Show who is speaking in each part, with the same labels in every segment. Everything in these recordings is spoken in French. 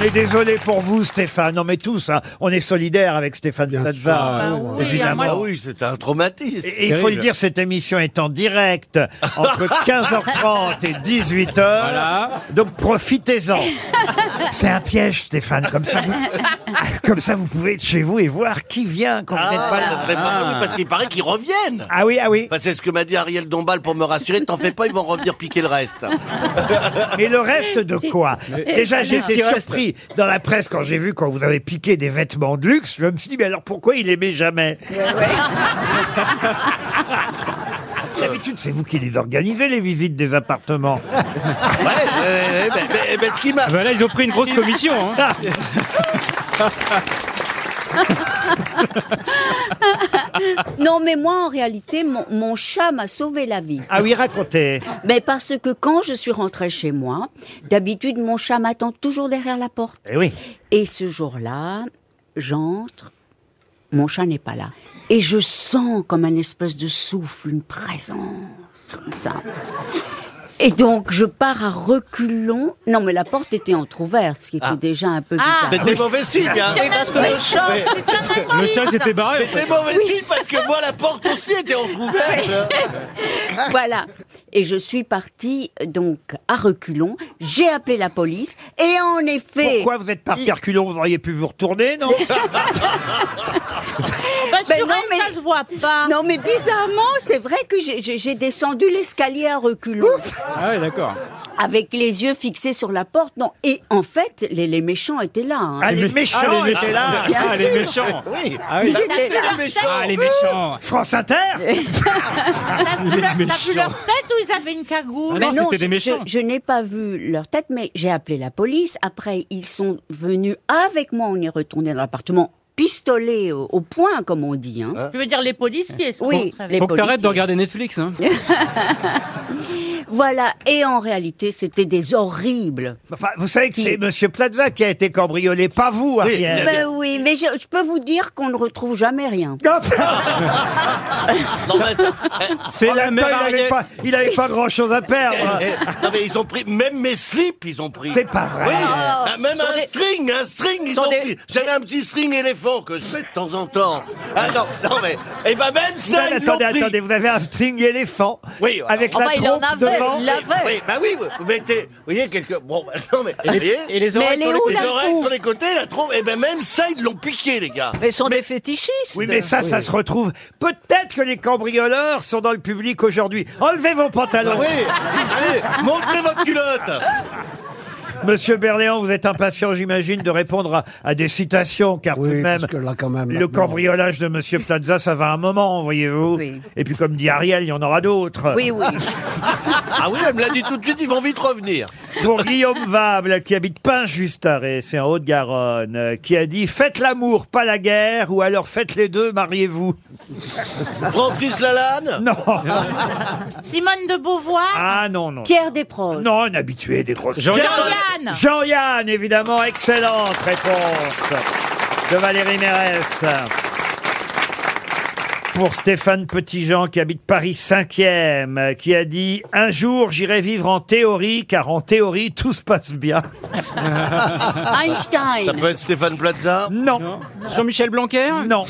Speaker 1: on est désolé pour vous, Stéphane. Non, mais tous, hein, on est solidaires avec Stéphane Plaza,
Speaker 2: Bah oui,
Speaker 1: évidemment.
Speaker 2: à
Speaker 3: Ah oui, c'était un traumatisme.
Speaker 1: Et il faut le dire, cette émission est en direct entre 15h30 et 18h. Donc profitez-en. C'est un piège, Stéphane. Comme ça, vous, comme ça, vous pouvez être chez vous et voir qui vient quand vous
Speaker 3: Ah,
Speaker 1: n'êtes pas là.
Speaker 3: ça serait pas mal, parce qu'il paraît qu'ils reviennent.
Speaker 1: Ah oui, ah oui.
Speaker 3: Enfin, c'est ce que m'a dit Ariel Dombal pour me rassurer. T'en fais pas, ils vont revenir piquer le reste.
Speaker 1: Mais le reste de quoi Déjà, j'ai été surpris dans la presse quand j'ai vu quand vous avez piqué des vêtements de luxe. Je me suis dit, mais alors pourquoi il aimait jamais D'habitude, c'est vous qui les organisez, les visites des appartements.
Speaker 3: Ouais, ouais, ouais, mais- mais- mais ce qui m'a.
Speaker 2: Bah là, ils ont pris une grosse commission. Hein.
Speaker 1: Ah,
Speaker 4: Non, mais moi, en réalité, mon, mon chat m'a sauvé la vie.
Speaker 1: ah oui, racontez.
Speaker 4: Mais parce que quand je suis rentrée chez moi, d'habitude, mon chat m'attend toujours derrière la porte.
Speaker 1: Eh oui.
Speaker 4: Et ce jour-là, j'entre, mon chat n'est pas là. Et je sens comme un espèce de souffle, une présence, comme ça. Et donc, je pars à reculons. Non, mais la porte était entrouverte, ce qui était déjà un peu bizarre.
Speaker 3: Ah. C'était mauvais signe, hein.
Speaker 2: Le chat s'était barré.
Speaker 3: C'était mauvais signe parce que moi, la porte aussi était entrouverte.
Speaker 4: Voilà. Et je suis partie, donc, à reculons. J'ai appelé la police. Et en effet.
Speaker 1: Pourquoi vous êtes parti à reculons Vous auriez pu vous retourner, non
Speaker 4: Oh, Ben non, mais, bah, ça se voit pas. Non, mais bizarrement, c'est vrai que j'ai- j'ai j'ai descendu l'escalier à reculons.
Speaker 2: Ah ouais, d'accord.
Speaker 4: Avec les yeux fixés sur la porte. Non. Et en fait, les, les méchants étaient là. hein.
Speaker 1: Ah, les méchants
Speaker 2: Ah, les
Speaker 1: étaient là.
Speaker 4: Bien
Speaker 2: Ah, les
Speaker 4: sûr.
Speaker 2: méchants.
Speaker 3: Oui.
Speaker 2: Ah, oui.
Speaker 4: Ils étaient là.
Speaker 2: Ah, les méchants.
Speaker 1: France Inter
Speaker 5: T'as vu, leur- t'as vu
Speaker 2: méchant.
Speaker 5: leur tête ou ils avaient une cagoule
Speaker 2: Ah non,
Speaker 4: Mais
Speaker 2: c'était
Speaker 4: je-
Speaker 2: des méchants.
Speaker 4: Je, je n'ai pas vu leur tête, mais j'ai appelé la police. Après, ils sont venus avec moi. On est retourné dans l'appartement, pistolet au, au point, comme on dit. hein.
Speaker 6: Ah.
Speaker 5: Tu veux dire les policiers sont
Speaker 4: Oui,
Speaker 5: rentrés.
Speaker 4: les
Speaker 2: Faut que t'arrêtes de
Speaker 4: policiers.
Speaker 2: regarder Netflix. Hein.
Speaker 4: Voilà. Et en réalité, c'était des horribles.
Speaker 1: Enfin, Ah, vous savez que c'est Monsieur Plaza qui a été cambriolé, pas vous, Ariel.
Speaker 4: Ben oui, mais je, je peux vous dire qu'on ne retrouve jamais rien.
Speaker 3: Non, mais,
Speaker 2: C'est
Speaker 1: En
Speaker 2: la
Speaker 1: même temps,
Speaker 2: même
Speaker 1: il avait
Speaker 2: Ariel.
Speaker 1: pas, il avait pas grand chose à perdre.
Speaker 3: eh, non, mais ils ont pris, même mes slips, ils ont pris.
Speaker 1: C'est pas vrai.
Speaker 3: Oui, ah, même un
Speaker 5: des-
Speaker 3: string, un string, ils
Speaker 5: sont
Speaker 3: ont
Speaker 5: des-
Speaker 3: pris. J'avais un petit string éléphant que je fais de temps en temps. Ah non, non mais, eh ben même
Speaker 1: Vous
Speaker 3: ça, ils
Speaker 1: avez-
Speaker 3: l'ont
Speaker 1: attendez,
Speaker 3: pris.
Speaker 1: attendez, vous avez un string éléphant
Speaker 3: Oui, voilà.
Speaker 1: avec la
Speaker 5: Enfin, Ah bah, il en
Speaker 1: trompe
Speaker 5: avait,
Speaker 1: devant.
Speaker 5: il l'avait.
Speaker 3: Oui, bah oui, vous vous mettez, vous voyez, quelque, bon, bah, non mais, vous voyez,
Speaker 2: Et les
Speaker 4: Mais
Speaker 2: oreilles
Speaker 4: elle
Speaker 2: sur
Speaker 4: est
Speaker 2: les-
Speaker 4: où
Speaker 3: les
Speaker 4: la
Speaker 3: oreilles
Speaker 4: trompe
Speaker 3: sur les côtés, la trompe, et ben même ça, ils l'ont piqué, les gars.
Speaker 5: Mais ils sont des fétichistes.
Speaker 1: Oui, mais ça, ça se retrouve. Peut-être que les cambrioleurs sont dans le public aujourd'hui. Enlevez vos pantalons.
Speaker 3: Oui, allez, montrez votre culotte.
Speaker 1: Monsieur Berléand, vous êtes impatient, j'imagine, de répondre à, à des citations, car tout de
Speaker 7: Oui,
Speaker 1: même,
Speaker 7: parce que là, quand même,
Speaker 1: le
Speaker 7: maintenant-
Speaker 1: cambriolage de Monsieur Plaza, ça va un moment, voyez-vous.
Speaker 4: Oui.
Speaker 1: Et puis, comme dit Ariel, il y en aura d'autres.
Speaker 4: Oui, oui.
Speaker 3: Ah oui, elle me l'a dit tout de suite, ils vont vite revenir.
Speaker 1: Pour Guillaume Vable, qui habite Pain-Justaré, c'est en Haute-Garonne, euh, qui a dit « Faites l'amour, pas la guerre, ou alors faites les deux, mariez-vous
Speaker 3: Francis Lalanne ».
Speaker 1: Non
Speaker 5: Simone de Beauvoir,
Speaker 1: Ah non, non.
Speaker 4: Pierre Desproges.
Speaker 1: Non, un habitué des grosses
Speaker 2: Jean-
Speaker 5: Jean-Yann,
Speaker 1: Jean-Yann, évidemment, excellente réponse de Valérie Mérès. Pour Stéphane Petitjean, qui habite Paris 5e, euh, qui a dit « Un jour, j'irai vivre en théorie, car en théorie, tout se passe bien.
Speaker 3: Ça
Speaker 4: Einstein.
Speaker 3: peut être Stéphane Plaza ».
Speaker 1: Non,
Speaker 2: Jean-Michel Blanquer
Speaker 1: non.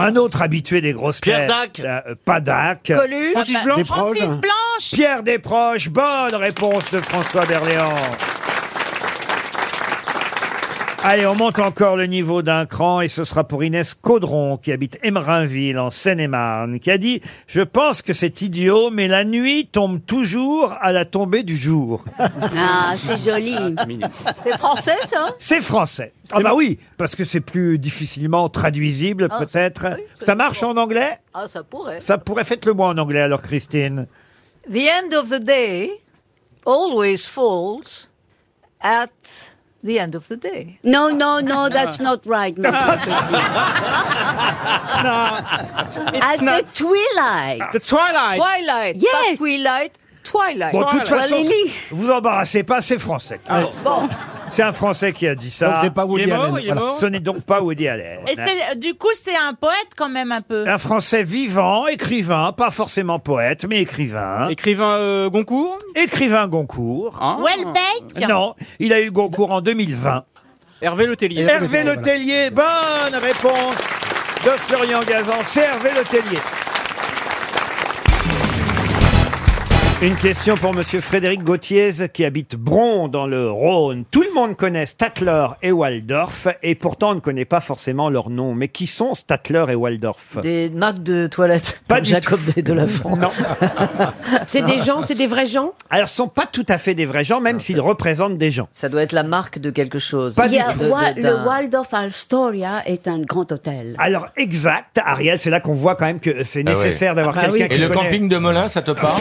Speaker 1: Un autre habitué des grosses
Speaker 3: Pierre
Speaker 1: têtes.
Speaker 3: Dac.
Speaker 1: euh, pas Dac.
Speaker 5: Coluche, Bah,
Speaker 2: Francis Blanche
Speaker 7: Des proches.
Speaker 5: Francis Blanche,
Speaker 1: Pierre Desproges, bonne réponse de François Berléand. Allez, on monte encore le niveau d'un cran et ce sera pour Inès Caudron qui habite Émerinville en Seine-et-Marne qui a dit « Je pense que c'est idiot, mais la nuit tombe toujours à la tombée du jour.
Speaker 4: Ah, c'est joli.
Speaker 5: c'est français ça ».
Speaker 1: C'est français. Ah bah oui, parce que c'est plus difficilement traduisible peut-être. Ça marche en anglais
Speaker 5: Ah, ça pourrait.
Speaker 1: Ça pourrait, faites-le moi en anglais alors Christine.
Speaker 5: The end of the day always falls at the end of the day.
Speaker 4: No, no, no, that's not right. no. Ah, At the twilight.
Speaker 2: The Twilight
Speaker 5: Twilight,
Speaker 4: Yes.
Speaker 5: pas Twilight, Twilight.
Speaker 8: Ah,
Speaker 1: Bon, de toute
Speaker 2: Voilà.
Speaker 1: façon,
Speaker 4: Valérie.
Speaker 1: vous embarrassez pas, c'est français.
Speaker 5: Bon,
Speaker 1: C'est un Français qui a dit ça.
Speaker 9: Donc c'est pas Woody
Speaker 10: Il est mort,
Speaker 9: Allen,
Speaker 10: il est
Speaker 9: voilà.
Speaker 10: mort.
Speaker 1: Ce n'est donc pas Woody Allen.
Speaker 6: Et c'est- euh, du coup, c'est un poète quand même un peu.
Speaker 1: Un Français vivant, écrivain, pas forcément poète, mais écrivain.
Speaker 10: Écrivain euh, Goncourt
Speaker 1: Écrivain Goncourt.
Speaker 10: Hein
Speaker 6: Welbeck
Speaker 1: Non, il a eu Goncourt en 2020.
Speaker 10: Hervé Le Tellier.
Speaker 1: Hervé Le Tellier, bonne réponse de Florian Gazan. C'est Hervé Le Tellier. Une question pour Monsieur Frédéric Gauthier qui habite Bron dans le Rhône. Tout le monde connaît Statler et Waldorf et pourtant on ne connaît pas forcément leur nom. Mais qui sont Statler et Waldorf
Speaker 11: Des marques de toilettes.
Speaker 1: Pas
Speaker 11: Comme
Speaker 1: du
Speaker 11: Jacob de, de la France.
Speaker 1: Non.
Speaker 8: C'est des gens, c'est des vrais gens
Speaker 1: Alors, ce sont pas tout à fait des vrais gens, même s'ils représentent des gens.
Speaker 11: Ça doit être la marque de quelque chose.
Speaker 1: Pas
Speaker 4: Il y a
Speaker 11: De- de-
Speaker 4: Wa-
Speaker 11: d'un-
Speaker 4: le Waldorf Astoria est un grand hôtel.
Speaker 1: Alors, exact, Ariel, c'est là qu'on voit quand même que c'est
Speaker 9: Ah oui.
Speaker 1: nécessaire
Speaker 11: bah
Speaker 1: d'avoir quelqu'un
Speaker 12: Et
Speaker 1: qui
Speaker 12: le
Speaker 1: connaît.
Speaker 12: camping de Melun, ça te parle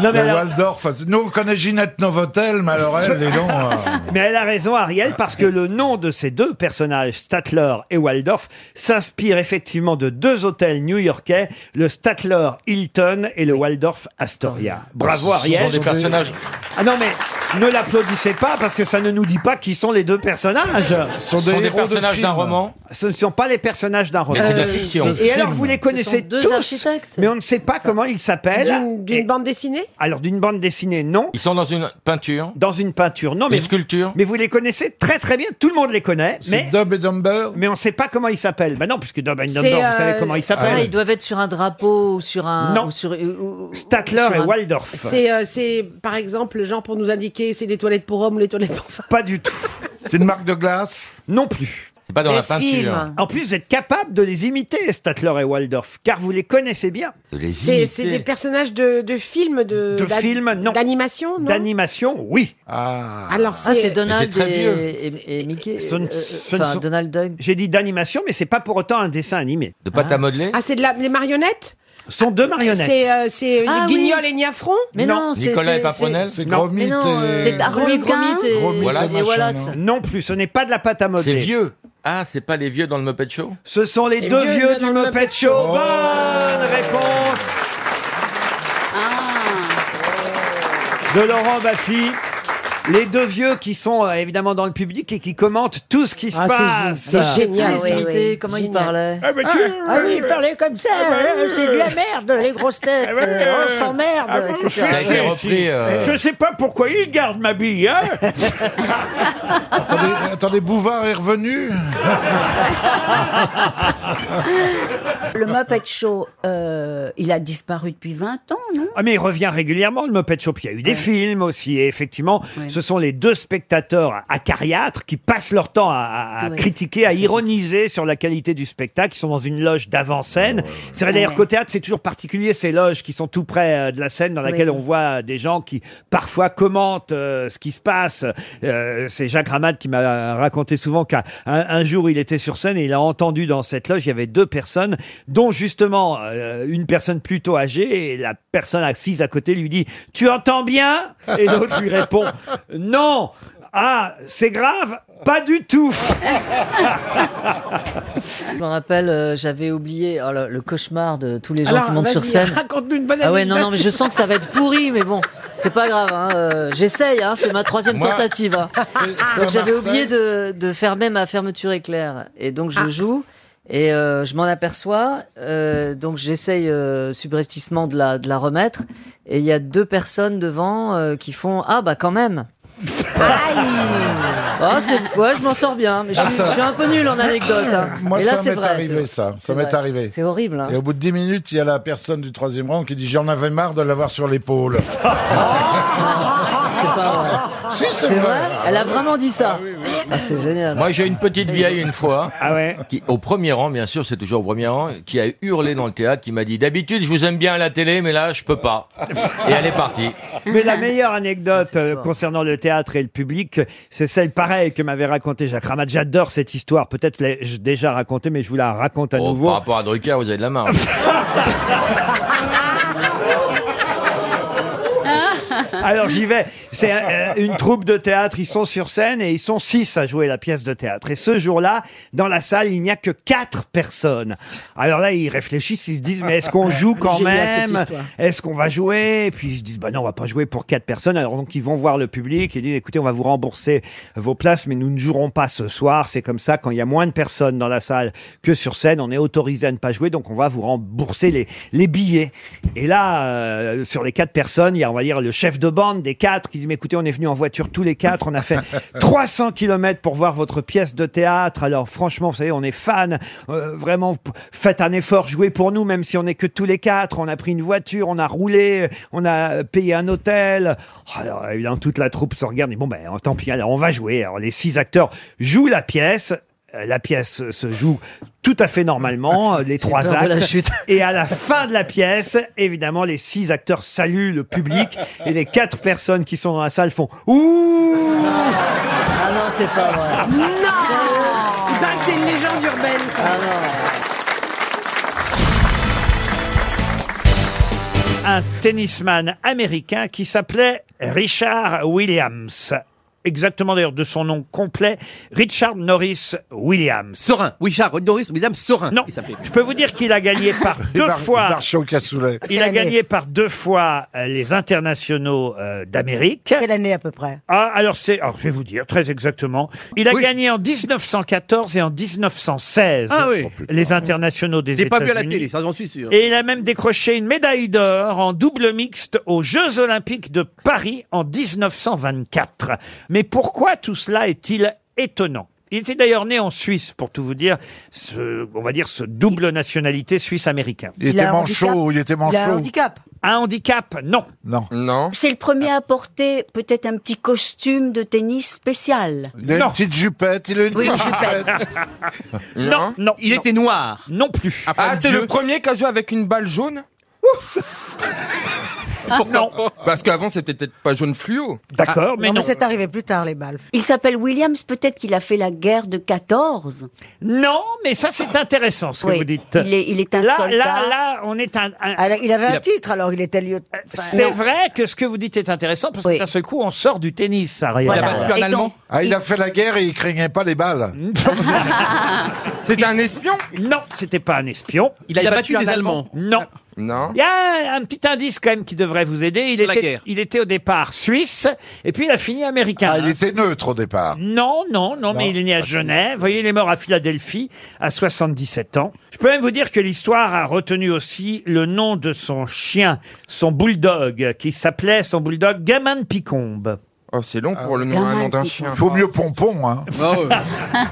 Speaker 1: Non, mais
Speaker 9: Le
Speaker 1: alors-
Speaker 9: Waldorf. Nous, on connaît Ginette Novotel, mais alors elle, les noms, euh,
Speaker 1: Mais elle a raison, Ariel, parce que le nom de ces deux personnages, Statler et Waldorf, s'inspire effectivement de deux hôtels new-yorkais, le Statler Hilton et le Waldorf Astoria. Bravo,
Speaker 12: Ce sont
Speaker 1: Ariel.
Speaker 12: des personnages.
Speaker 1: Ah non, mais ne l'applaudissez pas, parce que ça ne nous dit pas qui sont les deux personnages.
Speaker 9: sont
Speaker 12: Ce
Speaker 9: des,
Speaker 12: sont des
Speaker 9: héros de
Speaker 12: personnages
Speaker 9: films.
Speaker 12: d'un roman,
Speaker 1: Ce ne sont pas les personnages d'un
Speaker 12: mais
Speaker 1: roman.
Speaker 12: c'est de la fiction.
Speaker 1: Et alors, vous les connaissez
Speaker 11: sont deux
Speaker 1: tous,
Speaker 11: architectes.
Speaker 1: mais on ne sait pas comment ils s'appellent.
Speaker 8: D'une
Speaker 1: Et-
Speaker 8: d'une bande dessinée
Speaker 1: Alors, d'une bande dessinée, non.
Speaker 12: Ils sont dans une peinture,
Speaker 1: Dans une peinture, non. Mais,
Speaker 12: une sculpture.
Speaker 1: mais vous les connaissez très très bien. Tout le monde les connaît,
Speaker 9: C'est
Speaker 1: mais,
Speaker 9: Dub et Dumber.
Speaker 1: mais on ne sait pas comment ils s'appellent. Bah non, puisque Dumb and
Speaker 8: C'est,
Speaker 1: Dumber, vous
Speaker 8: euh,
Speaker 1: savez comment ils
Speaker 11: Ah,
Speaker 1: s'appellent.
Speaker 11: ils doivent être sur un drapeau ou sur un.
Speaker 1: Non.
Speaker 11: ou sur- ou- ou-
Speaker 1: Statler
Speaker 11: sur
Speaker 1: et
Speaker 11: un-
Speaker 1: Waldorf.
Speaker 8: C'est, euh, c'est, par exemple, genre pour nous indiquer, c'est les toilettes pour hommes ou les toilettes pour femmes.
Speaker 1: Pas du tout.
Speaker 9: C'est une marque de glace.
Speaker 1: Non plus.
Speaker 12: C'est pas dans la
Speaker 6: Des
Speaker 12: peinture.
Speaker 6: films.
Speaker 1: En plus, vous êtes capable de les imiter, Statler et Waldorf, car vous les connaissez bien.
Speaker 12: De les
Speaker 8: C'est, c'est
Speaker 12: imiter.
Speaker 8: des personnages de, de films, de,
Speaker 1: De
Speaker 8: d'a-
Speaker 1: films, non.
Speaker 8: d'animation, non
Speaker 1: D'animation, oui.
Speaker 9: Ah.
Speaker 8: Alors c'est,
Speaker 11: Ah, c'est
Speaker 12: c'est
Speaker 11: Donald
Speaker 12: très
Speaker 11: et,
Speaker 12: vieux.
Speaker 11: et- et Mickey.
Speaker 1: Ce ne-
Speaker 11: euh,
Speaker 1: ce ne
Speaker 11: enfin,
Speaker 1: sont-
Speaker 11: Donald Duck.
Speaker 1: J'ai dit d'animation, mais c'est pas pour autant un dessin animé.
Speaker 12: De pâte à modeler.
Speaker 8: ah, c'est de la, les marionnettes.
Speaker 1: Ce sont deux marionnettes.
Speaker 8: C'est, euh, c'est
Speaker 11: Ah, oui.
Speaker 8: Guignol et Niafron.
Speaker 11: Mais
Speaker 1: Non.
Speaker 11: non, c'est.
Speaker 12: Nicolas et
Speaker 11: c'est-
Speaker 12: Paprenel.
Speaker 9: C'est
Speaker 1: Non.
Speaker 11: Mais
Speaker 9: Gromit
Speaker 11: non, euh,
Speaker 9: et...
Speaker 11: c'est Arnaud
Speaker 6: Gromin.
Speaker 11: Gromit et,
Speaker 9: Gromit
Speaker 12: et
Speaker 11: et
Speaker 9: machin,
Speaker 11: Wallace.
Speaker 9: non.
Speaker 1: Non plus, ce n'est pas de la pâte à
Speaker 12: C'est
Speaker 1: modeler.
Speaker 12: vieux. Ah, c'est pas les vieux dans le Muppet Show
Speaker 1: Ce sont les, deux vieux, du Muppet Show. Bonne réponse
Speaker 4: Ah,
Speaker 1: de Laurent Baffy. Les deux vieux qui sont euh, évidemment dans le public et qui commentent tout ce qui se passe.
Speaker 8: C'est génial.
Speaker 11: Ah,
Speaker 8: ça.
Speaker 11: oui, oui. Comment il
Speaker 8: Génial.
Speaker 11: parlait
Speaker 1: Ah, bah, tu-
Speaker 11: comme ça, euh, c'est de la merde, les grosses têtes,
Speaker 1: Ah, bah, euh, on
Speaker 11: s'emmerde,
Speaker 1: ah, bah, etc.. je
Speaker 12: Ça a été
Speaker 1: c'est-
Speaker 12: repris. euh,
Speaker 1: Je sais pas pourquoi il garde ma bille, hein
Speaker 9: Attendez, attendez, Bouvard est revenu.
Speaker 11: Ah.
Speaker 4: le Muppet Show, euh, il a disparu depuis 20 ans, non
Speaker 1: Ah, mais il revient régulièrement, le Muppet Show. Puis Il y a eu des films aussi. Et effectivement, ce sont les deux spectateurs acariâtres qui passent leur temps à, à- à
Speaker 4: Ouais.
Speaker 1: critiquer, à ironiser sur la qualité du spectacle. Ils sont dans une loge
Speaker 7: Ah
Speaker 1: d'avant-scène. C'est vrai d'ailleurs
Speaker 4: Ah Ouais.
Speaker 1: qu'au théâtre, c'est toujours particulier ces loges qui sont tout près euh, de la scène dans laquelle
Speaker 4: Oui.
Speaker 1: on voit euh, des gens qui parfois commentent euh, ce qui se passe. Euh, c'est Jacques Ramad qui m'a raconté souvent qu'un un jour, il était sur scène et il a entendu dans cette loge, il y avait deux personnes, dont justement euh, une personne plutôt âgée et la personne assise à côté lui dit « Tu entends bien ?» Et l'autre lui répond « Non !» Ah, c'est grave Pas du tout
Speaker 11: Je me rappelle, euh, j'avais oublié oh, le, le cauchemar de tous les gens
Speaker 8: Alors,
Speaker 11: qui montent sur
Speaker 8: vas-y,
Speaker 11: scène.
Speaker 8: raconte-nous une bonne
Speaker 11: Ah
Speaker 8: anecdote.
Speaker 11: ouais, non, non, mais je sens que ça va être pourri, mais bon, c'est pas grave. Hein. euh, J'essaye, hein, c'est ma troisième
Speaker 12: Moi-
Speaker 11: tentative. hein.
Speaker 9: C'est- c'est à
Speaker 11: Donc j'avais oublié
Speaker 9: Marseille.
Speaker 11: de,
Speaker 9: Ah.
Speaker 11: de fermer ma fermeture éclair. Et donc je joue et euh, je m'en aperçois. euh, donc j'essaye euh, subrepticement de la, de la remettre. Et il y a deux personnes devant euh, qui font Ah bah quand même Ah, c'est- Ouais, je m'en sors bien. Mais je,
Speaker 9: Ah,
Speaker 11: suis-
Speaker 9: ça-
Speaker 11: je suis un peu nul en anecdote. hein.
Speaker 9: Moi,
Speaker 11: et là,
Speaker 9: ça
Speaker 11: c'est
Speaker 9: m'est
Speaker 11: vrai.
Speaker 9: arrivé,
Speaker 11: c'est-
Speaker 9: ça.
Speaker 11: c'est
Speaker 9: Ça m'est
Speaker 11: vrai.
Speaker 9: arrivé.
Speaker 11: C'est horrible. hein.
Speaker 9: Et au bout de 10 minutes, il y a la personne du troisième rang qui dit J'en avais marre de l'avoir sur l'épaule.
Speaker 1: Ah,
Speaker 11: C'est pas vrai.
Speaker 9: Ah, si,
Speaker 11: C'est vrai Elle a vraiment dit ça.
Speaker 9: oui,
Speaker 11: Ah, c'est génial.
Speaker 12: Moi, j'ai une petite vieille une fois.
Speaker 1: Ah ouais
Speaker 12: Qui, au premier rang, bien sûr, c'est toujours au premier rang, qui a hurlé dans le théâtre, qui m'a dit D'habitude, je vous aime bien à la télé, mais là, je peux pas. Et elle est partie.
Speaker 1: Mais la meilleure anecdote
Speaker 11: Ah. c'est
Speaker 1: euh,
Speaker 11: fort.
Speaker 1: concernant le théâtre et le public, c'est celle pareille que m'avait racontée Jacques Ramat. J'adore cette histoire. Peut-être l'ai-je déjà racontée, mais je vous la raconte à
Speaker 12: Oh,
Speaker 1: nouveau.
Speaker 12: par rapport à Drucker, vous avez de la marge.
Speaker 1: Alors j'y vais. C'est euh, une troupe de théâtre. Ils sont sur scène et ils sont six à jouer la pièce de théâtre. Et ce jour-là, dans la salle, il n'y a que quatre personnes. Alors là, ils réfléchissent, ils se disent mais est-ce qu'on joue quand
Speaker 13: Génial, cette
Speaker 1: même
Speaker 13: histoire.
Speaker 1: Est-ce qu'on va jouer Et puis ils se disent bah non, on va pas jouer pour quatre personnes. Alors donc ils vont voir le public et disent écoutez, on va vous rembourser vos places, mais nous ne jouerons pas ce soir. C'est comme ça quand il y a moins de personnes dans la salle que sur scène, on est autorisé à ne pas jouer, donc on va vous rembourser les les billets. Et là, euh, sur les quatre personnes, il y a on va dire le chef de bande des quatre qui dit mais écoutez, on est venu en voiture tous les quatre, on a fait 300 km pour voir votre pièce de théâtre. Alors franchement, vous savez, on est fan. Euh, vraiment, p- faites un effort, jouez pour nous, même si on n'est que tous les quatre. On a pris une voiture, on a roulé, on a payé un hôtel. Oh, Alors, évidemment, toute la troupe se regarde et bon, ben tant pis, alors on va jouer. Alors les six acteurs jouent la pièce. Euh, La pièce euh, se joue tout à fait normalement, euh, les trois
Speaker 11: peur de
Speaker 1: actes.
Speaker 11: la chute.
Speaker 1: Et à la fin de la pièce, évidemment, les six acteurs saluent le public et les quatre personnes qui sont dans la salle font Ouh
Speaker 11: Ah non, c'est pas vrai.
Speaker 13: Non Il paraît que c'est une légende urbaine,
Speaker 11: Ah
Speaker 13: ça.
Speaker 1: un tennisman américain qui s'appelait Richard Williams. Exactement d'ailleurs de son nom complet, Richard Norris Williams.
Speaker 9: Sorin, Richard Norris Williams Sorin.
Speaker 1: Non, je peux vous dire qu'il a gagné par deux fois.
Speaker 7: Marchand Cassoulet.
Speaker 1: Il a gagné par deux fois euh, les internationaux euh, d'Amérique.
Speaker 10: Quelle année à peu près
Speaker 1: Ah, alors c'est, alors je vais vous dire très exactement. Il a gagné en 1914 et en 1916
Speaker 9: Ah oui.
Speaker 1: les internationaux des
Speaker 9: J'ai
Speaker 1: États-Unis.
Speaker 9: pas vu à la télé, ça j'en suis sûr.
Speaker 1: Et il a même décroché une médaille d'or en double mixte aux Jeux Olympiques de Paris en 1924. Mais pourquoi tout cela est-il étonnant il était d'ailleurs né en Suisse, pour tout vous dire, ce, on va dire ce double nationalité suisse-américain.
Speaker 7: Il Il était a un manchot, handicap il était manchot. Il a un handicap
Speaker 1: Un handicap, non.
Speaker 7: Non.
Speaker 14: Non.
Speaker 4: C'est le premier à porter peut-être un petit costume de tennis spécial.
Speaker 7: Il a une petite jupette. Il a une
Speaker 4: Oui, une
Speaker 7: petite
Speaker 4: jupette.
Speaker 1: Non, non.
Speaker 9: Il était noir.
Speaker 1: Non plus.
Speaker 15: Ah, c'est le premier qui a joué avec une balle jaune
Speaker 1: Non.
Speaker 15: Parce qu'avant, c'était peut-être pas jaune fluo.
Speaker 1: D'accord,
Speaker 10: Ah, Non, mais c'est arrivé plus tard, les balles.
Speaker 4: Il s'appelle Williams, peut-être qu'il a fait la guerre de 14.
Speaker 1: Non, mais ça c'est intéressant ce que
Speaker 4: Oui,
Speaker 1: vous dites.
Speaker 4: il est- il est un
Speaker 1: là,
Speaker 4: soldat.
Speaker 1: Là, là, Ah, on est un. un-
Speaker 10: Alors, Ah, il avait un titre, alors il était lieu.
Speaker 1: C'est vrai que ce que vous dites est intéressant parce que d'un seul coup on sort du tennis, ça Ariel.
Speaker 10: Voilà. Il a battu un Et donc- Allemand
Speaker 7: Ah, il a fait la guerre et il craignait pas les balles.
Speaker 1: C'était un espion Non, c'était pas un espion.
Speaker 9: Il a Il a battu battu des un Allemands.
Speaker 1: Non.
Speaker 15: Non.
Speaker 1: Il y a un petit indice quand même qui devrait vous aider. Il,
Speaker 9: la
Speaker 1: était,
Speaker 9: guerre.
Speaker 1: il était au départ suisse et puis il a fini américain.
Speaker 7: Ah, il était neutre au départ.
Speaker 1: Non, non, non, mais
Speaker 7: Non.
Speaker 1: il est né à Genève. Vous voyez, il est mort à Philadelphie à 77 ans. Je peux même vous dire que l'histoire a retenu aussi le nom de son chien, son bulldog, qui s'appelait son bulldog Gamin de Picombe.
Speaker 15: Oh, c'est long
Speaker 7: Ah
Speaker 15: pour le nom, un nom d'un chien. Ah
Speaker 7: Faut mieux pompon, hein.
Speaker 1: Ah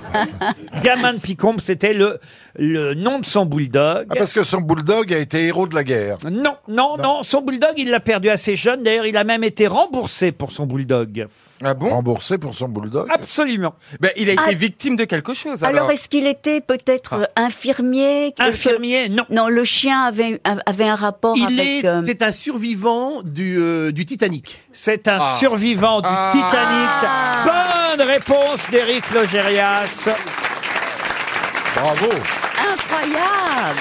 Speaker 1: Gamin de Picombe, c'était le, le nom de son bulldog.
Speaker 7: Ah, parce que son bulldog a été héros de la guerre.
Speaker 1: Non, non, non, son bulldog, il l'a perdu assez jeune. D'ailleurs, il a même été remboursé pour son bulldog.
Speaker 15: Ah bon
Speaker 7: Remboursé pour son bulldog.
Speaker 1: Absolument.
Speaker 15: ben, Il a été
Speaker 4: Ah.
Speaker 15: victime de quelque chose.
Speaker 4: Alors,
Speaker 15: Alors,
Speaker 4: est-ce qu'il était peut-être euh,
Speaker 10: Ah.
Speaker 4: infirmier que-
Speaker 1: Infirmier, non.
Speaker 4: Non, le chien avait, avait un rapport
Speaker 9: Il
Speaker 4: avec...
Speaker 9: est,
Speaker 4: euh,
Speaker 9: c'est un survivant du, euh, du Titanic.
Speaker 1: C'est un
Speaker 9: Ah.
Speaker 1: survivant du Titanic. Bonne réponse d'Éric Logérias.
Speaker 7: Bravo.
Speaker 4: Incroyable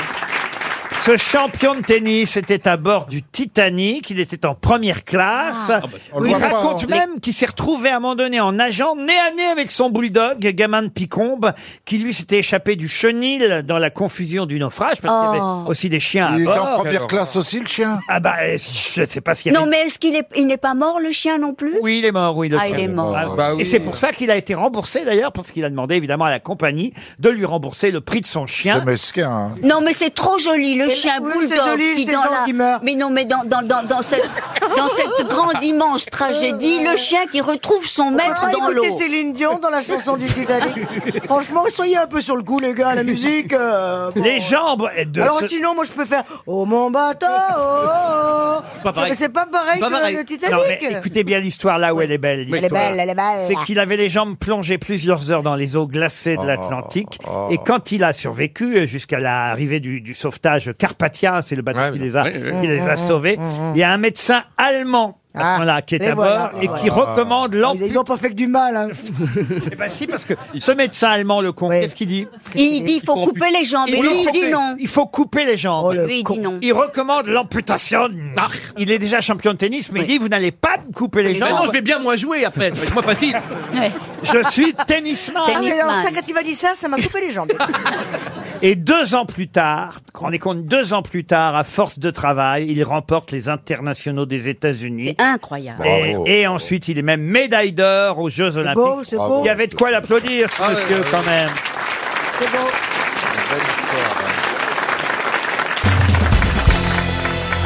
Speaker 1: Ce champion de tennis était à bord du Titanic, il était en première classe.
Speaker 7: Ah. bah, on le
Speaker 1: il
Speaker 7: voit pas,
Speaker 1: raconte
Speaker 7: hein.
Speaker 1: même qu'il s'est retrouvé à un moment donné en nageant, nez à nez avec son bulldog, gamin de Picombe, qui lui s'était échappé du chenil dans la confusion du naufrage, parce qu'il y avait
Speaker 4: Oh.
Speaker 1: aussi des chiens à
Speaker 7: Il est
Speaker 1: bord.
Speaker 7: en première classe aussi, le chien.
Speaker 1: Ah bah, euh, je sais pas s'il y avait...
Speaker 4: Non, mais est-ce qu'il est, il n'est pas mort, le chien, non plus
Speaker 1: Oui, il est mort, oui. le
Speaker 4: Ah,
Speaker 1: chien.
Speaker 4: il est mort.
Speaker 1: Ah,
Speaker 15: Bah
Speaker 1: Et
Speaker 15: oui.
Speaker 1: c'est pour ça qu'il a été remboursé d'ailleurs, parce qu'il a demandé évidemment à la compagnie de lui rembourser le prix de son chien.
Speaker 7: C'est mesquin, hein.
Speaker 4: Non, mais c'est trop joli, le
Speaker 10: Et-
Speaker 4: chien
Speaker 10: oui,
Speaker 4: bulldog
Speaker 10: c'est joli,
Speaker 4: qui
Speaker 10: ces
Speaker 4: dans
Speaker 10: gens
Speaker 4: la-
Speaker 10: qui meurent.
Speaker 4: Mais non, mais dans, dans, dans, dans cette, dans cette grande, immense tragédie, le chien qui retrouve son maître
Speaker 10: Faudra
Speaker 4: dans l'eau.
Speaker 10: écouter Céline Dion dans la chanson du Titanic. Franchement, soyez un peu sur le coup, les gars, la musique. euh, bon.
Speaker 1: Les jambes eh, de
Speaker 10: Alors
Speaker 1: ce-
Speaker 10: sinon, moi, je peux faire Oh mon bateau. oh, oh, oh.
Speaker 9: Pas pareil.
Speaker 10: Mais c'est pas
Speaker 4: Ah,
Speaker 10: pareil
Speaker 9: Pas
Speaker 10: que
Speaker 9: pareil.
Speaker 10: le
Speaker 1: Non, mais
Speaker 10: Titanic.
Speaker 1: écoutez bien l'histoire là où elle est belle.
Speaker 10: elle est
Speaker 1: l'histoire.
Speaker 10: belle, elle est belle. Oh,
Speaker 1: C'est qu'il avait les jambes plongées plusieurs heures dans les eaux glacées de l'Atlantique. Et quand il a survécu euh, jusqu'à l'arrivée du, du sauvetage Carpathia, c'est le bateau
Speaker 15: Ouais,
Speaker 1: qui,
Speaker 15: ouais.
Speaker 4: Mmh,
Speaker 1: les a,
Speaker 15: Ouais, ouais.
Speaker 1: qui les a sauvés, il y a un médecin allemand à ce moment-là, qui est
Speaker 8: les
Speaker 1: à
Speaker 8: voilà,
Speaker 1: bord
Speaker 8: les
Speaker 1: et qui
Speaker 8: voilà.
Speaker 1: recommande l'ampute.
Speaker 8: Ils ont pas fait que du mal. Hein.
Speaker 1: Eh ben si, parce que ce médecin allemand, le con, qu'est-ce qu'il dit
Speaker 4: Il dit, faut couper les jambes. Et
Speaker 1: dit,
Speaker 4: lui, il
Speaker 1: couper-
Speaker 4: dit non.
Speaker 1: Il faut couper les jambes.
Speaker 4: Lui, il dit non.
Speaker 1: Il recommande l'amputation. Ah, Il est déjà champion de tennis, mais il dit, vous n'allez pas me couper les jambes.
Speaker 16: non, je vais bien moins jouer après, c'est moins facile.
Speaker 1: Je suis tennisman.
Speaker 8: Ah, mais alors ça, quand il m'a dit ça, ça m'a coupé les jambes.
Speaker 1: Et deux ans plus tard, on est compte, deux ans plus tard, à force de travail, il remporte les internationaux des États-Unis.
Speaker 4: C'est incroyable.
Speaker 1: Et, et ensuite, il est même médaille d'or aux Jeux Olympiques.
Speaker 8: beau, c'est beau.
Speaker 1: Il y avait de quoi l'applaudir, ce
Speaker 8: Ah ouais,
Speaker 1: monsieur,
Speaker 8: ouais,
Speaker 1: quand même.
Speaker 8: C'est bon.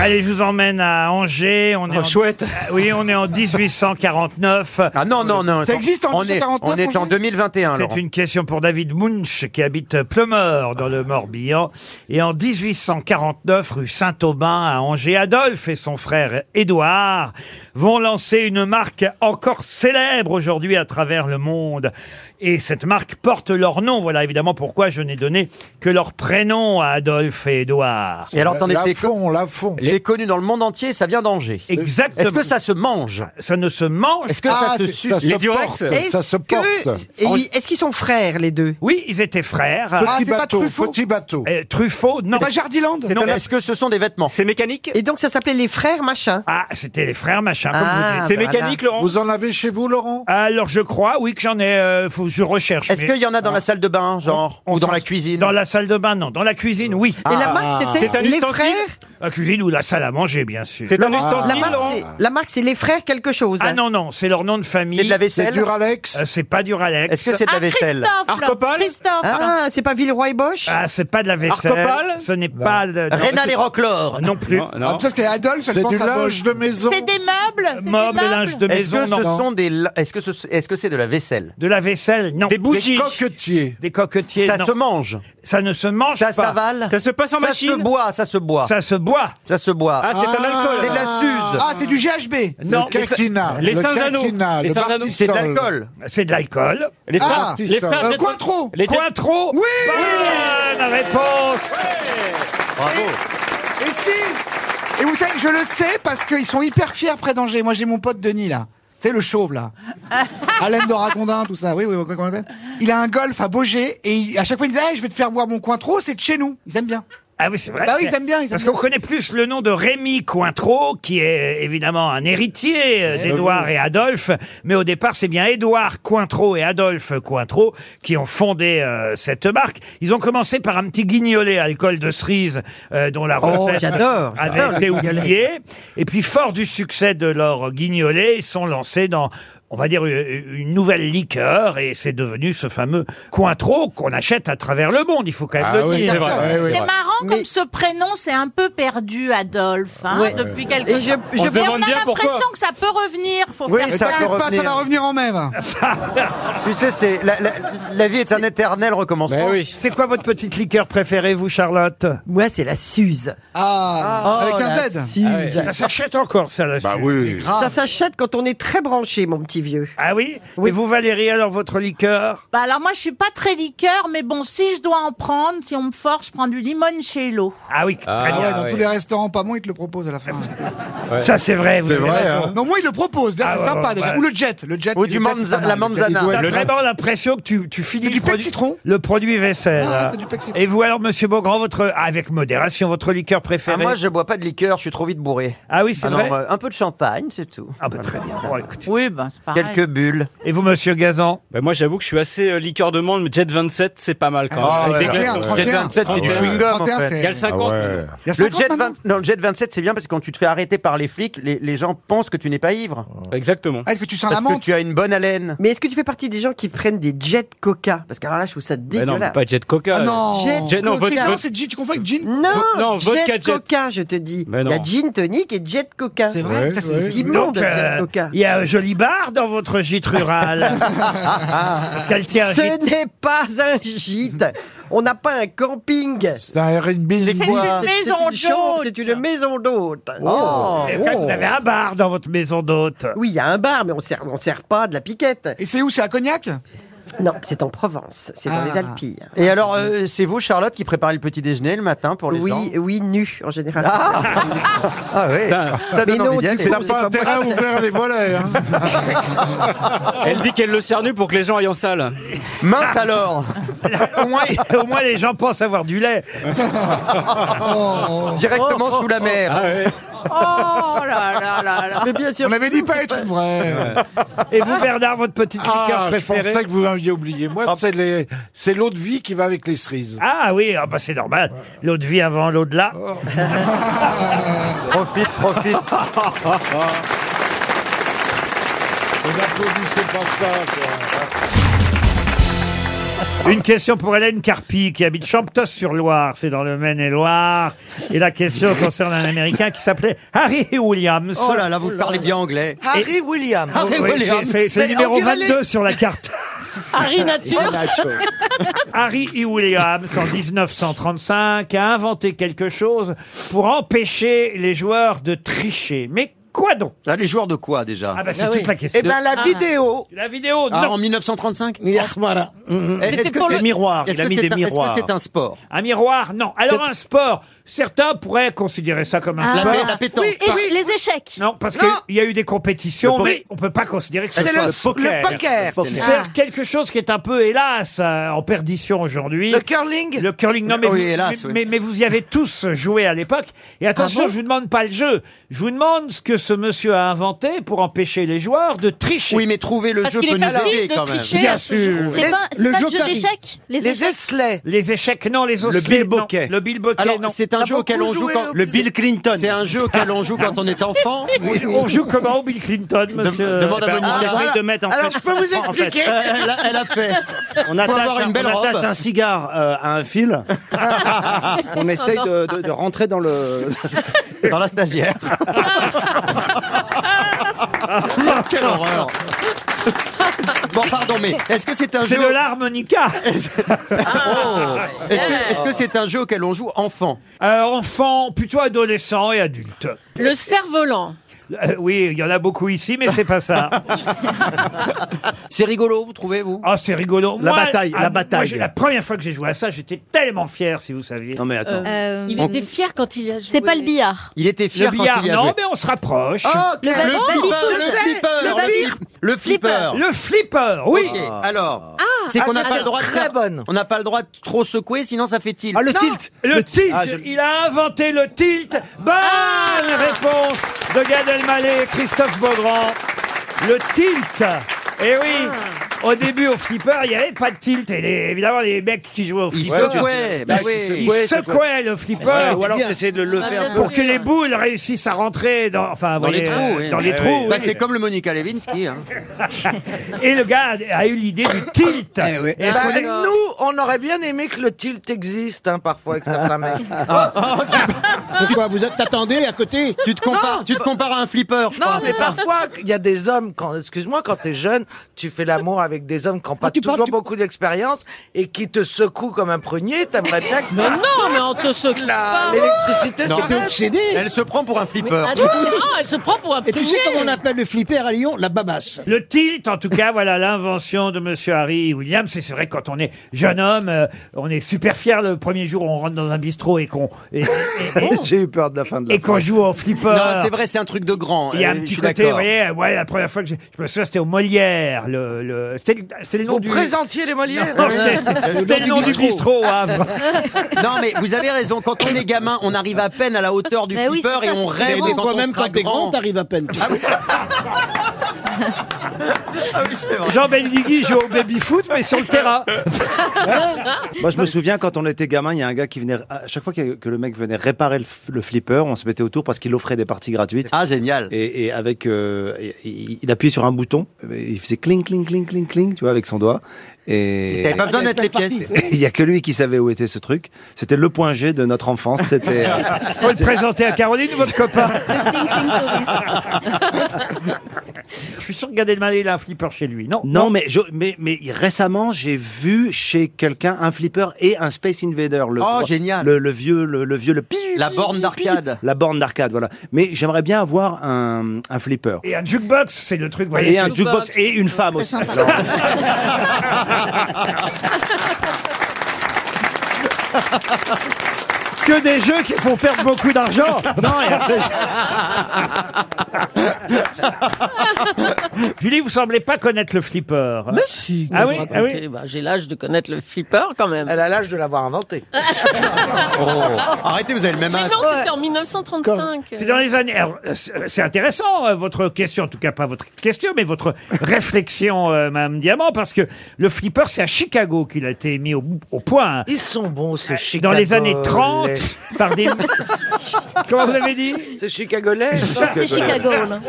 Speaker 1: Allez, je vous emmène à Angers. On est
Speaker 2: Oh,
Speaker 1: en-
Speaker 2: chouette.
Speaker 1: Ah, Oui, on est en 1849. Ah
Speaker 2: non, non, non. Ça existe en On est- 1849, on est en Angers 2021, Laurent.
Speaker 1: C'est une question pour David Munch, qui habite Pleumeur, dans le Morbihan. Et en 1849, rue Saint-Aubin, à Angers, Adolphe et son frère Édouard vont lancer une marque encore célèbre aujourd'hui à travers le monde. Et cette marque porte leur nom. Voilà évidemment pourquoi je n'ai donné que leur prénom à Adolphe et Édouard.
Speaker 2: Et alors, attendez, c'est con,
Speaker 9: la fond.
Speaker 2: C'est connu dans le monde entier, ça vient d'Angers.
Speaker 1: Exactement.
Speaker 2: Est-ce que ça se mange
Speaker 1: Ça ne se mange.
Speaker 2: Est-ce que
Speaker 1: Ah,
Speaker 2: ça se
Speaker 1: c'est-
Speaker 2: suce
Speaker 1: ça se Les Durex porte, ça se porte.
Speaker 10: et ils- Est-ce qu'ils sont frères, les deux
Speaker 1: Oui, ils étaient frères.
Speaker 10: Ah, c'est pas Truffaut
Speaker 1: bateau. Eh, Truffaut, non.
Speaker 10: C'est pas Jardiland
Speaker 1: Non,
Speaker 2: Est-ce que ce sont des vêtements
Speaker 3: C'est mécanique
Speaker 10: Et donc ça s'appelait les frères machin.
Speaker 1: Ah, c'était les frères machin. comme
Speaker 10: Ah,
Speaker 1: vous dites.
Speaker 10: voilà. C'est mécanique, Laurent
Speaker 1: Vous en avez chez vous, Laurent Alors, je crois, oui, que j'en ai. euh, faut, je recherche.
Speaker 2: Est-ce qu'il y en a dans la salle de bain, genre Ou dans la cuisine
Speaker 1: Dans la salle de bain, non. Dans la cuisine, oui.
Speaker 10: Ah.
Speaker 2: Et la marque, c'était
Speaker 1: C'est un
Speaker 10: les
Speaker 1: ustensile
Speaker 10: frères
Speaker 1: La cuisine ou la salle à manger, bien sûr.
Speaker 10: La marque, c'est- la marque, c'est les frères quelque chose. hein.
Speaker 1: Ah non, non, c'est leur nom de famille.
Speaker 2: C'est de la vaisselle C'est
Speaker 1: Duralex C'est pas Duralex.
Speaker 2: Est-ce que c'est de la Ah, vaisselle Christophe,
Speaker 10: Christophe, Christophe. Ah, c'est pas Villeroy et Bosch
Speaker 1: Ah, c'est pas de la vaisselle.
Speaker 10: Arcopal
Speaker 1: Ce n'est pas... de- non,
Speaker 2: Rénal
Speaker 1: c'est-
Speaker 2: et Roquelaure.
Speaker 1: Non plus.
Speaker 2: non. Ah, ça,
Speaker 10: c'est Adolphe,
Speaker 1: je C'est pense du à linge
Speaker 9: de maison.
Speaker 6: C'est des meubles.
Speaker 1: Meubles, linge de
Speaker 2: Est-ce
Speaker 1: maison,
Speaker 2: que ce
Speaker 1: non.
Speaker 2: sont des la- Est-ce que ce est-ce que c'est de la vaisselle
Speaker 1: De la vaisselle, non. Des
Speaker 2: bougies. Des
Speaker 1: coquetiers. Des coquetiers,
Speaker 2: Ça
Speaker 1: non.
Speaker 2: se mange.
Speaker 1: Ça ne se mange
Speaker 2: Ça
Speaker 1: pas.
Speaker 2: s'avale. Ça se boit, ça se boit.
Speaker 1: Ça se boit.
Speaker 2: Ça se boit.
Speaker 1: Ah, c'est un alcool.
Speaker 2: C'est de la suze.
Speaker 10: Ah, c'est du GHB.
Speaker 1: Non,
Speaker 9: le
Speaker 1: mais ça-
Speaker 9: quinquina,
Speaker 1: les
Speaker 9: le
Speaker 1: Saints Anneaux.
Speaker 9: quinquina,
Speaker 1: Les
Speaker 9: le
Speaker 1: Saints Anneaux.
Speaker 9: Bartistol.
Speaker 1: C'est de l'alcool. C'est de l'alcool.
Speaker 9: Les
Speaker 2: Ah.
Speaker 9: frères- les frères-
Speaker 10: Euh, Cointreau.
Speaker 1: Les Cointreau. Oui. La réponse.
Speaker 2: Bravo.
Speaker 10: Et si Et vous savez, je le sais parce qu'ils sont hyper fiers près d'Angers. Moi, j'ai mon pote Denis là. C'est le chauve là. Alain de Ragondin, tout ça. Oui, oui, comment on appelle Il a un golf à Beaugé et il- à chaque fois il disait Ah, Je vais te faire boire mon coin trop, c'est de chez nous. Ils aiment bien.
Speaker 1: Ah oui, c'est vrai.
Speaker 10: Bah oui,
Speaker 1: c'est-
Speaker 10: ils aiment bien, ils aiment
Speaker 1: parce
Speaker 10: bien.
Speaker 1: qu'on connaît plus le nom de Rémi Cointreau, qui est évidemment un héritier
Speaker 10: Eh
Speaker 1: euh, d'Édouard et Adolphe. Mais au départ, c'est bien Édouard Cointreau et Adolphe Cointreau qui ont fondé euh, cette marque. Ils ont commencé par un petit guignolet à alcool de cerise, euh, dont la
Speaker 10: Oh,
Speaker 1: recette
Speaker 10: j'adore, j'adore
Speaker 1: avait
Speaker 10: le
Speaker 1: été
Speaker 10: guignolet.
Speaker 1: oubliée. Et puis, fort du succès de leur guignolet, ils sont lancés dans on va dire une une nouvelle liqueur et c'est devenu ce fameux Cointreau qu'on achète à travers le monde. Il faut quand même
Speaker 9: Ah
Speaker 1: le
Speaker 9: oui,
Speaker 1: dire.
Speaker 9: c'est vrai, ouais, ouais,
Speaker 6: C'est marrant comme ce prénom, c'est un peu perdu, Adolphe, hein,
Speaker 10: Ouais.
Speaker 6: depuis
Speaker 10: Ouais.
Speaker 6: quelque
Speaker 10: Et je-
Speaker 6: temps.
Speaker 10: je- On se
Speaker 6: Mais
Speaker 10: demande
Speaker 6: on a
Speaker 10: bien pourquoi.
Speaker 6: l'impression que ça peut revenir. Faut
Speaker 2: Oui,
Speaker 6: faire
Speaker 2: ça
Speaker 6: gaffe.
Speaker 2: peut
Speaker 10: Pas, ça va revenir en même.
Speaker 2: Tu sais, c'est la, la- la vie est un éternel recommencement.
Speaker 1: C'est quoi votre petite liqueur préférée, vous, Charlotte
Speaker 10: Moi, c'est la Suze. Ah,
Speaker 8: Ah,
Speaker 10: avec
Speaker 8: oh, la
Speaker 10: un Z.
Speaker 8: Suze. Ah ouais.
Speaker 1: Ça s'achète encore, ça, la Bah oui.
Speaker 8: Ça s'achète quand on est très branché, mon petit vieux.
Speaker 1: Ah oui, Et vous, Valérie, alors, votre liqueur
Speaker 6: Bah alors moi je suis pas très liqueur, mais bon si je dois en prendre, si on me force, je prends du limoncello.
Speaker 1: Ah oui, très
Speaker 10: Ah
Speaker 1: bien.
Speaker 10: ouais, dans tous les restaurants, pas moins, ils te le proposent à la fin.
Speaker 1: Ça, c'est vrai. vous avez raison.
Speaker 10: Non, moi, ils le proposent. D'ailleurs,
Speaker 1: Ah,
Speaker 10: c'est
Speaker 1: ouais,
Speaker 10: sympa
Speaker 1: ouais,
Speaker 10: déjà.
Speaker 1: ouais.
Speaker 10: Ou le jet. Le jet
Speaker 2: Ou
Speaker 10: le
Speaker 2: du
Speaker 10: jet,
Speaker 2: manza-
Speaker 10: c'est pas mal.
Speaker 2: la manzana.
Speaker 1: T'as
Speaker 2: Le-
Speaker 1: vraiment l'impression que tu, tu finis
Speaker 10: C'est
Speaker 1: le
Speaker 10: du pain de
Speaker 1: produit,
Speaker 10: citron
Speaker 1: le produit vaisselle.
Speaker 10: Ah, c'est du pain de citron.
Speaker 1: Et vous alors, Monsieur Beaugrand, votre avec modération, votre liqueur
Speaker 2: Ah,
Speaker 1: préférée
Speaker 2: moi, je bois pas de liqueur, je suis trop vite bourré.
Speaker 1: Ah oui, c'est
Speaker 2: non,
Speaker 1: vrai
Speaker 2: euh, Un peu de champagne, c'est tout.
Speaker 1: Ah bah très bien. Bon, écoutez.
Speaker 6: Oui, ben
Speaker 8: bah,
Speaker 6: c'est pareil.
Speaker 2: Quelques bulles.
Speaker 1: Et vous, Monsieur Gazan
Speaker 3: Bah, moi, j'avoue que je suis assez euh, liqueur de monde, mais Jet 27, c'est pas mal quand même.
Speaker 2: Ah, ouais.
Speaker 3: des glaçons.
Speaker 2: 31, 27, c'est du chewing-gum, en fait.
Speaker 3: Il y a le 50.
Speaker 2: Le jet, 20 non, le jet 27, c'est bien parce que quand tu te fais arrêter par les flics, les, les gens pensent que tu n'es pas ivre.
Speaker 3: Exactement.
Speaker 10: Ah, Est-ce que tu sens
Speaker 2: Parce
Speaker 10: la
Speaker 2: que
Speaker 10: menthe
Speaker 2: tu as une bonne haleine.
Speaker 8: Mais est-ce que tu fais partie des gens qui prennent des jets coca Parce que alors là, je trouve ça
Speaker 3: Mais non,
Speaker 8: dégueulasse.
Speaker 3: mais pas Jet Coca.
Speaker 10: Ah non.
Speaker 8: Jet-
Speaker 3: Jet- non,
Speaker 10: C'est-
Speaker 3: votre-
Speaker 10: non,
Speaker 3: votre-
Speaker 10: c'est gin. Tu confonds avec gin
Speaker 8: Non,
Speaker 3: Non,
Speaker 8: jet
Speaker 3: vodka Jet.
Speaker 8: coca, je te dis.
Speaker 3: Mais
Speaker 8: Il y a
Speaker 3: non.
Speaker 8: gin tonic et jet coca.
Speaker 10: C'est vrai, Ouais, ça, c'est ouais.
Speaker 8: c'est immonde,
Speaker 1: Donc, euh,
Speaker 8: jet coca.
Speaker 1: il y a un joli bar dans votre gîte rural. Parce qu'elle tient un gîte.
Speaker 8: Ce n'est pas un gîte. On n'a pas un camping.
Speaker 9: C'est un R&B
Speaker 8: C'est
Speaker 9: de bois.
Speaker 8: une- c'est
Speaker 6: maison
Speaker 8: une chambre, C'est une maison d'hôte.
Speaker 1: Oh. Et quand
Speaker 8: oh.
Speaker 1: Vous avez un bar dans votre maison d'hôte.
Speaker 8: Oui, il y a un bar, mais on sert, on sert pas de la piquette.
Speaker 10: Et c'est où C'est à Cognac
Speaker 17: Non, c'est en Provence, c'est dans les Alpilles.
Speaker 18: Et alors, euh, c'est vous, Charlotte, qui préparez le petit déjeuner le matin pour les
Speaker 17: oui,
Speaker 18: gens
Speaker 17: oui, nu en général.
Speaker 18: Ah, ah oui, ça
Speaker 17: Mais
Speaker 18: donne
Speaker 17: non,
Speaker 18: envie d'y
Speaker 17: tu
Speaker 18: aller.
Speaker 17: sais, T'as pas c'est pas intérêt à moi. ouvrir
Speaker 18: les volets.
Speaker 17: hein.
Speaker 2: Elle dit qu'elle le sert nu pour que les gens aillent en salle.
Speaker 18: Mince alors
Speaker 1: au, moins, au moins, les gens pensent avoir du lait.
Speaker 18: Directement sous la mer.
Speaker 2: Ah
Speaker 6: Oh là là là là.
Speaker 17: Mais bien sûr.
Speaker 12: On n'avait dit pas être vrai.
Speaker 1: Et vous, Bernard, votre petite liqueur
Speaker 7: Ah, je
Speaker 1: préférée
Speaker 7: pensais que vous m'aviez oublié. Moi, c'est les- c'est l'eau de vie qui va avec les cerises. Oh.
Speaker 1: Ah oui, ah bah c'est normal. L'eau de vie avant l'eau de là.
Speaker 18: profite, profite.
Speaker 1: Une question pour Hélène Carpi qui habite Champtos-sur-Loire, c'est dans le Maine-et-Loire. Et la question concerne un Américain qui s'appelait Harry Williams.
Speaker 18: Oh là là, vous parlez bien anglais.
Speaker 10: Harry Williams.
Speaker 1: Ah, Oui, c'est- c'est- C'est le numéro 22 sur la carte.
Speaker 10: Harry Nature.
Speaker 1: Harry E. Williams, en 1935, a inventé quelque chose pour empêcher les joueurs de tricher. Mais quoi donc
Speaker 18: Ah, les joueurs de quoi déjà
Speaker 1: Ah bah, c'est Ah oui. toute la question.
Speaker 18: Eh ben la
Speaker 1: Ah.
Speaker 18: vidéo.
Speaker 1: La vidéo,
Speaker 18: Ah,
Speaker 1: non.
Speaker 18: en 1935
Speaker 1: Mhm.
Speaker 18: Est-ce
Speaker 1: C'était
Speaker 18: que
Speaker 1: pour
Speaker 18: c'est
Speaker 1: le- miroir,
Speaker 18: Mm, est-ce
Speaker 1: il a
Speaker 18: que
Speaker 1: mis
Speaker 18: c'est
Speaker 1: des
Speaker 18: un- est-ce que
Speaker 1: miroirs.
Speaker 18: c'est un sport
Speaker 1: Un miroir, non. Alors
Speaker 18: C'est-
Speaker 1: un sport, certains pourraient considérer ça comme un
Speaker 18: Ah.
Speaker 1: sport.
Speaker 18: La pétanque. Oui, éche-
Speaker 1: les échecs. Non, parce qu'il y a eu des compétitions,
Speaker 18: Le po-
Speaker 1: mais on peut pas considérer que ce
Speaker 18: C'est
Speaker 1: soit
Speaker 18: le-
Speaker 1: un sport.
Speaker 18: le poker. Le poker.
Speaker 1: C'est
Speaker 18: Ah.
Speaker 1: quelque chose qui est un peu, hélas, euh, en perdition aujourd'hui. Le curling Le curling, non, mais,
Speaker 18: Oui,
Speaker 1: vous,
Speaker 18: hélas,
Speaker 1: mais,
Speaker 18: oui.
Speaker 1: mais- mais vous y avez tous joué à l'époque. Et attention,
Speaker 18: Ah bon
Speaker 1: je vous demande pas le jeu. Je vous demande ce que ce monsieur a inventé pour empêcher les joueurs de tricher.
Speaker 18: Oui, mais trouver le Parce jeu qu'il est peut nous facile aider de quand même. tricher
Speaker 1: Bien
Speaker 18: à ce jeu.
Speaker 1: sûr.
Speaker 18: C'est pas- c'est Le pas le jeu jeu carré.
Speaker 8: d'échecs Les Les échecs
Speaker 1: esselets. Les échecs, non, les osselets. non. Le billboquet,
Speaker 18: Alors,
Speaker 1: non.
Speaker 18: c'est un jeu auquel on joue quand Clinton. hein. C'est un jeu auquel on joue quand on est enfant.
Speaker 1: Oui, on joue comment au Bill Clinton, monsieur
Speaker 18: demande à
Speaker 1: Eh ben,
Speaker 18: Monica.
Speaker 1: on essaye
Speaker 18: Voilà.
Speaker 1: de mettre en
Speaker 18: Alors,
Speaker 1: fait-
Speaker 18: je peux vous
Speaker 1: en fait.
Speaker 18: expliquer. Euh, elle a- elle a fait.
Speaker 19: On
Speaker 18: Faut
Speaker 19: attache,
Speaker 18: avoir
Speaker 19: un,
Speaker 18: une belle
Speaker 19: on attache
Speaker 18: robe.
Speaker 19: un cigare euh, à un fil. on essaye de, de- de rentrer dans le.
Speaker 18: dans la stagiaire. Quelle horreur. Bon, pardon, mais est-ce que c'est un jeu
Speaker 1: C'est de l'harmonica.
Speaker 18: Oh. Est-ce que- est-ce que c'est un jeu auquel on joue enfant
Speaker 1: Euh, enfant, plutôt adolescent et adulte.
Speaker 8: Le cerf-volant.
Speaker 1: Euh, oui, il y en a beaucoup ici, mais c'est pas ça.
Speaker 18: c'est rigolo, vous trouvez, vous
Speaker 1: Ah, c'est rigolo.
Speaker 19: La
Speaker 1: Moi, ah,
Speaker 19: bataille, la
Speaker 1: moi,
Speaker 19: bataille.
Speaker 1: j'ai- la première fois que j'ai joué à ça, j'étais tellement fier, si vous saviez. Non, mais
Speaker 8: Euh,
Speaker 1: Il était
Speaker 8: fier quand il a joué. C'est pas le billard.
Speaker 18: Il était
Speaker 1: Le
Speaker 18: fier quand
Speaker 1: billard,
Speaker 18: il y a
Speaker 1: non,
Speaker 18: joué.
Speaker 1: mais on se rapproche.
Speaker 18: Oh,
Speaker 8: Ah, Le ballon,
Speaker 18: flipper,
Speaker 8: je
Speaker 18: le
Speaker 8: sais,
Speaker 18: flipper,
Speaker 8: le
Speaker 18: le
Speaker 8: ballon.
Speaker 18: flip- le flipper.
Speaker 1: Le flipper, oui.
Speaker 18: Ok, Alors,
Speaker 8: Ah,
Speaker 18: c'est qu'on n'a
Speaker 8: alors,
Speaker 18: pas le droit de
Speaker 8: très
Speaker 18: faire- On n'a pas le droit de trop secouer, sinon ça fait tilt.
Speaker 1: Ah, le tilt Ah, Le, tilt Il a inventé le tilt Bonne Ah. réponse de Gad Elmaleh et Christophe Beaugrand. Le tilt Eh oui Au début, au flipper, il n'y avait pas de tilt. Et les- évidemment, les mecs qui jouaient au
Speaker 19: Ils
Speaker 1: flipper...
Speaker 19: secouaient,
Speaker 1: ils-
Speaker 19: bah oui.
Speaker 1: Ils
Speaker 19: secouaient,
Speaker 1: secouaient
Speaker 19: secouaient.
Speaker 1: le flipper
Speaker 19: Ouais, ou alors t'essayais de le
Speaker 1: Ah,
Speaker 19: faire.
Speaker 1: Pour que les boules réussissent à rentrer dans, enfin,
Speaker 18: Dans
Speaker 1: vous
Speaker 18: les
Speaker 1: voyez,
Speaker 18: trous, oui.
Speaker 1: dans les
Speaker 18: Ouais,
Speaker 1: trous,
Speaker 18: oui. Bah,
Speaker 1: oui.
Speaker 18: c'est comme le Monica Lewinsky. hein.
Speaker 1: Et le gars a eu l'idée du tilt. Et est-ce
Speaker 10: Bah,
Speaker 1: qu'on est-
Speaker 10: nous, on aurait bien aimé que le tilt existe hein, parfois avec certains mecs. Ah.
Speaker 8: Ah,
Speaker 19: Pourquoi vous êtes- t'attendez à côté
Speaker 18: Tu te compares,
Speaker 10: Non.
Speaker 18: tu te compares à un flipper. je
Speaker 10: Non,
Speaker 18: crois.
Speaker 10: mais parfois, il y a des hommes, quand, excuse-moi, quand t'es jeune, tu fais l'amour avec des hommes qui
Speaker 19: Ah,
Speaker 10: n'ont pas toujours beaucoup d'expérience et qui te secouent comme un prunier, t'aimerais bien que...
Speaker 8: Mais non, mais on te secoue
Speaker 10: La-
Speaker 8: pas.
Speaker 10: L'électricité,
Speaker 18: Non.
Speaker 10: c'est
Speaker 18: Elle se prend pour un flipper.
Speaker 8: Ah, tu- non, elle se prend pour un
Speaker 19: Et tu sais
Speaker 8: poulet.
Speaker 19: comment on appelle le flipper à Lyon La babasse.
Speaker 1: Le tilt, en tout cas, voilà l'invention de Monsieur Harry Williams. Et c'est vrai, que quand on est jeune homme, euh, on est super fier le premier jour où on rentre dans un bistrot et qu'on et, et- et-
Speaker 19: J'ai eu peur de la fin de la
Speaker 1: et qu'on
Speaker 19: phrase.
Speaker 1: joue au flipper.
Speaker 18: Non, c'est vrai, c'est un truc de grand.
Speaker 1: Il y a un
Speaker 18: euh, je
Speaker 1: petit
Speaker 18: suis
Speaker 1: côté, vous
Speaker 18: d'accord.
Speaker 1: voyez, ouais, la première fois que j'ai- je me souviens, c'était au Molière. Le, le, c'était le- c'était le nom du.
Speaker 10: présentier les Molières.
Speaker 1: Non, c'était- c'était le nom du bistrot hein, au Havre.
Speaker 18: Non, mais vous avez raison. Quand on est gamin, on arrive à peine à la hauteur du
Speaker 19: Mais oui,
Speaker 18: flipper
Speaker 19: c'est
Speaker 18: et
Speaker 19: ça,
Speaker 18: on
Speaker 19: c'est
Speaker 18: rêve
Speaker 19: grand.
Speaker 18: quand on
Speaker 19: Toi-même,
Speaker 18: sera
Speaker 19: quand t'es grand,
Speaker 18: grand.
Speaker 19: t'arrives à peine.
Speaker 18: Ah oui, c'est vrai.
Speaker 1: Jean Benguigui joue au baby foot, mais sur le terrain.
Speaker 19: Moi, je me souviens quand on était gamin, il y a un gars qui venait à chaque fois que que le mec venait réparer le, f- le flipper, on se mettait autour parce qu'il offrait des parties gratuites.
Speaker 18: Ah génial.
Speaker 19: Et, et avec, euh, et- et- il appuyait sur un bouton, et il faisait cling cling cling cling cling, tu vois, avec son doigt. Et
Speaker 18: T'avais pas besoin de mettre les pièces.
Speaker 19: Il y a que lui qui savait où était ce truc. C'était le point G de notre enfance. C'était. euh,
Speaker 1: Faut le présenter à Caroline, votre copain. Je suis sûr que Gad Elmaleh, il a un flipper chez lui. Non.
Speaker 19: Non, mais, je, mais, mais récemment, j'ai vu chez quelqu'un un flipper et un Space Invader. Le,
Speaker 18: Oh, génial.
Speaker 19: Le, le vieux, le, le vieux, le pi-
Speaker 18: La borne d'arcade.
Speaker 19: la borne d'arcade, voilà. Mais j'aimerais bien avoir un, un flipper.
Speaker 1: Et un jukebox, c'est le truc, vous voyez.
Speaker 19: Et un
Speaker 1: c'est-
Speaker 19: jukebox et une femme aussi.
Speaker 1: Que des jeux qui font perdre beaucoup d'argent. Non, et après, je- Julie, vous semblez pas connaître le flipper.
Speaker 8: Mais si,
Speaker 1: Ah
Speaker 8: vous
Speaker 1: oui,
Speaker 8: racontez.
Speaker 1: ah oui.
Speaker 8: Bah, J'ai l'âge de connaître le flipper quand même. Elle
Speaker 20: a l'âge de l'avoir inventé.
Speaker 10: Ah.
Speaker 8: Arrêtez,
Speaker 20: vous avez le même
Speaker 8: Mais non, c'était en 1935.
Speaker 1: C'est dans les années. euh, alors, c'est c'est intéressant euh, votre question, en tout cas pas votre question, mais votre réflexion, euh, Madame Diamant, parce que le flipper, c'est à Chicago qu'il a été mis au, au point.
Speaker 20: Ils sont bons ces Chicago.
Speaker 1: Dans les années 30, par des. Comment vous avez dit
Speaker 20: C'est chicagolais. ça
Speaker 1: C'est Chicago,
Speaker 20: là.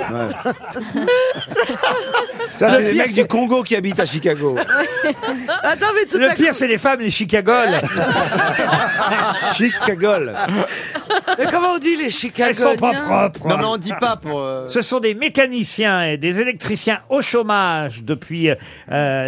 Speaker 21: Ça,
Speaker 1: Le
Speaker 21: c'est les
Speaker 1: pire,
Speaker 21: mecs
Speaker 1: c'est-
Speaker 21: du Congo qui habitent à Chicago.
Speaker 20: Attends, mais tout
Speaker 1: Le pire, c'est les femmes, les chicagoles.
Speaker 21: Chicagoles.
Speaker 20: Mais comment on dit les Chicago
Speaker 1: Elles sont pas propres.
Speaker 20: Non, mais on dit pas euh,
Speaker 1: pour. Ce sont des mécaniciens et des électriciens au chômage depuis euh,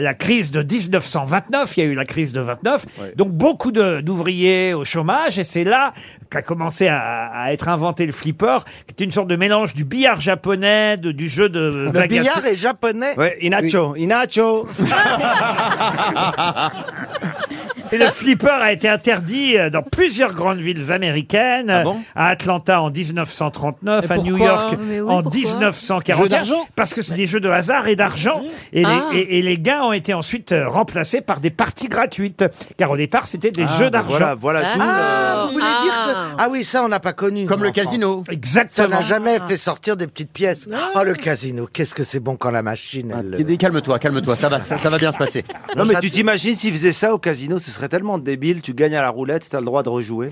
Speaker 1: la crise de 1929. Il y a eu la crise de 29. Donc beaucoup de- d'ouvriers au chômage et c'est là qu'a commencé à, à être inventé le flipper, qui est une sorte de mélange du billard japonais, de- du jeu de.
Speaker 20: Le billard est japonais.
Speaker 1: Ouais, Inacho, Inacho. Et le flipper a été interdit euh, dans plusieurs grandes villes américaines,
Speaker 20: Ah
Speaker 1: à Atlanta en 1939,
Speaker 22: Et
Speaker 1: à New
Speaker 22: pourquoi hein
Speaker 1: York
Speaker 22: Mais oui,
Speaker 1: en
Speaker 22: pourquoi
Speaker 1: 1941,
Speaker 22: Jeux d'argent
Speaker 1: parce que c'est des jeux de hasard et d'argent, et, les-
Speaker 22: Ah.
Speaker 1: et- et les gains ont été ensuite euh, remplacés par des parties gratuites, car au départ c'était des
Speaker 20: Ah,
Speaker 1: jeux
Speaker 20: bah
Speaker 1: d'argent.
Speaker 20: voilà, voilà tout, Ah, euh. vous voulez dire que- Ah oui, ça on n'a pas connu. Comme
Speaker 1: le casino.
Speaker 20: Ça
Speaker 1: Exactement.
Speaker 20: n'a jamais fait sortir des petites pièces. Oh, le casino, qu'est-ce que c'est bon quand la machine.
Speaker 1: Ah,
Speaker 20: elle-
Speaker 19: Calme-toi, calme-toi, ça va, ça, va bien se passer. Non mais tu t'imagines s'ils faisaient ça au casino, ce serait tellement débile, tu gagnes à la roulette, t'as le droit de rejouer.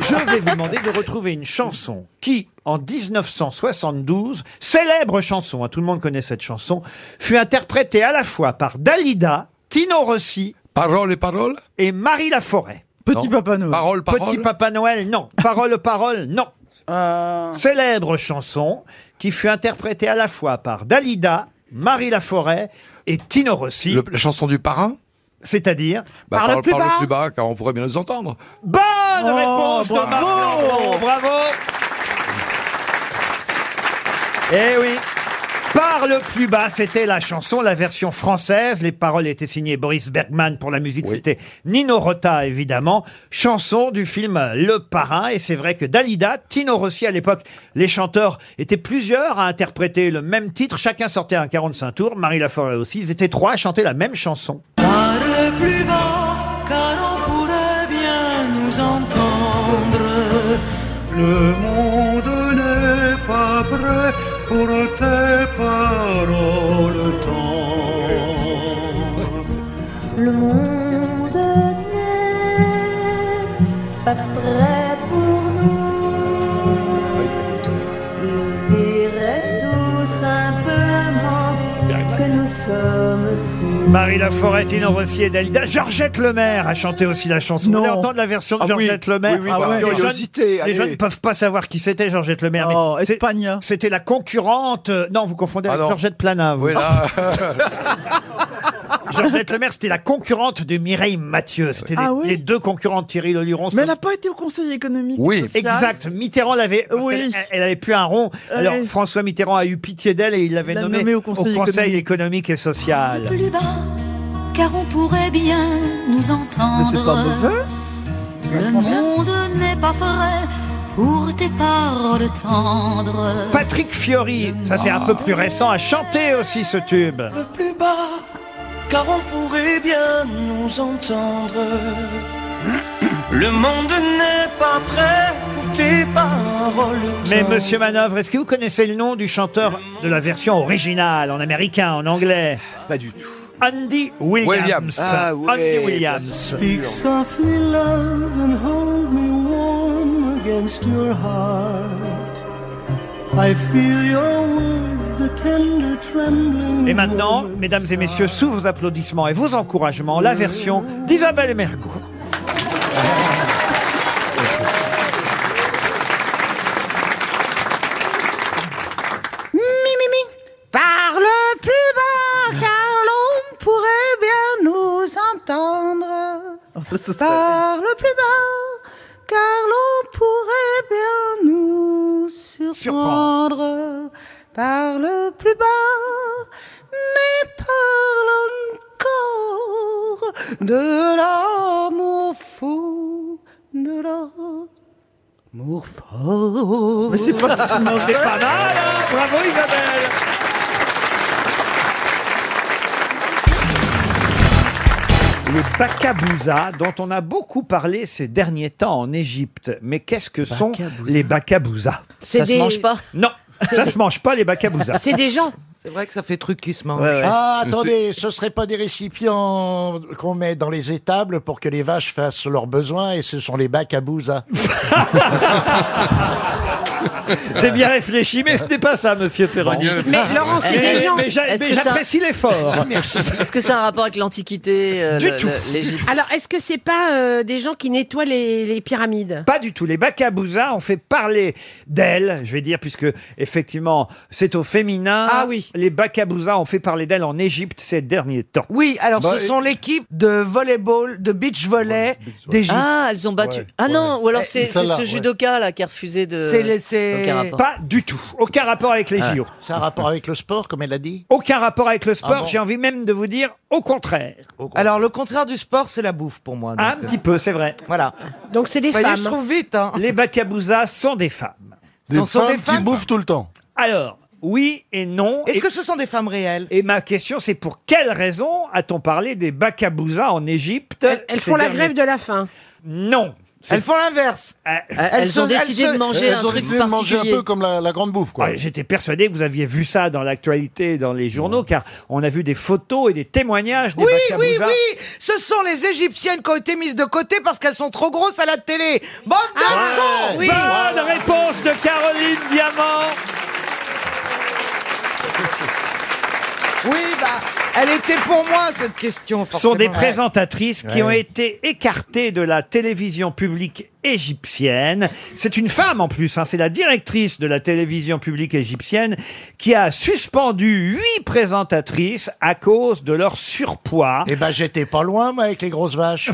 Speaker 1: Je vais vous demander de retrouver une chanson qui, en 1972, célèbre chanson, hein, tout le monde connaît cette chanson, fut interprétée à la fois par Dalida, Tino Rossi,
Speaker 23: Parole et parole
Speaker 1: et Marie Laforêt.
Speaker 23: Petit Non. Papa Noël. Parole, parole
Speaker 1: Petit Papa Noël, non. Parole, parole, non. Célèbre chanson qui fut interprétée à la fois par Dalida, Marie Laforêt et Tino Rossi.
Speaker 23: La chanson du parrain
Speaker 1: C'est-à-dire Bah,
Speaker 23: bah,
Speaker 1: Parle
Speaker 23: parle,
Speaker 1: plus
Speaker 23: parle
Speaker 1: bas.
Speaker 23: plus bas, car on pourrait bien les entendre.
Speaker 1: Bonne réponse de
Speaker 23: bravo.
Speaker 1: Marc Lambon, Bravo Eh oui par le plus bas, c'était la chanson, la version française. Les paroles étaient signées Boris Bergman pour la musique. C'était Nino Rota, évidemment. Chanson du film Le Parrain. Et c'est vrai que Dalida, Tino Rossi, à l'époque, les chanteurs étaient plusieurs à interpréter le même titre. Chacun sortait un 45 tours. Marie Laforêt aussi. Ils étaient trois à chanter la même chanson.
Speaker 3: Parle plus bas, car on pourrait bien nous entendre. Le monde n'est pas prêt pour tes paroles tendres. Le monde n'est pas prêt pour nous. Il dirait tout simplement que nous sommes fous.
Speaker 1: Marie Laforêt, Tino Rossi et Dalida. Georgette Lemaire a chanté aussi la chanson. Vous voulez entendre la version de
Speaker 10: Ah oui.
Speaker 1: Georgette Lemaire
Speaker 10: Oui, oui, par
Speaker 1: Les,
Speaker 10: curiosité,
Speaker 1: jeunes,
Speaker 10: allez.
Speaker 1: les jeunes ne peuvent pas savoir qui c'était Georgette Lemaire. Oh, C'était la concurrente. euh, Non, vous confondez
Speaker 10: Ah
Speaker 1: avec Georgette Plana. vous.
Speaker 23: Oui, là.
Speaker 1: Georgette Lemaire, c'était la concurrente de Mireille Mathieu. C'était les,
Speaker 10: Ah oui
Speaker 1: les deux concurrentes, Thierry Leluron.
Speaker 10: Mais elle n'a pas été au Conseil économique.
Speaker 1: Oui,
Speaker 10: et social.
Speaker 1: exact. Mitterrand l'avait. parce
Speaker 10: Oui.
Speaker 1: qu'elle- Elle, avait plus un rond. Alors
Speaker 10: Oui.
Speaker 1: François Mitterrand a eu pitié d'elle et il l'avait
Speaker 10: L'a
Speaker 1: nommée
Speaker 10: nommée au Conseil Ah,
Speaker 1: économique. et social.
Speaker 3: plus bas, car on pourrait bien nous entendre.
Speaker 1: Mais c'est pas mauvais.
Speaker 3: Le monde n'est pas prêt pour tes paroles tendres.
Speaker 1: Patrick Fiori, ça c'est un peu plus récent, a chanté aussi ce tube.
Speaker 3: Le plus bas, car on pourrait bien nous entendre. Le monde n'est pas prêt pour tes paroles
Speaker 1: Mais
Speaker 3: tendres.
Speaker 1: Monsieur Manœuvre, est-ce que vous connaissez le nom du chanteur de la version originale, en américain, en anglais Pas du tout. Andy Williams.
Speaker 3: Williams. Ah ouais,
Speaker 1: Andy Williams.
Speaker 3: Speak softly, love, and hold me warm against your heart. I feel your words, the tender trembling.
Speaker 1: Et maintenant, mesdames et messieurs, sous vos applaudissements et vos encouragements, la version d'Isabelle Mergo.
Speaker 24: Mi, mi, mi. Parle plus bas, car l'on pourrait bien nous entendre. Parle plus bas, car l'on pourrait bien nous
Speaker 1: surprendre.
Speaker 3: par le plus bas, mais parle encore de l'amour fou, de l'amour fort.
Speaker 1: Mais c'est pas si mauvais. C'est pas mal, hein Bravo Isabelle Le bakabouza, dont on a beaucoup parlé ces derniers temps en Égypte. Mais qu'est-ce que sont les bakabouza
Speaker 11: C'est Ça se des- mange pas
Speaker 1: Non, ça se mange pas les bakabouza.
Speaker 11: gens.
Speaker 10: C'est vrai que ça fait truc qui se mange.
Speaker 20: Ah, attendez, ce serait pas des récipients qu'on met dans les étables pour que les vaches fassent leurs besoins et ce sont les bacs à bouza.
Speaker 1: J'ai bien réfléchi, mais ce n'est pas ça, monsieur Perron.
Speaker 11: Mais Laurent, c'est
Speaker 1: Mais-
Speaker 11: des gens.
Speaker 1: mais j'a-
Speaker 11: Est-ce
Speaker 1: mais
Speaker 11: que ça-
Speaker 1: j'apprécie l'effort.
Speaker 11: Est-ce que ça a un rapport avec l'Antiquité euh,
Speaker 1: Du
Speaker 11: le-
Speaker 1: tout.
Speaker 11: le- l'Égypte
Speaker 8: Alors, est-ce que c'est pas euh, des gens qui nettoient les, les pyramides
Speaker 1: Pas du tout. Les Bakabouza ont fait parler d'elle, je vais dire, puisque effectivement, c'est au féminin. Ah oui. Les Bakabouza ont fait parler d'elle en Égypte ces derniers temps.
Speaker 10: Oui, alors
Speaker 1: Bah,
Speaker 10: ce sont l'équipe de volleyball, de beach volley d'Égypte.
Speaker 11: Ah, elles ont battu. ah non, ou alors c'est
Speaker 10: Eh,
Speaker 11: c'est
Speaker 10: celle-là,
Speaker 11: ce
Speaker 10: ouais.
Speaker 11: judoka là qui a refusé de.
Speaker 10: C'est les- c'est-
Speaker 11: aucun rapport.
Speaker 1: Pas du tout. Aucun rapport avec les
Speaker 11: Ah.
Speaker 1: JO.
Speaker 20: C'est un rapport avec le sport, comme elle a dit
Speaker 1: Aucun rapport avec le sport.
Speaker 20: bon
Speaker 1: J'ai envie même de vous dire au contraire.
Speaker 10: Alors le contraire du sport, c'est la bouffe pour moi. euh,
Speaker 1: Un petit peu, c'est vrai.
Speaker 10: Voilà.
Speaker 8: Donc c'est des
Speaker 10: Voyez,
Speaker 8: femmes.
Speaker 10: je trouve vite. Hein.
Speaker 1: Les Bakabouza sont des femmes.
Speaker 10: Des Ce sont femmes des qui femmes bouffent
Speaker 1: tout le temps. Alors, oui et non.
Speaker 10: Est-ce
Speaker 1: Et-
Speaker 10: que ce sont des femmes réelles
Speaker 1: Et ma question, c'est pour quelle raison a-t-on parlé des Bakabouza en Égypte
Speaker 8: Elles font la grève de la faim.
Speaker 1: Non. C'est- Euh,
Speaker 10: Elles font l'inverse.
Speaker 1: Ah. elles
Speaker 10: se-
Speaker 1: ont décidé
Speaker 10: se-
Speaker 1: de manger
Speaker 10: elles
Speaker 1: un
Speaker 10: ont
Speaker 1: truc
Speaker 10: décidé de manger
Speaker 1: particulier.
Speaker 10: peu
Speaker 20: comme la, grande bouffe,
Speaker 1: Ouais, J'étais persuadé que vous aviez vu ça dans l'actualité, dans les journaux, car on a vu des photos et des témoignages des
Speaker 10: Oui, oui,
Speaker 1: Bakabouza.
Speaker 10: oui Ce sont les Égyptiennes qui ont été mises de côté parce qu'elles sont trop grosses à la télé Bande de
Speaker 8: Ah.
Speaker 10: cons
Speaker 1: Bonne réponse de Caroline Diamant
Speaker 10: Oui, bah, elle était pour moi, cette question,
Speaker 1: sont des
Speaker 10: forcément.
Speaker 1: présentatrices qui
Speaker 10: Ouais.
Speaker 1: ont été écartées de la télévision publique égyptienne. C'est une femme en plus, hein, c'est la directrice de la télévision publique égyptienne qui a suspendu huit présentatrices à cause de leur surpoids.
Speaker 20: Eh ben, j'étais pas loin, moi, avec les grosses vaches.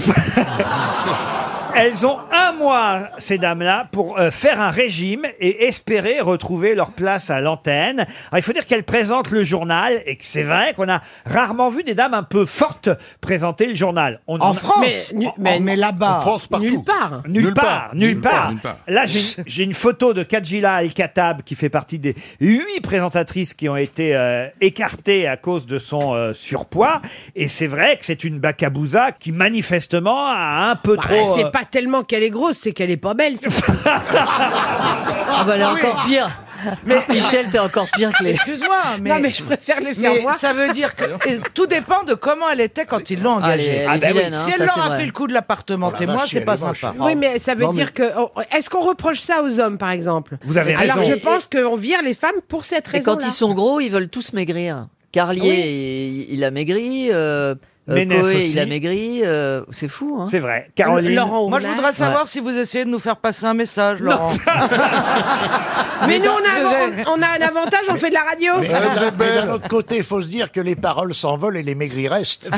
Speaker 1: Elles ont un mois, ces dames-là, pour euh, faire un régime et espérer retrouver leur place à l'antenne. Alors, Il faut dire qu'elles présentent le journal et que c'est vrai qu'on a rarement vu des dames un peu fortes présenter le journal. On
Speaker 10: En France
Speaker 1: Mais,
Speaker 10: Mais nu- mais- mais là-bas. En France, partout.
Speaker 1: Nulle
Speaker 8: Hein. part.
Speaker 1: Nulle,
Speaker 10: Nulle
Speaker 1: part,
Speaker 10: part.
Speaker 1: Nulle
Speaker 10: Nulle
Speaker 1: part.
Speaker 10: part, nulle part.
Speaker 1: Là, j'ai j'ai une photo de Kajila El Khattab qui fait partie des huit présentatrices qui ont été euh, écartées à cause de son euh, surpoids. Et c'est vrai que c'est une bakabouza qui manifestement a un peu
Speaker 8: Bah,
Speaker 1: trop. euh,
Speaker 8: c'est pas tellement qu'elle est grosse, c'est qu'elle est pas belle.
Speaker 11: Ah bah elle est encore pire. Mais Michel, t'es encore pire que les.
Speaker 10: Excuse-moi, mais...
Speaker 8: Non, mais je préfère les faire
Speaker 10: mais
Speaker 8: voir.
Speaker 10: ça veut dire que et tout dépend de comment elle était quand ils l'ont
Speaker 11: Ah, elle est- elle est
Speaker 10: engagée. ben
Speaker 11: Ah, bah oui. vilaine, hein,
Speaker 10: si elle
Speaker 11: ça,
Speaker 10: leur
Speaker 11: c'est
Speaker 10: a
Speaker 11: vrai.
Speaker 10: fait le coup de l'appartement
Speaker 11: Oh
Speaker 8: Oh
Speaker 11: la
Speaker 10: témoin,
Speaker 11: vache,
Speaker 10: c'est
Speaker 11: elle
Speaker 10: pas
Speaker 11: est moche.
Speaker 10: sympa.
Speaker 8: Oui, mais ça veut
Speaker 10: Non, mais-
Speaker 8: dire que. oh, Est-ce qu'on reproche ça aux hommes, par exemple
Speaker 1: Vous avez
Speaker 8: Alors
Speaker 1: raison.
Speaker 8: je pense qu'on vire les femmes pour cette
Speaker 11: Et
Speaker 8: raison.
Speaker 11: quand ils sont gros, ils veulent tous maigrir. Carlier, il, il a maigri. Euh, euh,
Speaker 1: Ménès
Speaker 11: Coé,
Speaker 1: aussi.
Speaker 11: il a maigri. euh, c'est fou. Hein.
Speaker 1: C'est vrai. Caroline.
Speaker 10: Moi, je voudrais savoir si vous essayez de nous faire passer un message, Laurent.
Speaker 8: Mais nous, on a,
Speaker 10: Je-
Speaker 8: un- on a un avantage, on fait de la radio.
Speaker 20: Mais
Speaker 11: euh,
Speaker 20: d'un- mais d'un autre côté,
Speaker 1: Eh.
Speaker 20: il faut se dire que les paroles s'envolent et les maigris restent.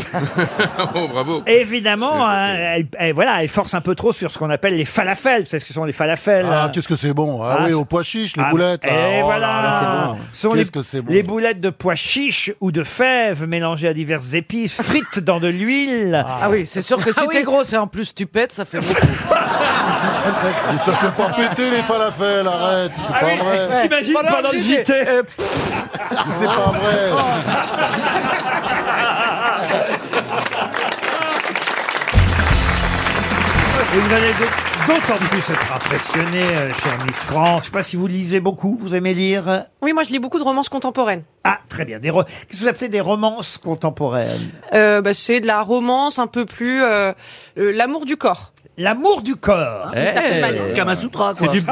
Speaker 5: oh, bravo.
Speaker 1: Évidemment, hein, elle, elle- voilà, elle force un peu trop sur ce qu'on appelle les falafels. C'est ce que sont les falafels.
Speaker 9: Ah,
Speaker 1: hein.
Speaker 9: qu'est-ce que c'est bon Ah oui,
Speaker 1: c'est-
Speaker 9: au pois chiche, les
Speaker 1: Ah,
Speaker 9: boulettes.
Speaker 1: Et
Speaker 9: Ah, oh
Speaker 1: voilà.
Speaker 9: là là, c'est bon.
Speaker 1: Ce sont
Speaker 9: Qu'est-ce
Speaker 1: les,
Speaker 9: que c'est bon.
Speaker 1: les boulettes de pois chiches ou de fèves mélangées à diverses épices, frites dans de l'huile.
Speaker 10: Ah oui, c'est sûr que si t'es grosse et en plus tu pètes, ça fait beaucoup.
Speaker 9: Ça fait pas péter les falafels, arrête. C'est pas vrai.
Speaker 1: Ah
Speaker 9: Eh,
Speaker 1: T'imagines
Speaker 10: Pendant
Speaker 1: pendant le
Speaker 10: JT,
Speaker 1: JT
Speaker 10: euh,
Speaker 9: C'est pas vrai.
Speaker 1: Et vous allez d'aut- d'autant plus être impressionné, euh, cher Miss France. Je sais pas si vous lisez beaucoup, vous aimez lire.
Speaker 25: Oui, moi je lis beaucoup de romances contemporaines.
Speaker 1: Ah, très bien. Des ro- Qu'est-ce que vous appelez des romances contemporaines
Speaker 25: Euh, bah, c'est de la romance un peu plus euh, euh, l'amour du corps.
Speaker 1: L'amour du
Speaker 3: hein,
Speaker 1: corps.
Speaker 25: Eh, Ça fait mal.
Speaker 1: Kamasutra,
Speaker 25: quoi.
Speaker 19: C'est du-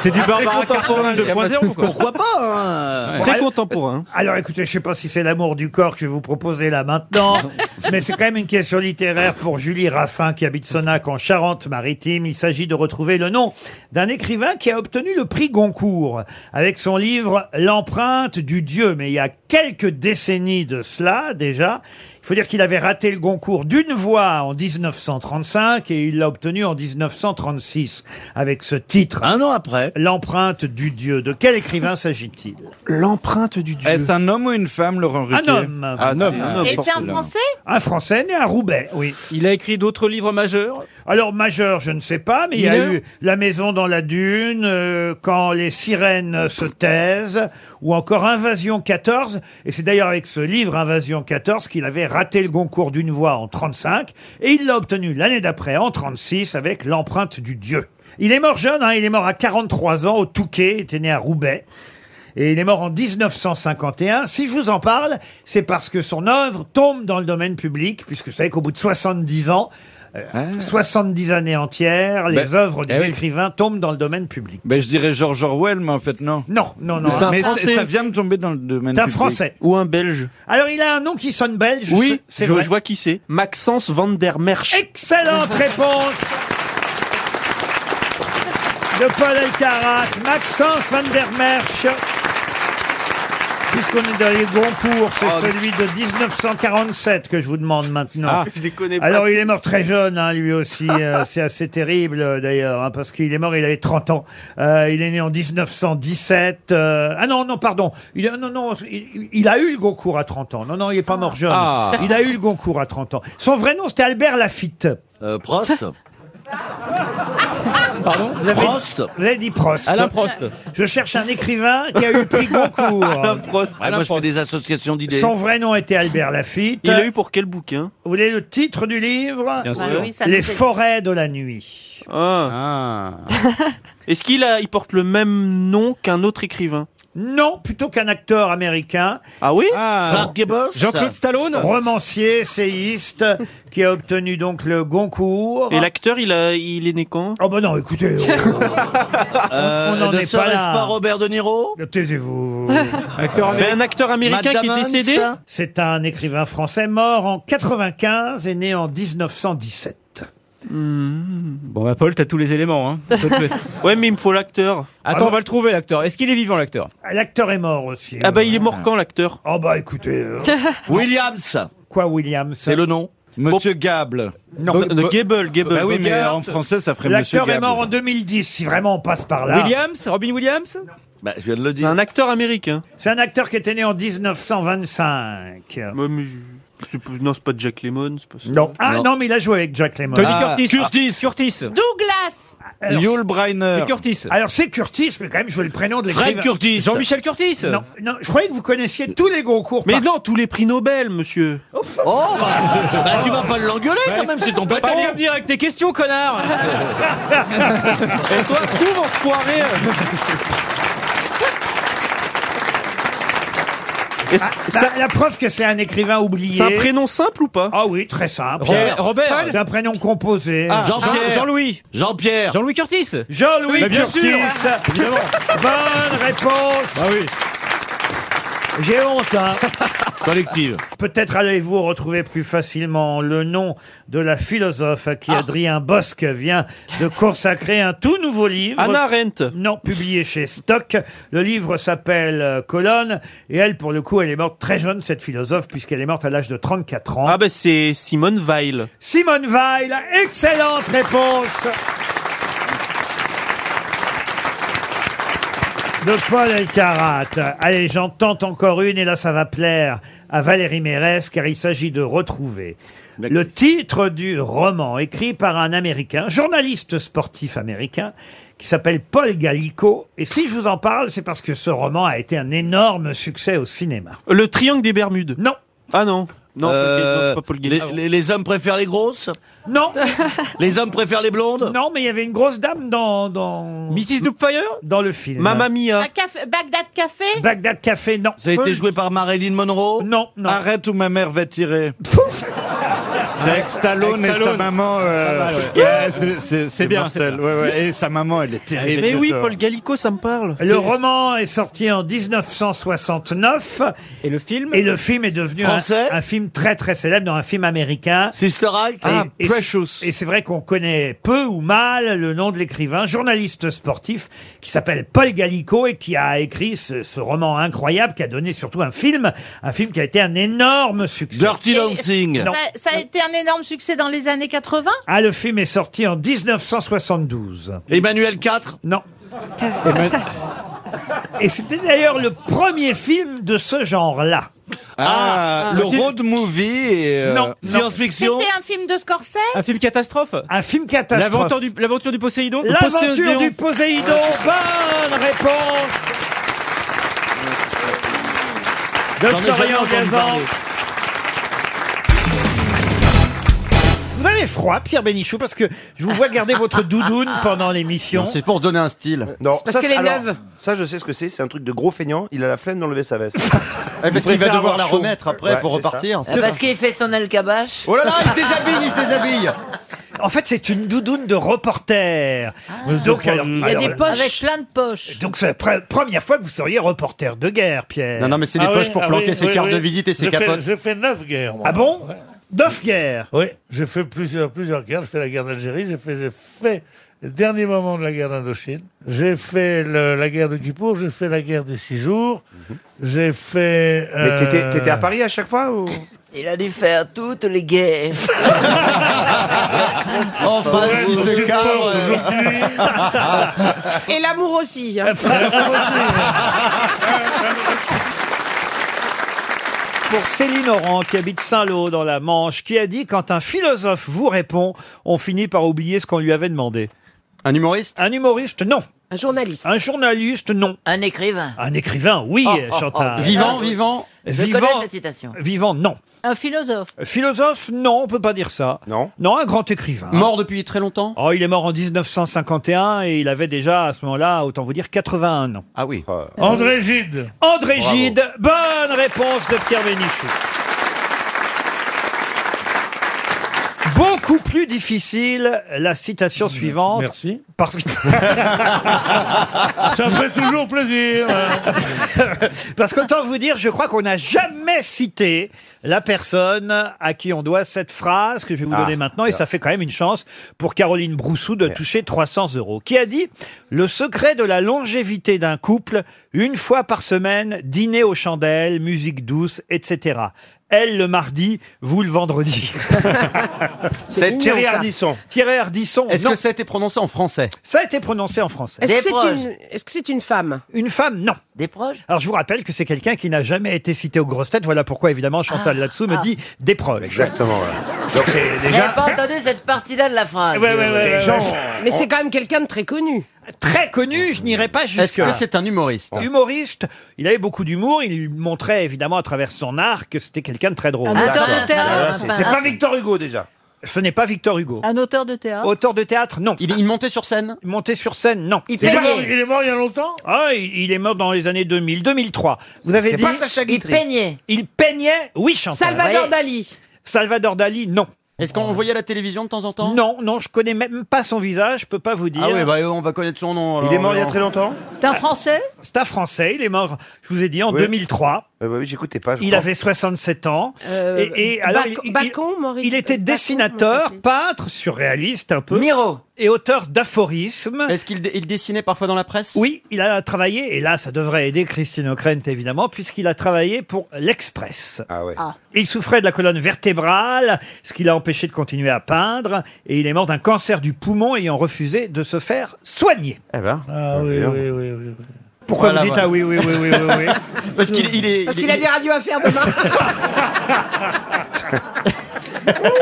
Speaker 19: C'est du Barbara Carpenter 2.0, quoi.
Speaker 1: Pourquoi pas
Speaker 3: hein.
Speaker 19: Ouais. Très contemporain.
Speaker 1: Alors écoutez, je sais pas si c'est l'amour du corps que je vais vous proposer là maintenant, mais c'est quand même une question littéraire pour Julie Raffin qui habite Sonac en Charente-Maritime. Il s'agit de retrouver le nom d'un écrivain qui a obtenu le prix Goncourt avec son livre L'empreinte du Dieu. Mais il y a quelques décennies de cela déjà, faut dire qu'il avait raté le Goncourt d'une voix en 1935 et il l'a obtenu en 1936 avec ce titre. Un an après. L'empreinte du dieu. De quel écrivain s'agit-il
Speaker 3: L'empreinte du dieu. Est-ce un homme ou une femme, Laurent Ruquier Ah,
Speaker 1: Un homme.
Speaker 3: Un homme.
Speaker 6: Et c'est un Français
Speaker 1: Un Français né à Roubaix, oui. Il a écrit d'autres livres majeurs Alors, majeurs, je ne sais pas, mais il y a
Speaker 2: Mineurs
Speaker 1: eu La maison dans la dune, euh, Quand les sirènes se taisent, ou encore Invasion 14. Et c'est d'ailleurs avec ce livre, Invasion 14, qu'il avait raté le Goncourt d'une voix en 35, et il l'a obtenu l'année d'après, en 36, avec L'empreinte du Dieu. Il est mort jeune, hein, il est mort à 43 ans, au Touquet, il était né à Roubaix. Et il est mort en 1951. Si je vous en parle, c'est parce que son œuvre tombe dans le domaine public, puisque vous savez qu'au bout de 70 ans, euh, 70 années entières, les
Speaker 3: Ben,
Speaker 1: œuvres des
Speaker 3: eh oui.
Speaker 1: écrivains tombent dans le domaine public.
Speaker 3: Ben, je dirais George Orwell, mais en fait, non.
Speaker 1: Non, non, non.
Speaker 3: Mais,
Speaker 1: C'est un
Speaker 3: ça-
Speaker 1: Français.
Speaker 3: ça vient de tomber dans le domaine
Speaker 1: C'est un
Speaker 3: public.
Speaker 1: Français.
Speaker 3: Ou un Belge.
Speaker 1: Alors, il a un nom qui sonne belge.
Speaker 3: Oui,
Speaker 1: c'est
Speaker 3: je-
Speaker 1: vrai.
Speaker 3: je vois
Speaker 9: qui c'est Maxence Van der Merch.
Speaker 1: Excellente réponse de Paul Elkarat, Maxence Van der Merch. Puisqu'on est dans les Goncourt, c'est
Speaker 9: Oh.
Speaker 1: celui de 1947 que je vous demande maintenant.
Speaker 9: Ah, je les connais pas
Speaker 1: Alors, il
Speaker 9: tous.
Speaker 1: est mort très jeune, hein, lui aussi. euh, c'est assez terrible, euh, d'ailleurs, hein, parce qu'il est mort, il avait 30 ans. Euh, il est né en 1917. euh, ah non, non, pardon. Il, non, non, il, il a eu le Goncourt à 30 ans. Non, non, il est pas mort jeune.
Speaker 9: Ah.
Speaker 1: Il a eu le Goncourt à 30 ans. Son vrai nom, c'était Albert Lafitte.
Speaker 9: Euh, Prost
Speaker 1: Pardon vous avez,
Speaker 9: Prost
Speaker 1: vous avez dit Prost.
Speaker 9: Alain Prost.
Speaker 1: Je cherche un écrivain qui a eu le prix Goncourt.
Speaker 9: Alain Prost.
Speaker 3: Ah,
Speaker 1: Alain
Speaker 9: moi, je fais
Speaker 1: Prost.
Speaker 9: des associations d'idées.
Speaker 1: Son vrai nom était Albert Lafitte.
Speaker 9: Il l'a eu pour quel bouquin
Speaker 1: Vous voulez le titre du livre
Speaker 9: Bien sûr. Ah oui, ça nous
Speaker 1: Les
Speaker 9: est-
Speaker 1: forêts de la nuit.
Speaker 9: Ah.
Speaker 2: Ah.
Speaker 9: Est-ce qu'il a- il porte le même nom qu'un autre écrivain
Speaker 1: Non, plutôt qu'un acteur américain.
Speaker 9: Ah oui
Speaker 1: Clark
Speaker 9: Gable
Speaker 1: Romancier, essayiste, qui a obtenu donc le Goncourt.
Speaker 9: Et l'acteur, il, a- il est né quand
Speaker 1: Oh bah non, écoutez
Speaker 2: Euh,
Speaker 1: on n'en
Speaker 9: ne
Speaker 1: est pas
Speaker 9: serait-ce
Speaker 1: là.
Speaker 9: pas
Speaker 1: Robert De Niro Ah. Taisez-vous.
Speaker 9: Acteur Mais américain. un acteur américain qui est
Speaker 1: Matt Damon,
Speaker 9: décédé
Speaker 1: ça C'est un écrivain français mort en 95 et né en 1917. Hmm.
Speaker 2: Bon, bah, Paul, t'as tous les éléments. Hein. ouais, mais il me faut l'acteur.
Speaker 1: Ah
Speaker 2: Attends, on va le trouver, l'acteur. Est-ce qu'il est vivant, l'acteur
Speaker 1: L'acteur est mort aussi.
Speaker 2: Ah bah, il est mort quand, l'acteur
Speaker 1: Oh bah écoutez. euh,
Speaker 3: Williams.
Speaker 1: Quoi, Williams
Speaker 3: C'est le nom. Monsieur Gable.
Speaker 1: Non.
Speaker 3: Bo- Bo- Gable, Gable. Bah oui, mais
Speaker 1: Bogart.
Speaker 3: en français, ça ferait Monsieur
Speaker 1: L'acteur
Speaker 3: Gable.
Speaker 1: est mort en 2010, si vraiment on passe par là.
Speaker 2: Williams Robin Williams
Speaker 3: Bah, je viens de le dire. Un acteur américain.
Speaker 1: C'est un acteur qui était né en 1925.
Speaker 9: Non, Bah, c'est pas Jack Lemmon, c'est pas ça.
Speaker 1: Non. Ah non. mais il a joué avec Jack Lemmon.
Speaker 9: Tony
Speaker 3: Ah,
Speaker 9: Curtis.
Speaker 1: Curtis. Curtis.
Speaker 6: Douglas
Speaker 1: Alors,
Speaker 9: Yul Brynner.
Speaker 1: c'est Alors c'est Curtis, mais quand même je veux le prénom de
Speaker 9: Ah. Fred
Speaker 1: l'écrivain.
Speaker 9: Curtis. Jean-Michel Curtis.
Speaker 1: Non, non, je croyais que vous connaissiez tous les Goncourt.
Speaker 9: Mais non, tous les prix Nobel, monsieur.
Speaker 1: Oh,
Speaker 9: bah, tu vas pas l'engueuler
Speaker 1: quand même, c'est ton patron.
Speaker 9: Pas lui venir avec tes questions, connard. Et toi, cours, enfoiré.
Speaker 10: euh,
Speaker 1: Ah, bah, La preuve que c'est un écrivain oublié.
Speaker 9: C'est un prénom simple ou pas
Speaker 1: Ah oui, très simple.
Speaker 9: Pierre. Robert.
Speaker 1: C'est un prénom composé.
Speaker 9: Ah, Jean-Pierre.
Speaker 1: louis
Speaker 9: Jean-Pierre.
Speaker 1: Jean-Louis Curtis. Jean-Louis
Speaker 9: Mais bien
Speaker 1: Curtis.
Speaker 9: sûr.
Speaker 1: Évidemment. Bonne réponse. oui. J'ai honte, hein.
Speaker 3: Collective.
Speaker 1: Peut-être allez-vous retrouver plus facilement le nom de la philosophe à qui
Speaker 9: Ah.
Speaker 1: Adrien Bosque vient de consacrer un tout nouveau livre.
Speaker 9: Anna Arendt.
Speaker 1: Non, publié chez Stock. Le livre s'appelle euh, Colonne. Et elle, pour le coup, elle est morte très jeune, cette philosophe, puisqu'elle est morte à l'âge de 34 ans.
Speaker 9: Ah bah c'est Simone Weil.
Speaker 1: Simone Weil, excellente réponse de Paul Elkarat. Allez, j'en tente encore une et là ça va plaire à Valérie Mérès car il s'agit de retrouver le titre du roman écrit par un Américain, journaliste sportif américain, qui s'appelle Paul Gallico. Et si je vous en parle, c'est parce que ce roman a été un énorme succès au cinéma.
Speaker 9: Le triangle des Bermudes.
Speaker 1: Non.
Speaker 9: Ah non. Non,
Speaker 1: Euh,
Speaker 9: Paul Gay- non, c'est pas Paul Gay. les, hommes préfèrent les grosses
Speaker 1: Non.
Speaker 9: les hommes préfèrent les blondes
Speaker 1: Non, mais il y avait une grosse dame dans... dans...
Speaker 9: Mrs. Doubtfire
Speaker 1: Dans le film.
Speaker 9: Mamma Mia.
Speaker 6: Un café- Bagdad Café
Speaker 1: Bagdad Café, non.
Speaker 3: Ça a été joué par Marilyn Monroe
Speaker 1: Non, non.
Speaker 3: Arrête ou ma mère va tirer.
Speaker 5: Avec Stallone et sa maman. euh,
Speaker 2: Pas mal, ouais.
Speaker 5: ouais, c'est- c'est-
Speaker 2: C'est
Speaker 5: C'est
Speaker 2: bien,
Speaker 5: bien.
Speaker 2: c'est bien.
Speaker 5: Et sa maman, elle est terrible.
Speaker 2: Mais oui,
Speaker 5: cette, euh,
Speaker 2: Paul
Speaker 3: Gallico, ça me parle.
Speaker 2: C'est-
Speaker 1: Le roman est sorti en 1969. Et le film Et le film est devenu un,
Speaker 9: Français
Speaker 1: un film très très célèbre, dans un film américain.
Speaker 9: Sister Act
Speaker 1: Ah, Precious. Et c'est vrai qu'on connaît peu ou mal le nom de l'écrivain, journaliste sportif, qui s'appelle Paul Gallico et qui a écrit ce, ce roman incroyable qui a donné surtout un film, un film qui a été un énorme succès. Dirty
Speaker 6: Ça, ça a été un énorme succès dans les années 80
Speaker 1: Ah, le film est sorti en 1972.
Speaker 9: Emmanuel IV
Speaker 1: Non. Et c'était d'ailleurs le premier film de ce genre-là.
Speaker 5: Ah, le road movie. et, euh,
Speaker 1: Non.
Speaker 6: C'était un film de Scorsese
Speaker 1: Ah,
Speaker 2: Un film catastrophe
Speaker 1: Un film catastrophe.
Speaker 2: L'aventure du, l'aventure du Poséidon
Speaker 1: L'aventure du Poséidon, bonne réponse de
Speaker 2: J'en ai jamais
Speaker 1: Florian
Speaker 2: entendu
Speaker 1: Gazan.
Speaker 2: parler.
Speaker 1: Vous avez froid, Pierre Bénichou, parce que je vous vois garder votre doudoune pendant l'émission.
Speaker 19: Non, C'est pour se donner un style.
Speaker 18: Euh, Non,
Speaker 1: parce qu'elle est
Speaker 18: alors,
Speaker 1: neuve.
Speaker 18: Ça, je sais ce que c'est. C'est un truc de gros feignant. Il a la flemme d'enlever sa veste.
Speaker 19: parce qu'il va devoir la remettre après pour repartir.
Speaker 18: C'est ça.
Speaker 14: Parce qu'il fait son alcabache.
Speaker 19: Oh là là, il se déshabille, il se déshabille.
Speaker 1: En fait, c'est une doudoune de reporter. donc, alors-
Speaker 14: Il y a
Speaker 1: alors-
Speaker 14: des poches. Avec plein de poches.
Speaker 1: Donc c'est la pre- première fois que vous seriez reporter de guerre, Pierre.
Speaker 19: Non, non, mais c'est des Ah poches oui, pour ah planquer oui, ses oui, cartes oui. de visite et ses
Speaker 26: Je fais-
Speaker 19: capotes.
Speaker 26: J'ai fait neuf guerres. moi.
Speaker 1: Ah bon Neuf guerres
Speaker 26: Oui, j'ai fait plusieurs, plusieurs guerres. J'ai fait la guerre d'Algérie, j'ai fait, j'ai fait le dernier moment de la guerre d'Indochine, j'ai fait le- la guerre de Kippour, j'ai fait la guerre des six jours, j'ai fait...
Speaker 18: Mais t'étais- t'étais
Speaker 9: Euh.
Speaker 20: euh,
Speaker 18: à
Speaker 26: Paris à chaque fois ou...
Speaker 14: Il a dû faire toutes les guerres.
Speaker 19: Enfin,
Speaker 26: Ouais,
Speaker 19: si
Speaker 26: vous
Speaker 19: c'est
Speaker 26: êtes
Speaker 19: cas.
Speaker 26: fort
Speaker 19: ouais.
Speaker 13: Et l'amour aussi. hein.
Speaker 1: Pour Céline Oran, qui habite Saint-Lô dans la Manche, qui a dit quand un philosophe vous répond, on finit par oublier ce qu'on lui avait demandé.
Speaker 19: Un humoriste
Speaker 1: Un humoriste, non.
Speaker 13: Un journaliste.
Speaker 1: Un journaliste, non.
Speaker 14: Un écrivain.
Speaker 1: Un écrivain, oui,
Speaker 14: Oh, oh,
Speaker 1: Chantal.
Speaker 14: oh. Vivant, vivant. Je
Speaker 1: Vivant.
Speaker 14: connais cette citation.
Speaker 1: Vivant, non.
Speaker 14: Un philosophe.
Speaker 1: Philosophe, non, on peut pas dire ça. Non. Non, un grand écrivain.
Speaker 19: Mort depuis très longtemps
Speaker 1: Oh, il est mort en 1951 et il avait déjà, à ce moment-là, autant vous dire, 81 ans.
Speaker 19: Ah oui.
Speaker 26: André Gide.
Speaker 1: André
Speaker 26: Bravo.
Speaker 1: Gide, bonne réponse de Pierre Bénichou. Beaucoup plus difficile la citation suivante. Merci. Parce que...
Speaker 26: Ça me fait toujours plaisir.
Speaker 1: Parce qu'autant vous dire, je crois qu'on n'a jamais cité la personne à qui on doit cette phrase que je vais vous
Speaker 18: Ah.
Speaker 1: donner maintenant, et ça fait quand même une chance pour Caroline Broussou de toucher 300 euros, qui a dit « Le secret de la longévité d'un couple, une fois par semaine, dîner aux chandelles, musique douce, etc. » Elle le mardi, vous le vendredi.
Speaker 19: C'est mignon, Thierry ça. Ardisson.
Speaker 1: Thierry Ardisson.
Speaker 19: Est-ce
Speaker 1: non.
Speaker 19: que ça a été prononcé en français
Speaker 1: Ça a été prononcé en français.
Speaker 13: Est-ce que c'est une, est-ce que c'est une femme
Speaker 1: Une femme, non.
Speaker 14: Des proches
Speaker 1: Alors je vous rappelle que c'est quelqu'un qui n'a jamais été cité aux grosses têtes. Voilà pourquoi évidemment Chantal Latsou me
Speaker 14: ah.
Speaker 1: dit des proches. Exactement. Donc c'est
Speaker 14: J'avais pas entendu cette partie-là de la phrase.
Speaker 1: Ouais, ouais, ouais, ouais, ouais.
Speaker 13: Mais c'est quand même quelqu'un de très connu.
Speaker 1: Très connu, je n'irai pas jusque.
Speaker 19: Est-ce que c'est un humoriste
Speaker 1: humoriste Il avait beaucoup d'humour. Il montrait évidemment à travers son art que c'était quelqu'un de très drôle.
Speaker 14: Un auteur de théâtre Ah,
Speaker 1: c'est- c'est pas
Speaker 18: Victor Hugo déjà.
Speaker 1: Ce n'est pas Victor Hugo.
Speaker 14: Un auteur de théâtre
Speaker 1: Auteur de théâtre, non.
Speaker 19: Il, il montait sur scène
Speaker 1: Il montait sur scène, non.
Speaker 14: Il C'est peignait. pas- il
Speaker 1: est mort il y a longtemps Ah, il il est mort dans les années 2000, 2003. Vous avez
Speaker 18: C'est
Speaker 1: dit
Speaker 18: pas Sacha
Speaker 14: Il Guitry. peignait.
Speaker 1: Il peignait, oui, Chantal.
Speaker 13: Salvador Dali.
Speaker 1: Salvador Dali, non.
Speaker 19: Est-ce qu'on voyait à la télévision de temps en temps
Speaker 1: Non, non, je connais même pas son visage, je peux pas vous dire.
Speaker 19: Ah oui, bah, euh, on va connaître son nom. alors, alors.
Speaker 1: longtemps
Speaker 14: T'es un français
Speaker 1: C'est un Français, il est mort, je vous ai dit, en 2003.
Speaker 18: Euh, bah oui, j'écoutais pas. je
Speaker 1: Il
Speaker 18: crois.
Speaker 1: avait 67 ans.
Speaker 13: Euh,
Speaker 1: et, et alors,
Speaker 13: Bacon-
Speaker 1: il- il,
Speaker 13: Bacon, Maurice-
Speaker 1: il était
Speaker 13: Bacon,
Speaker 1: dessinateur, peintre, surréaliste un peu. Miro. Et auteur d'aphorismes.
Speaker 19: Est-ce qu'il dé- il dessinait parfois dans la presse
Speaker 1: Oui, il a travaillé, et là ça devrait aider Christine O'Krent évidemment, puisqu'il a travaillé pour l'Express.
Speaker 14: Ah.
Speaker 1: Il souffrait de la colonne vertébrale, ce qui l'a empêché de continuer à peindre, et il est mort d'un cancer du poumon ayant refusé de se faire soigner.
Speaker 19: Eh ben.
Speaker 26: Ah oui, oui, oui, oui. oui.
Speaker 1: Pourquoi
Speaker 19: Voilà,
Speaker 1: vous dites
Speaker 19: voilà.
Speaker 1: ah oui, oui, oui, oui, oui, oui
Speaker 19: Parce qu'il il est.
Speaker 13: Parce
Speaker 19: il-
Speaker 13: qu'il a des radios à faire demain.
Speaker 1: Oh.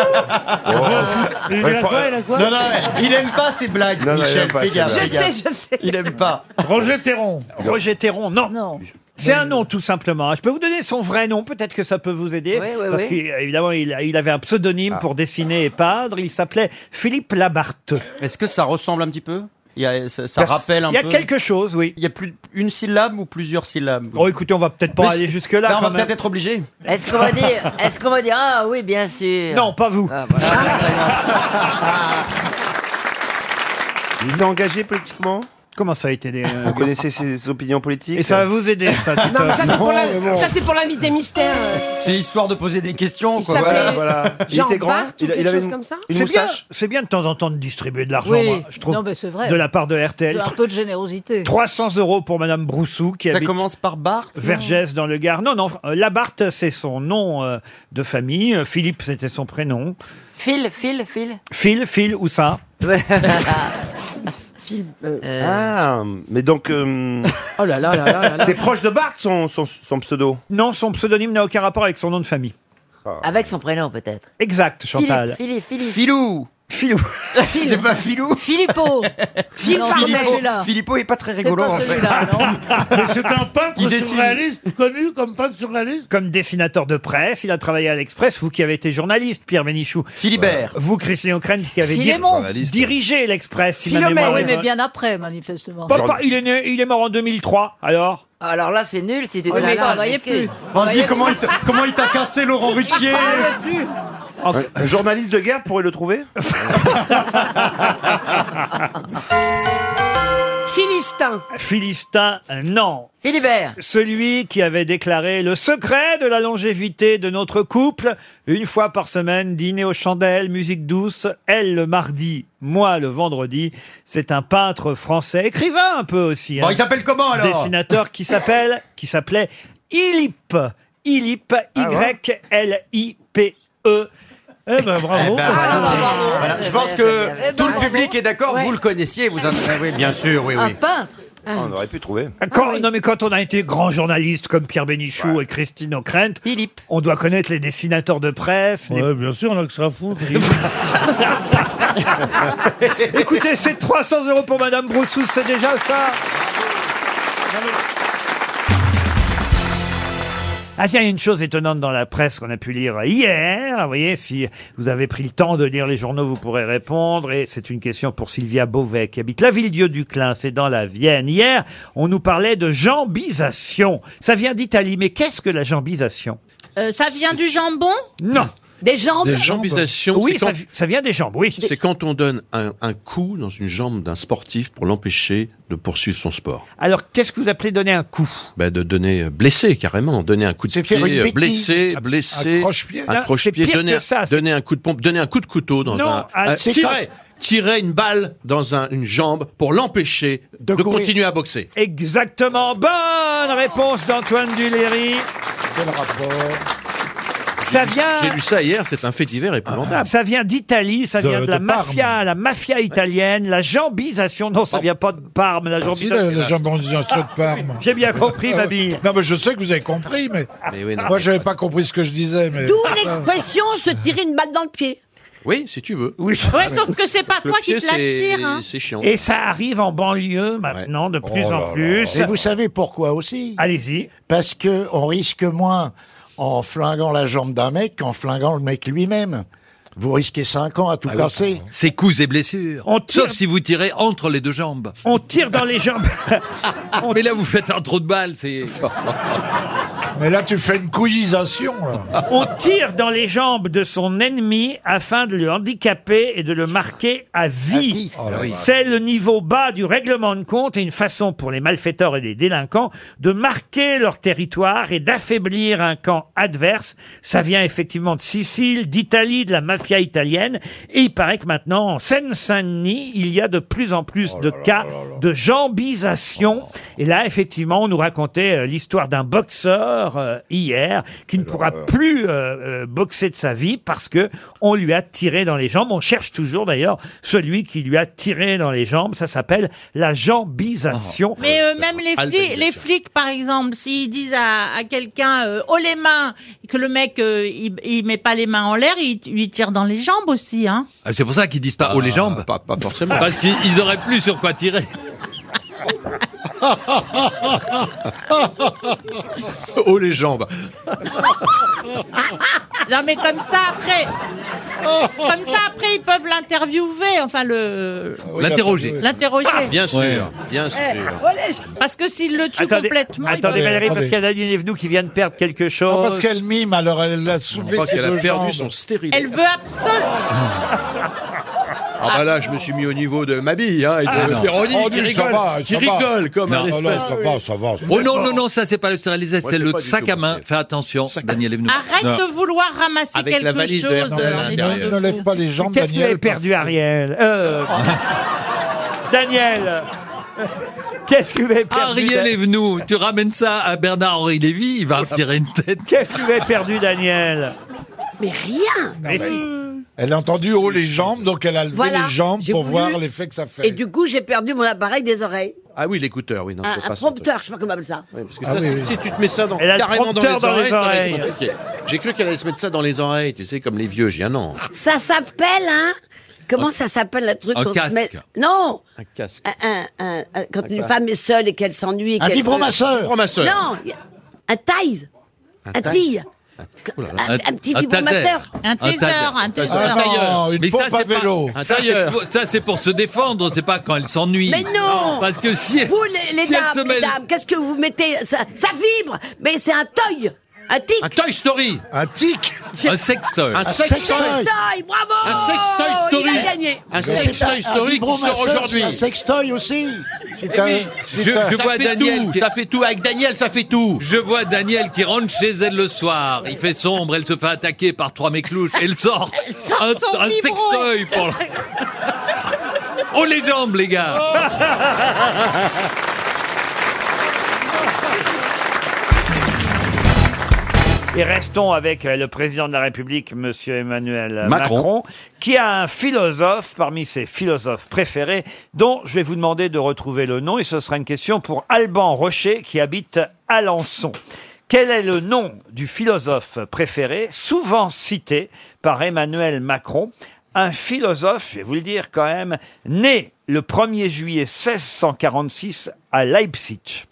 Speaker 26: Il a quoi, il a quoi
Speaker 19: Non, non, il aime pas ces blagues,
Speaker 18: Non, non, il
Speaker 19: Michel.
Speaker 18: aime pas
Speaker 19: fais
Speaker 18: ces
Speaker 19: gaffe,
Speaker 18: blagues.
Speaker 19: fais
Speaker 18: Je
Speaker 19: gaffe.
Speaker 13: sais, je sais.
Speaker 19: Il aime pas.
Speaker 26: Roger Théron.
Speaker 1: Roger Théron, non.
Speaker 14: Non.
Speaker 1: C'est un nom tout simplement. Je peux vous donner son vrai nom, peut-être que ça peut vous aider.
Speaker 14: Oui, oui,
Speaker 1: parce
Speaker 14: oui.
Speaker 1: qu'évidemment, il, il avait un
Speaker 18: Ah.
Speaker 1: pseudonyme pour dessiner et peindre. Il s'appelait Philippe Labarthe.
Speaker 19: Est-ce que ça ressemble un petit peu
Speaker 10: Il y a- ça ça
Speaker 1: Pers-
Speaker 10: rappelle un
Speaker 1: il y
Speaker 10: peu.
Speaker 1: a quelque chose, oui.
Speaker 10: Il y a plus une syllabe ou plusieurs syllabes.
Speaker 1: Oh, écoutez, on va peut-être pas aller jusque-là,
Speaker 10: On va
Speaker 1: quand même.
Speaker 10: peut-être être obligé.
Speaker 14: Est-ce qu'on va dire, est-ce qu'on va dire, ah oui, bien sûr. Ah,
Speaker 1: Non, pas vous.
Speaker 19: Il est engagé politiquement
Speaker 1: Comment ça a été des... euh,
Speaker 19: Vous connaissez ses opinions politiques
Speaker 1: Et ça
Speaker 18: Euh,
Speaker 1: va vous aider, ça, Titoff.
Speaker 8: Non, mais ça, c'est pour la-
Speaker 19: mais bon.
Speaker 8: ça, c'est pour l'invité mystère. euh.
Speaker 10: C'est histoire de poser des questions.
Speaker 8: Il quoi. s'appelait Voilà, voilà. Il Jean était grand, Bart ou il- il quelque avait chose une- comme ça une
Speaker 1: C'est bien-
Speaker 8: moustache
Speaker 1: C'est bien, de temps en temps de distribuer de l'argent,
Speaker 14: Oui.
Speaker 1: moi, je trouve.
Speaker 14: Non, mais c'est vrai.
Speaker 1: De la part de RTL.
Speaker 14: Un peu de générosité.
Speaker 1: 300 euros pour Madame Broussou qui
Speaker 10: Ça
Speaker 1: habite
Speaker 10: commence par Barthes.
Speaker 1: Vergès dans le Gard. Non, non, euh, Labarthe, c'est son nom euh, de famille. Euh, Philippe, c'était son prénom.
Speaker 14: Phil, Phil, Phil.
Speaker 1: Phil, Phil, où ça
Speaker 27: Euh,
Speaker 19: Ah, mais donc.
Speaker 8: oh là là là là là.
Speaker 19: euh, C'est proche de Bart son, son, son pseudo.
Speaker 1: Non, son pseudonyme n'a aucun rapport avec son nom de famille.
Speaker 14: Avec son prénom, peut-être.
Speaker 1: Exact, Chantal.
Speaker 14: Philippe, Philippe.
Speaker 10: Filou.
Speaker 1: Filou.
Speaker 10: C'est pas Filou.
Speaker 14: Filippo. Phil,
Speaker 10: Non,
Speaker 14: pardon,
Speaker 10: Filippo-
Speaker 14: celui-là.
Speaker 10: Filippo est pas très
Speaker 14: C'est
Speaker 10: rigolo
Speaker 14: pas
Speaker 10: en fait.
Speaker 14: celui-là, non.
Speaker 1: Mais c'est un peintre
Speaker 10: Il dessine. surréaliste,
Speaker 1: connu comme peintre surréaliste. Comme dessinateur de presse, il a travaillé à l'Express, vous qui avez été journaliste, Pierre Bénichou.
Speaker 10: Philibert.
Speaker 1: Vous, Christian O'Krent, qui avez dir-
Speaker 14: Philémon.
Speaker 1: dirigé l'Express, si ma
Speaker 14: Philomène,
Speaker 1: mémoire
Speaker 14: oui,
Speaker 1: est
Speaker 14: mais
Speaker 1: bonne.
Speaker 14: bien après, manifestement.
Speaker 1: Pas- pas- il, est né- il est mort en 2003, alors
Speaker 14: Alors là, c'est nul si tu
Speaker 10: Oui, mais travaillez plus. Vas-y, comment il t'a- comment il t'a cassé Laurent Ruquier
Speaker 8: Ah,
Speaker 19: Un, un journaliste de guerre pourrait le trouver
Speaker 8: Philistin.
Speaker 1: Philistin, euh, non.
Speaker 14: Philibert.
Speaker 1: Celui qui avait déclaré le secret de la longévité de notre couple, une fois par semaine, dîner aux chandelles, musique douce, elle le mardi, moi le vendredi. C'est un peintre français, écrivain un peu aussi. hein.
Speaker 10: Bon, il s'appelle comment, alors
Speaker 1: Dessinateur qui s'appelle, qui s'appelait Ilip. Ilip,
Speaker 10: Ah ouais
Speaker 1: Y-L-I-P-E. Eh ben bravo.
Speaker 10: Voilà, Je pense que
Speaker 14: Eh ben,
Speaker 10: tout le
Speaker 14: bravo.
Speaker 10: public est d'accord, vous le connaissiez, vous en... Ah oui, bien sûr, oui,
Speaker 14: Un
Speaker 10: oui.
Speaker 14: peintre.
Speaker 1: Ah.
Speaker 19: Ah, On aurait pu trouver.
Speaker 1: Quand, Non, mais quand on a été grand journaliste comme Pierre Bénichou et Christine O'Krent, on doit connaître les dessinateurs de presse. les-
Speaker 28: Ouais, bien sûr, on a que ça à foutre.
Speaker 3: Ah.
Speaker 1: Écoutez, c'est 300 euros pour Madame Broussous, c'est déjà ça. Ah tiens, il y a une chose étonnante dans la presse qu'on a pu lire hier. Vous voyez, si vous avez pris le temps de lire les journaux, vous pourrez répondre. Et c'est une question pour Sylvia Beauvais qui habite la ville Dieu du Clin, c'est dans la Vienne. Hier, on nous parlait de jambisation. Ça vient d'Italie, mais qu'est-ce que la jambisation
Speaker 6: Euh, ça vient du jambon
Speaker 1: Non.
Speaker 6: Des jambes
Speaker 16: Des jambisations.
Speaker 1: Oui,
Speaker 16: c'est
Speaker 1: ça,
Speaker 16: quand-
Speaker 1: vi- ça vient des jambes, oui.
Speaker 16: C'est quand on donne un, un coup dans une jambe d'un sportif pour l'empêcher de poursuivre son sport.
Speaker 1: Alors, qu'est-ce que vous appelez donner un coup
Speaker 16: Bah, de donner euh, blessé carrément, donner un coup de pied,
Speaker 1: faire une
Speaker 16: euh,
Speaker 1: béquille.
Speaker 16: blessé,
Speaker 1: Un-
Speaker 16: blessé,
Speaker 1: un croche-pied.
Speaker 16: un
Speaker 1: Non,
Speaker 16: croche-pied,
Speaker 1: c'est pire
Speaker 16: donner,
Speaker 1: que ça, c'est-
Speaker 16: donner un coup de pompe, donner un coup de couteau dans
Speaker 1: Non,
Speaker 16: un,
Speaker 1: un-
Speaker 16: euh,
Speaker 1: c'est
Speaker 16: tirer,
Speaker 1: correct.
Speaker 16: tirer une balle dans un- une jambe pour l'empêcher de,
Speaker 1: courir.
Speaker 16: continuer à boxer.
Speaker 1: Exactement. Bonne réponse d'Antoine Duléry. Ça
Speaker 16: J'ai
Speaker 1: vient,
Speaker 16: lu ça hier, c'est un fait divers épouvantable.
Speaker 1: Ah, ça vient d'Italie, ça
Speaker 16: De-
Speaker 20: Euh,
Speaker 1: vient de la
Speaker 16: de Parme.
Speaker 1: mafia, la mafia italienne, la jambisation. Non,
Speaker 20: Ah.
Speaker 1: ça vient pas de Parme, la
Speaker 20: Si, la,
Speaker 1: jambisation.
Speaker 20: la jambondisation de Parme.
Speaker 1: J'ai bien compris, Babi.
Speaker 20: Non, mais je sais que vous avez compris, mais.
Speaker 16: Mais oui, non,
Speaker 20: Moi,
Speaker 16: mais-
Speaker 20: j'avais pas compris ce que je disais, mais.
Speaker 9: D'où l'expression se tirer une balle dans le pied.
Speaker 16: Oui, si tu veux.
Speaker 1: Oui.
Speaker 6: Ouais, sauf que c'est pas
Speaker 16: Le
Speaker 6: toi qui
Speaker 16: pied,
Speaker 6: te la
Speaker 16: c'est-
Speaker 6: tire. Hein.
Speaker 16: C'est chiant.
Speaker 1: Et ça arrive en banlieue maintenant de plus
Speaker 20: Oh là
Speaker 1: en
Speaker 20: là.
Speaker 1: plus.
Speaker 20: Et vous savez pourquoi aussi
Speaker 1: Allez-y.
Speaker 20: Parce que on risque moins en flinguant la jambe d'un mec qu'en flinguant le mec lui-même. Vous risquez 5 ans à tout casser.
Speaker 29: C'est coups et blessures.
Speaker 1: On tire-
Speaker 29: Sauf si vous tirez entre les deux jambes.
Speaker 1: On tire dans les jambes.
Speaker 29: Mais là, vous faites un trou de balle. C'est...
Speaker 20: Mais là, tu fais une couillisation, là.
Speaker 1: On tire dans les jambes de son ennemi afin de le handicaper et de le marquer à vie.
Speaker 20: Oh là là.
Speaker 1: C'est le niveau bas du règlement de compte et une façon pour les malfaiteurs et les délinquants de marquer leur territoire et d'affaiblir un camp adverse. Ça vient effectivement de Sicile, d'Italie, de la mafia italienne. Et il paraît que maintenant, en Seine-Saint-Denis, il y a de plus en
Speaker 9: Oh
Speaker 1: plus de cas de jambisation. Et là, effectivement, on nous racontait euh, l'histoire d'un boxeur euh, hier qui ne pourra plus euh, euh, boxer de sa vie parce que on lui a tiré dans les jambes. On cherche toujours d'ailleurs celui qui lui a tiré dans les jambes. Ça s'appelle la jambisation.
Speaker 6: Mais euh, même les flics, les flics, par exemple, s'ils disent à, à quelqu'un euh, Oh les mains !» que le mec, euh, il, il met pas les mains en l'air, il t- lui tire dans les jambes aussi. Hein.
Speaker 29: Ah, c'est pour ça qu'ils disent pas haut les jambes.
Speaker 16: Pas, pas forcément.
Speaker 29: Parce qu'ils ils auraient plus sur quoi tirer.
Speaker 16: Oh les jambes.
Speaker 6: Non mais comme ça, après, Comme ça, après, ils peuvent l'interviewer, enfin le.
Speaker 3: Oui, L'interroger.
Speaker 6: L'interroger.
Speaker 3: Ah, Bien sûr, bien sûr.
Speaker 6: Eh, voilà, je- Parce que s'il le tue complètement. il
Speaker 1: attendez
Speaker 6: peut-
Speaker 1: Valérie, parce
Speaker 9: Attendez.
Speaker 1: qu'il y a Nadine Evenou qui vient de perdre quelque chose.
Speaker 9: Non, parce qu'elle mime, alors elle a
Speaker 3: Je
Speaker 9: soulevé
Speaker 3: crois
Speaker 9: ses
Speaker 3: qu'elle a
Speaker 9: deux
Speaker 3: perdu son
Speaker 9: jambes.
Speaker 3: stérile.
Speaker 6: Elle veut absolument.
Speaker 3: Ah bah là, je me suis mis au niveau de ma bille hein, et de
Speaker 16: Ah, non.
Speaker 3: Véronique
Speaker 16: Oh,
Speaker 3: qui
Speaker 16: lui, ça
Speaker 3: rigole,
Speaker 16: va,
Speaker 3: qui
Speaker 16: ça va.
Speaker 3: rigole comme
Speaker 16: Non.
Speaker 3: un espèce.
Speaker 16: Non, non, ça va,
Speaker 9: ça va.
Speaker 16: Oh non, non, non, ça c'est pas le stérilisé,
Speaker 3: Moi,
Speaker 16: c'est
Speaker 3: je sais
Speaker 16: le
Speaker 3: pas du
Speaker 16: sac
Speaker 3: tout,
Speaker 16: à main. Fais attention, Daniel Evenou.
Speaker 6: Arrête
Speaker 16: Non.
Speaker 6: de vouloir ramasser
Speaker 16: Avec la
Speaker 6: quelque
Speaker 16: valise de
Speaker 6: chose.
Speaker 16: RTL à
Speaker 6: on est
Speaker 16: l'intérieur.
Speaker 6: dans
Speaker 9: Ne
Speaker 6: le
Speaker 9: lève
Speaker 6: fou.
Speaker 9: pas les jambes,
Speaker 1: Qu'est-ce que vous avez
Speaker 9: Daniel. parce Ah.
Speaker 1: perdu, Ariel Euh, Daniel Qu'est-ce que vous avez perdu
Speaker 16: Ariel Evenou, tu ramènes ça à Bernard-Henri Lévy, il va me tirer une tête.
Speaker 1: Qu'est-ce que vous avez perdu, Daniel
Speaker 8: Mais rien
Speaker 1: Mais si.
Speaker 9: Elle a entendu haut les jambes, donc elle a levé
Speaker 8: Voilà.
Speaker 9: les jambes
Speaker 8: J'ai
Speaker 9: pour
Speaker 8: voulu-
Speaker 9: voir l'effet que ça fait.
Speaker 8: Et du coup, j'ai perdu mon appareil des oreilles.
Speaker 3: Ah oui, l'écouteur, oui, non,
Speaker 8: Un,
Speaker 3: c'est
Speaker 8: un
Speaker 3: pas ça.
Speaker 8: prompteur, je sais pas comment on appelle ça.
Speaker 3: Oui, parce que
Speaker 9: Ah
Speaker 3: ça,
Speaker 9: oui,
Speaker 3: si,
Speaker 9: oui.
Speaker 3: si tu te mets ça dans,
Speaker 1: ah. Elle a le
Speaker 3: carrément dans les
Speaker 1: prompteur dans
Speaker 3: oreilles,
Speaker 1: les
Speaker 3: ça va être
Speaker 1: oreilles.
Speaker 3: compliqué. J'ai cru qu'elle allait se mettre ça dans les oreilles, tu sais, comme les vieux. J'ai dit, ah non,
Speaker 8: Ça s'appelle un. Comment ça s'appelle le truc
Speaker 3: Un
Speaker 8: qu'on se
Speaker 3: casque.
Speaker 8: met Non
Speaker 3: un casque.
Speaker 8: un, un- un- un- Quand une
Speaker 3: quoi
Speaker 8: femme est seule et qu'elle s'ennuie. et
Speaker 9: Un
Speaker 8: qu'elle-
Speaker 9: vibromasseur.
Speaker 3: Vibromasseur.
Speaker 8: Non y- Un taille Un
Speaker 3: taille.
Speaker 8: tille
Speaker 3: Oh là là.
Speaker 8: Un, un petit
Speaker 16: un
Speaker 8: vibromasseur
Speaker 6: Un taser, un taser.
Speaker 9: Ah non, une
Speaker 16: Mais ça,
Speaker 9: pompe à
Speaker 16: c'est pas-
Speaker 9: vélo.
Speaker 16: Ça, il y a- ça, c'est pour se défendre, c'est pas quand elle s'ennuie.
Speaker 8: Mais non
Speaker 16: Ah, Parce que si elle,
Speaker 8: Vous, les, les
Speaker 16: si elle
Speaker 8: dames,
Speaker 16: se
Speaker 8: les
Speaker 16: mêle-
Speaker 8: dames, qu'est-ce que vous mettez ça, ça vibre Mais c'est un toy Un tic
Speaker 3: Un Toy Story
Speaker 9: Un tic
Speaker 16: un sextoy.
Speaker 3: Un
Speaker 8: Un
Speaker 3: sextoy
Speaker 8: toy Bravo
Speaker 3: Un sextoy story.
Speaker 8: Il a gagné
Speaker 3: Un
Speaker 9: Mais c'est pas-
Speaker 3: sextoy story qui
Speaker 9: vibromasseur,
Speaker 3: Ah, sort aujourd'hui.
Speaker 9: c'est Un sextoy aussi.
Speaker 3: Eh
Speaker 30: Eh
Speaker 9: C'est un- c'est
Speaker 16: Eh Je,
Speaker 9: un-
Speaker 16: je vois
Speaker 30: fait
Speaker 16: Daniel.
Speaker 30: tout,
Speaker 16: qui-
Speaker 30: ça fait tout. Avec Daniel, ça fait tout.
Speaker 16: Je vois Daniel qui rentre chez elle le soir. Il fait sombre, elle se fait attaquer par trois méclouches. Elle sort
Speaker 6: sort
Speaker 16: un,
Speaker 6: son
Speaker 16: un
Speaker 6: vibro.
Speaker 16: sextoy pour. Oh les jambes, les gars.
Speaker 1: Et restons avec euh, le président de la République, Monsieur Emmanuel Macron.
Speaker 3: Macron.
Speaker 1: qui a un philosophe parmi ses philosophes préférés, dont je vais vous demander de retrouver le nom, et ce sera une question pour Alban Rocher, qui habite Alençon. Quel est le nom du philosophe préféré, souvent cité par Emmanuel Macron Un philosophe, je vais vous le dire quand même, né le 1er juillet 1646 à Leipzig.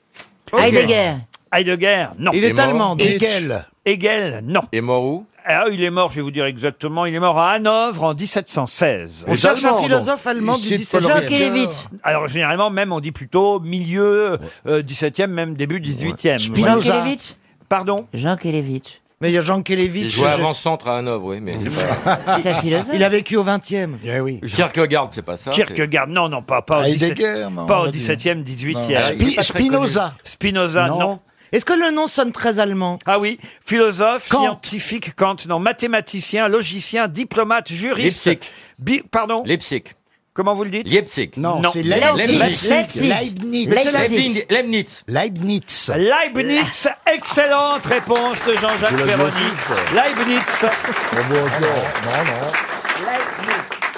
Speaker 14: Heidegger.
Speaker 1: Heidegger, non.
Speaker 10: Il est allemand.
Speaker 9: Hegel.
Speaker 1: Hegel, non.
Speaker 3: Et mort où
Speaker 1: Ah, il est mort, je vais vous dire exactement, il est mort à Hanovre en 1716.
Speaker 10: On cherche un
Speaker 9: Allemands,
Speaker 10: philosophe allemand
Speaker 9: Ici,
Speaker 10: du
Speaker 9: Paul
Speaker 10: 17
Speaker 9: Ricoeur.
Speaker 1: Alors généralement, même on dit plutôt milieu euh, 17e, même début 18e.
Speaker 14: Jean
Speaker 9: Spinoza.
Speaker 14: Kelevitch
Speaker 1: Pardon
Speaker 14: Jean Kelevitch.
Speaker 10: Mais il y a Jean Kelevitch.
Speaker 12: jouait avant-centre à Hanovre, oui, mais c'est pas.
Speaker 14: C'est un philosophe.
Speaker 10: Il a vécu au 20e.
Speaker 9: Eh oui.
Speaker 12: Kierkegaard, c'est pas ça. c'est-
Speaker 1: Kierkegaard, non, non, pas, pas au,
Speaker 9: Heidegger,
Speaker 1: 17,
Speaker 9: non,
Speaker 1: pas
Speaker 9: on
Speaker 1: au
Speaker 9: va dire.
Speaker 1: 17e,
Speaker 9: Spi-
Speaker 1: 18e.
Speaker 12: il est pas très
Speaker 9: Spinoza.
Speaker 1: Spinoza, non.
Speaker 10: Est-ce que le nom sonne très allemand
Speaker 1: Ah oui, philosophe,
Speaker 10: Kant.
Speaker 1: scientifique, Kant, non, mathématicien, logicien, diplomate, juriste.
Speaker 12: Leipzig.
Speaker 1: Bi- pardon
Speaker 12: Leipzig.
Speaker 1: Comment vous le dites
Speaker 12: Leipzig.
Speaker 1: Non.
Speaker 9: Non, c'est
Speaker 12: Leipzig.
Speaker 9: Leipzig.
Speaker 14: Leipzig.
Speaker 9: Leibniz.
Speaker 12: Mais c'est
Speaker 14: Leipzig.
Speaker 12: Leibniz- Leibniz.
Speaker 9: Leibniz.
Speaker 1: Leibniz, excellente réponse de Jean-Jacques Perroni. Leibniz,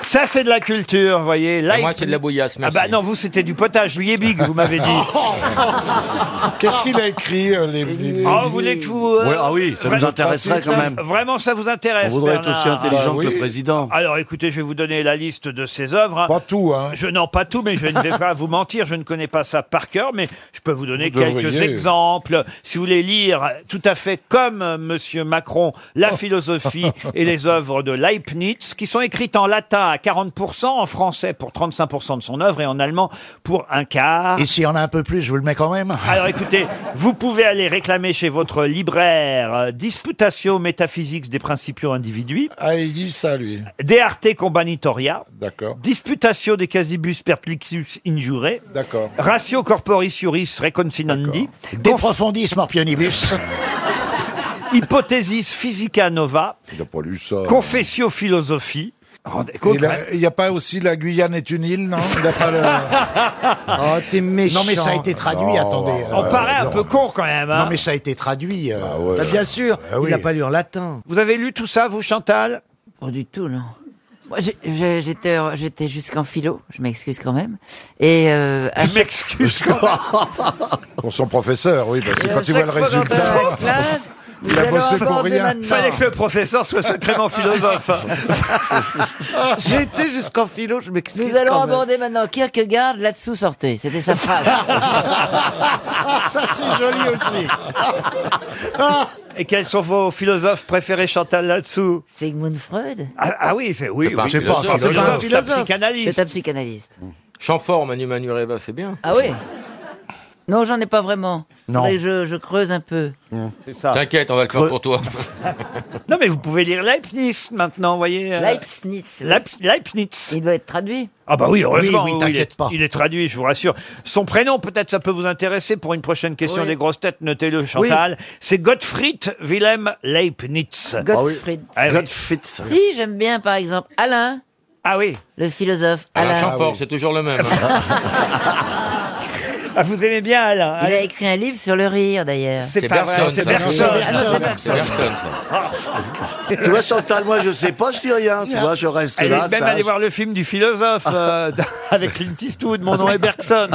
Speaker 1: ça c'est de la culture, vous voyez.
Speaker 12: Et Moi,
Speaker 1: Leibniz.
Speaker 12: c'est de la bouillasse,
Speaker 1: Ah
Speaker 12: merci.
Speaker 1: bah non, vous c'était du potage, Liebig, vous m'avez dit.
Speaker 9: Qu'est-ce qu'il a écrit, euh, Leibniz
Speaker 1: Oh, vous voulez que je vous... euh,
Speaker 31: Ouais, ah oui, ça nous
Speaker 1: vraiment-
Speaker 31: intéresserait quand même.
Speaker 1: Vraiment, ça vous intéresse
Speaker 31: On voudrait être
Speaker 1: Bernard
Speaker 31: aussi intelligent
Speaker 9: Bah
Speaker 31: que
Speaker 9: oui.
Speaker 31: le président.
Speaker 1: Alors écoutez, je vais vous donner la liste de ses œuvres.
Speaker 9: Pas tout, hein.
Speaker 1: Je n'en pas tout, mais je ne vais pas vous mentir, je ne connais pas ça par cœur, mais je peux vous donner
Speaker 9: Vous
Speaker 1: quelques
Speaker 9: devriez.
Speaker 1: exemples. Si vous voulez lire euh, tout à fait comme euh, Monsieur Macron,
Speaker 9: Oh.
Speaker 1: la philosophie et les œuvres de Leibniz, qui sont écrites en latin à 40%, en français pour 35% de son œuvre et en allemand pour un quart.
Speaker 9: Et s'il y en a un peu plus, je vous le mets quand même.
Speaker 1: Alors écoutez, vous pouvez aller réclamer chez votre libraire euh, Disputatio Metaphysics des Principio Individui,
Speaker 9: Ah, il dit ça, lui.
Speaker 1: De Arte Combanitoria,
Speaker 9: D'accord.
Speaker 1: Disputatio de Casibus Perplexus Injure,
Speaker 9: D'accord.
Speaker 1: Ratio Corporis Juris Reconciliandi,
Speaker 9: De profundis morpionibus.
Speaker 1: Hypothesis Physica Nova,
Speaker 32: Il n'a pas lu ça.
Speaker 1: Confessio Philosophie, Rendez compte,
Speaker 9: Oh. Il a- Il n'y a, pas aussi la Guyane est une île, non Il a pas le...
Speaker 33: Oh, t'es méchant.
Speaker 9: Non, mais ça a été traduit,
Speaker 32: Non,
Speaker 9: attendez.
Speaker 1: On
Speaker 9: euh,
Speaker 1: paraît un peu con quand même. hein.
Speaker 9: Non, mais ça a été traduit. euh,
Speaker 32: Ah ouais.
Speaker 33: Bah, bien sûr,
Speaker 9: Ah oui.
Speaker 33: il l'a pas lu en latin.
Speaker 1: Vous avez lu tout ça, vous, Chantal
Speaker 14: Pas du tout, non. Moi, j'ai- j'ai- j'étais, j'étais jusqu'en philo, je m'excuse quand même. Et euh, à
Speaker 1: Je m'excuse.
Speaker 14: Euh,
Speaker 32: Pour son professeur, oui, parce que quand tu vois le résultat.
Speaker 14: classe,
Speaker 1: Il a bossé pour rien. Fallait que le professeur soit sacrément philosophe.
Speaker 10: J'ai été jusqu'en philo, je m'excuse.
Speaker 14: Nous allons
Speaker 10: quand même.
Speaker 14: aborder maintenant Kierkegaard, là-dessous sortez. C'était sa phrase.
Speaker 34: Ça, c'est joli aussi.
Speaker 1: Ah Et quels sont vos philosophes préférés, Chantal, là-dessous
Speaker 14: Sigmund Freud
Speaker 1: ah, ah oui, c'est oui.
Speaker 12: C'est pas un philosophe.
Speaker 1: oui. C'est pas un
Speaker 12: C'est pas un
Speaker 1: philosophe, c'est un
Speaker 12: philosophe.
Speaker 1: psychanalyste.
Speaker 14: C'est un psychanalyste.
Speaker 12: Chamfort, Manu Manureva, c'est bien.
Speaker 14: Ah oui Non, j'en ai pas vraiment.
Speaker 12: Non.
Speaker 14: Faudrait que Je, je creuse un peu.
Speaker 12: C'est ça. T'inquiète, on va le faire pour toi.
Speaker 1: Ah Non, mais vous pouvez lire Leibniz maintenant, vous voyez. euh,
Speaker 14: Leibniz. oui.
Speaker 1: Leib- Leibniz.
Speaker 14: Il doit être traduit.
Speaker 1: Ah bah oui, heureusement.
Speaker 34: Oui, oui,
Speaker 1: il, est,
Speaker 34: t'inquiète pas.
Speaker 1: il est traduit, je vous rassure. Son prénom, peut-être, ça peut vous intéresser pour une prochaine question
Speaker 14: Oui.
Speaker 1: des grosses têtes. Notez-le, Chantal. C'est Gottfried Wilhelm Leibniz.
Speaker 14: Gottfried.
Speaker 1: Ah oui.
Speaker 14: Si, j'aime bien, par exemple, Alain.
Speaker 1: Ah oui.
Speaker 14: Le philosophe
Speaker 12: Alain
Speaker 14: Alain.
Speaker 12: Chamfort, c'est toujours le même. hein.
Speaker 1: Ah, vous aimez bien Alain
Speaker 14: Il a écrit un livre sur le rire, d'ailleurs.
Speaker 1: C'est pas vrai, c'est Bergson.
Speaker 14: Ah non, c'est pas-
Speaker 1: Bergson.
Speaker 11: tu vois, Chantal, moi, je sais pas, je dis rien. Tu vois, je reste
Speaker 1: Elle
Speaker 11: là.
Speaker 1: est même
Speaker 11: sage.
Speaker 1: allée voir le film du philosophe euh, avec Clint Eastwood, mon nom est Bergson.